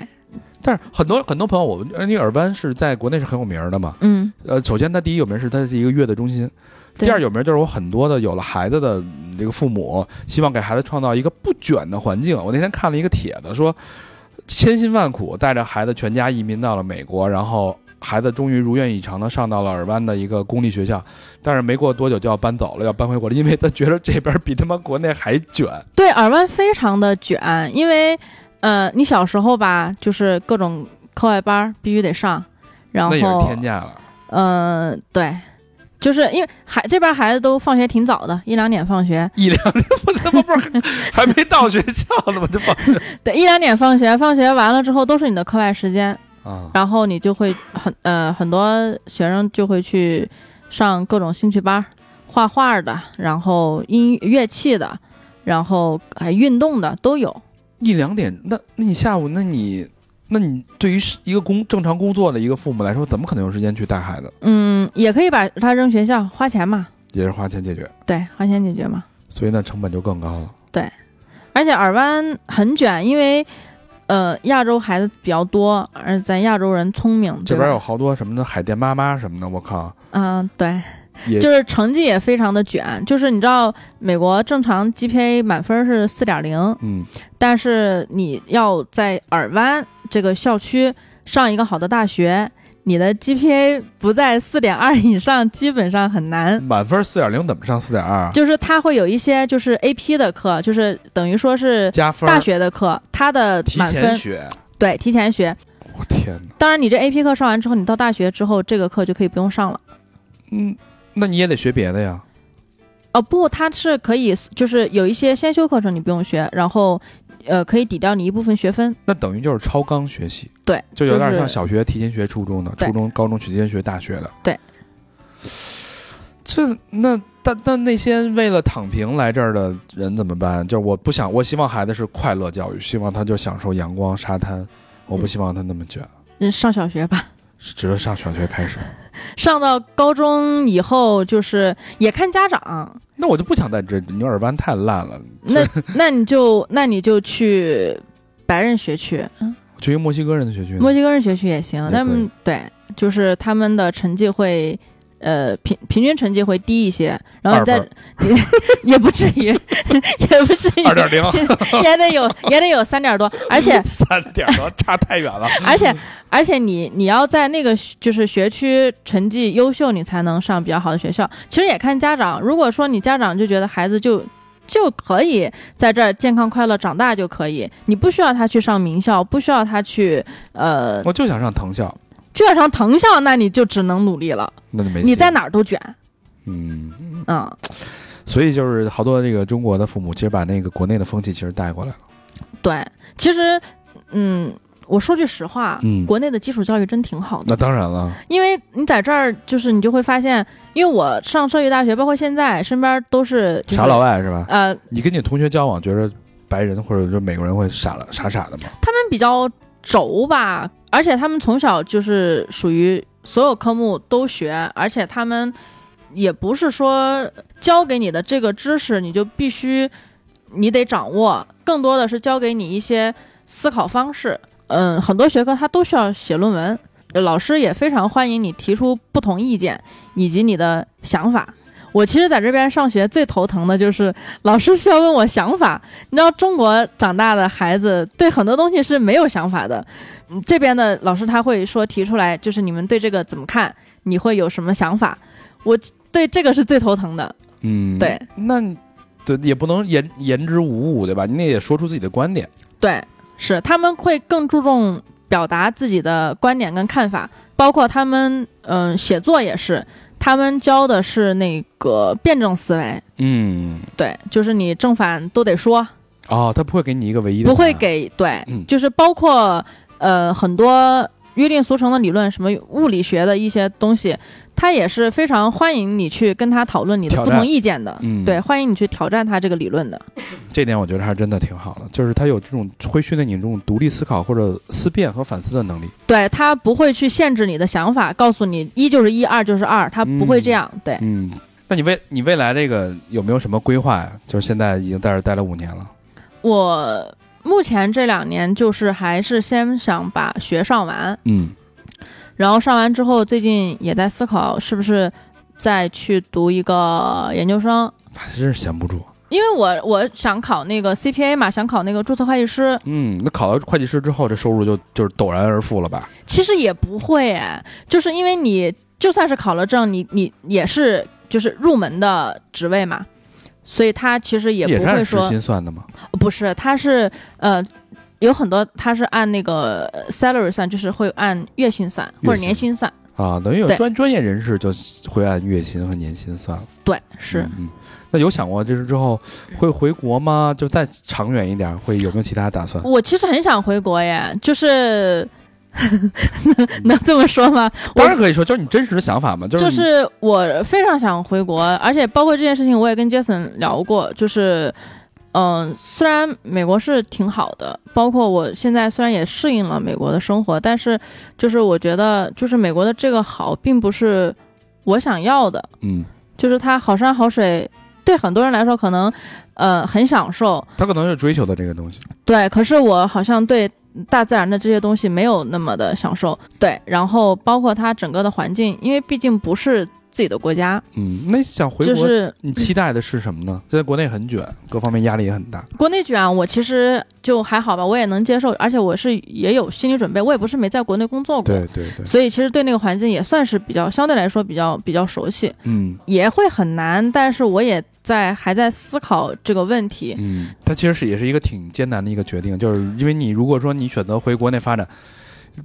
C: 但是很多很多朋友，我呃因为尔湾是在国内是很有名儿的嘛。
H: 嗯，
C: 呃，首先它第一有名是它是一个乐的中心，
H: 对
C: 第二有名就是我很多的有了孩子的嗯这个父母，希望给孩子创造一个不卷的环境。我那天看了一个帖子说，千辛万苦带着孩子全家移民到了美国，然后孩子终于如愿以偿的上到了尔湾的一个公立学校，但是没过多久就要搬走了，要搬回国了，因为他觉得这边比他妈国内还卷。
H: 对，耳湾非常的卷，因为。呃，你小时候吧，就是各种课外班儿必须得上，然
C: 那也是
H: 后
C: 天价了。
H: 嗯、呃对，就是因为孩这边孩子都放学挺早的，一两点放学，
C: 一两年，我 他妈不是还没到学校呢吗？这放
H: 对，一两点放学，放学完了之后都是你的课外时间，
C: 啊，
H: 然后你就会很呃很多学生就会去上各种兴趣班儿，画画的，然后音乐器的，然后还运动的都有。
C: 一两点，那那你下午，那你那你对于是一个工正常工作的一个父母来说，怎么可能有时间去带孩子？
H: 嗯，也可以把它扔学校，花钱嘛，
C: 也是花钱解决，
H: 对，花钱解决嘛。
C: 所以那成本就更高了。
H: 而且耳湾很卷，因为呃亚洲孩子比较多，而咱亚洲人聪明，
C: 这
H: 对
C: 边
H: 吧
C: 有好多什么的海淀妈妈什么的，我靠，
H: 嗯对，
C: 也
H: 就是成绩也非常的卷，就是你知道美国正常 GPA 满分是四点零，
C: 嗯，
H: 但是你要在尔湾这个校区上一个好的大学，你的 GPA 不在四点二以上，基本上很难。
C: 满分四点零怎么上四点二？
H: 就是它会有一些就是 AP 的课，就是等于说是
C: 加分儿
H: 大学的课，它的
C: 提
H: 满
C: 前
H: 分
C: 学，
H: 对提前学。
C: 我天哪，
H: 当然，你这 AP 课上完之后，你到大学之后，这个课就可以不用上了。
C: 嗯，那你也得学别的呀。
H: 哦不，它是可以，就是有一些先修课程你不用学，然后呃可以抵掉你一部分学分。
C: 那等于就是超纲学习，
H: 对，
C: 就有点像
H: 是
C: 小学提前学初中的，
H: 对
C: 初中、高中提前学大学的。
H: 对，
C: 这那但但那些为了躺平来这儿的人怎么办？就是我不想，我希望孩子是快乐教育，希望他就享受阳光沙滩，我不希望他那么卷，
H: 嗯上小学吧。
C: 只是上小学开始。
H: 上到高中以后，就是也看家长，
C: 那我就不想在这牛耳湾太烂了，
H: 那那你就那你就去白人学区、
C: 去一个墨西哥人的学区呢。
H: 墨西哥人学区也行
C: 嗯也，
H: 他
C: 可
H: 们
C: 以
H: 对，就是他们的成绩会。呃，平平均成绩会低一些，然后你再
C: 二
H: 也也不至于， 也不至于
C: 二，点零
H: 也得有也得有三点多，而 且
C: 三点零差太远 了。
H: 而且而且你你要在那个学就是学区成绩优秀，你才能上比较好的学校。其实也看家长，如果说你家长就觉得孩子就就可以在这儿健康快乐长大就可以，你不需要他去上名校，不需要他去呃，
C: 我就想上藤校，
H: 就要上藤校，那你就只能努力了，
C: 那就没戏
H: 你在哪儿都卷，
C: 嗯。
H: 嗯。
C: 所以就是好多这个中国的父母，其实把那个国内的风气其实带过来了。
H: 对，其实，嗯，我说句实话，
C: 嗯
H: 国内的基础教育真挺好
C: 那
H: 的，
C: 当然了，
H: 因为你在这儿，就是你就会发现，因为我上社区大学，包括现在身边都是、就是、
C: 傻老啊外是吧？
H: 呃，
C: 你跟你同学交往，觉得白人或者说美国人会傻了傻傻的吗？
H: 他们比较轴吧，而且他们从小就是属于所有科目都学，而且他们也不是说教给你的这个知识你就必须你得掌握，更多的是教给你一些思考方式。嗯，很多学科它都需要写论文，呃老师也非常欢迎你提出不同意见以及你的想法。我其实在这边上学最头疼的就是老师需要问我想法，你知道中国长大的孩子对很多东西是没有想法的，嗯这边的老师他会说提出来，就是你们对这个怎么看，你会有什么想法？我对这个是最头疼的，
C: 嗯，
H: 对。
C: 那你对也不能言言之无物，对吧？你也得说出自己的观点。
H: 对，是他们会更注重表达自己的观点跟看法，包括他们嗯、写作也是，他们教的是那个辩证思维，
C: 嗯，
H: 对，就是你正反都得说，
C: 哦，他不会给你一个唯一的，
H: 不会。给对，
C: 嗯
H: 就是包括呃很多约定俗成的理论，什么物理学的一些东西，他也是非常欢迎你去跟他讨论你的
C: 挑
H: 不
C: 战
H: 同意见的，
C: 嗯
H: 对，欢迎你去挑战他这个理论的，
C: 这点我觉得还真的挺好的，就是他有这种会训练你这种独立思考或者思辨和反思的能力。
H: 对他不会去限制你的想法，告诉你一就是一，二就是二，他不会这样，对，
C: 嗯，那你未你未来这个有没有什么规划呀？就是现在已经在这儿待了五年了。
H: 我。目前这两年就是还是先想把学上完，
C: 嗯，
H: 然后上完之后，最近也在思考是不是再去读一个研究生，
C: 还真是闲不住。
H: 因为我我想考那个 CPA 嘛，想考那个注册会计师，
C: 嗯，那考到会计师之后，这收入就就是陡然而富了吧？
H: 其实也不会哎，就是因为你就算是考了证，你你也是就是入门的职位嘛，所以他其实也
C: 也
H: 不
C: 是按
H: 会
C: 时
H: 说
C: 薪算的嘛。
H: 不是，他是呃有很多他是按那个呃 salary 算，就是会按月薪算
C: 月薪
H: 或者年薪算。
C: 啊，等于有
H: 对
C: 专专业人士就会按月薪和年薪算了。
H: 对，是
C: 嗯，嗯那有想过就是之后会回国吗？就再长远一点，会有没有其他打算？
H: 我其实很想回国耶，就是 能能这么说吗？我
C: 当然可以说，就是你真实的想法嘛，就是
H: 就
C: 你
H: 是我非常想回国，而且包括这件事情，我也跟杰森聊过，就是。嗯，虽然美国是挺好的，包括我现在虽然也适应了美国的生活，但是就是我觉得，就是美国的这个好，并不是我想要的。
C: 嗯，
H: 就是它好山好水，对很多人来说可能呃很享受，
C: 他可能是追求的这个东西。
H: 对。可是我好像对大自然的这些东西没有那么的享受，对。然后包括它整个的环境，因为毕竟不是自己的国家，
C: 嗯，那想回
H: 就
C: 国，
H: 是
C: 你期待的是什么呢？现在国内很卷，各方面压力也很大。
H: 国内卷，啊我其实就还好吧，我也能接受，而且我是也有心理准备，我也不是没在国内工作过。
C: 对对对，
H: 所以其实对那个环境也算是比较相对来说比较比较熟悉，
C: 嗯
H: 也会很难，但是我也在还在思考这个问题。
C: 嗯，它其实是也是一个挺艰难的一个决定，就是因为你如果说你选择回国内发展，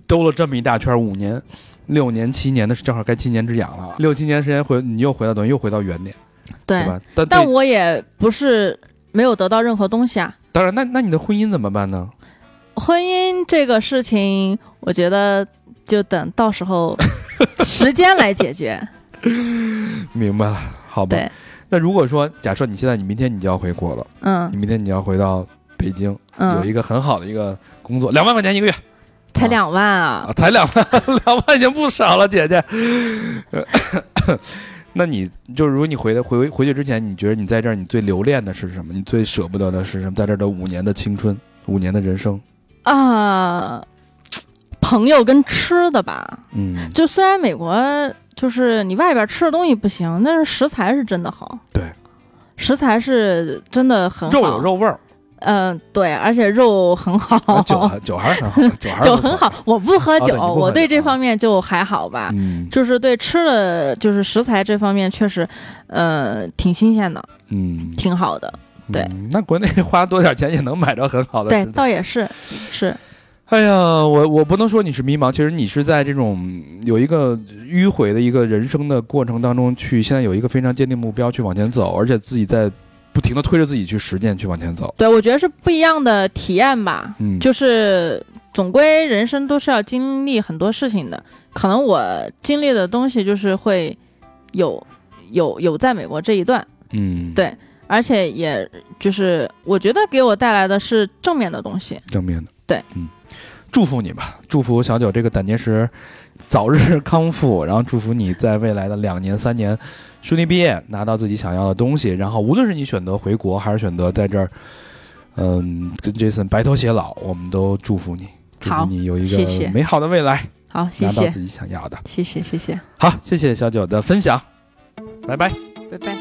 C: 兜了这么一大圈，五年、六年、七年的是正好该七年之痒了，六七年时间回你又回到等于又回到原点，
H: 对
C: 对吧？但
H: 但
C: 对
H: 我也不是没有得到任何东西啊。
C: 当然，那那你的婚姻怎么办呢？
H: 婚姻这个事情，我觉得就等到时候时间来解决。
C: 明白了， 好吧
H: 对。
C: 那如果说假设你现在你明天你就要回国了，
H: 嗯
C: 你明天你要回到北京， 有
H: 嗯，
C: 一个很好的一个工作，两万块钱一个月
H: 才两万
C: 啊
H: 啊，，
C: 才两万， 两万已经不少了，姐 姐。那你就是如果你回的回回去之前，你觉得你在这儿你最留恋的是什么？你最舍不得的是什么？在这儿的五年的青春，五年的人生，
H: 啊，朋友跟吃的吧，
C: 嗯，
H: 就虽然美国就是你外边吃的东西不行，但是食材是真的好。
C: 对。
H: 食材是真的很好，
C: 肉有，肉味儿，啊
H: 嗯、对，而且肉很好，
C: 酒 还酒还是很好，酒还是
H: 哦酒
C: 不错
H: 很好，。我不喝
C: 哦对
H: 酒，
C: 你不喝
H: 我对
C: 酒
H: 这方面就还好吧。
C: 嗯
H: 就是对吃的，就是食材这方面确实，呃，挺新鲜的，
C: 嗯，
H: 挺好的。对
C: 嗯，那国内花多点钱也能买着很好的
H: 对
C: 食，材。
H: 倒也是，是
C: 哎呀，我我不能说你是迷茫，其实你是在这种嗯有一个迂回的一个人生的过程当中去，现在有一个非常坚定目标去往前走，而且自己在不停的推着自己去实践，去往前走。
H: 对，我觉得是不一样的体验吧。
C: 嗯，
H: 就是总归人生都是要经历很多事情的，可能我经历的东西就是会有有有在美国这一段，
C: 嗯，
H: 对而且也就是我觉得给我带来的是正面的东西。
C: 正面的，
H: 对，
C: 嗯，祝福你吧，祝福小九这个胆结石早日康复， 然后祝福你在未来的两年三年顺利毕业，拿到自己想要的东西，然后无论是你选择回国还是选择在这儿，嗯，跟 Jason 白头偕老，我们都祝福你，祝福
H: 好
C: 你有一
H: 谢谢
C: 个美好的未来，
H: 好，谢
C: 拿到
H: 谢，
C: 自己想要的。
H: 谢谢，谢谢，
C: 好，谢谢小九的分享，拜拜。
H: 拜拜。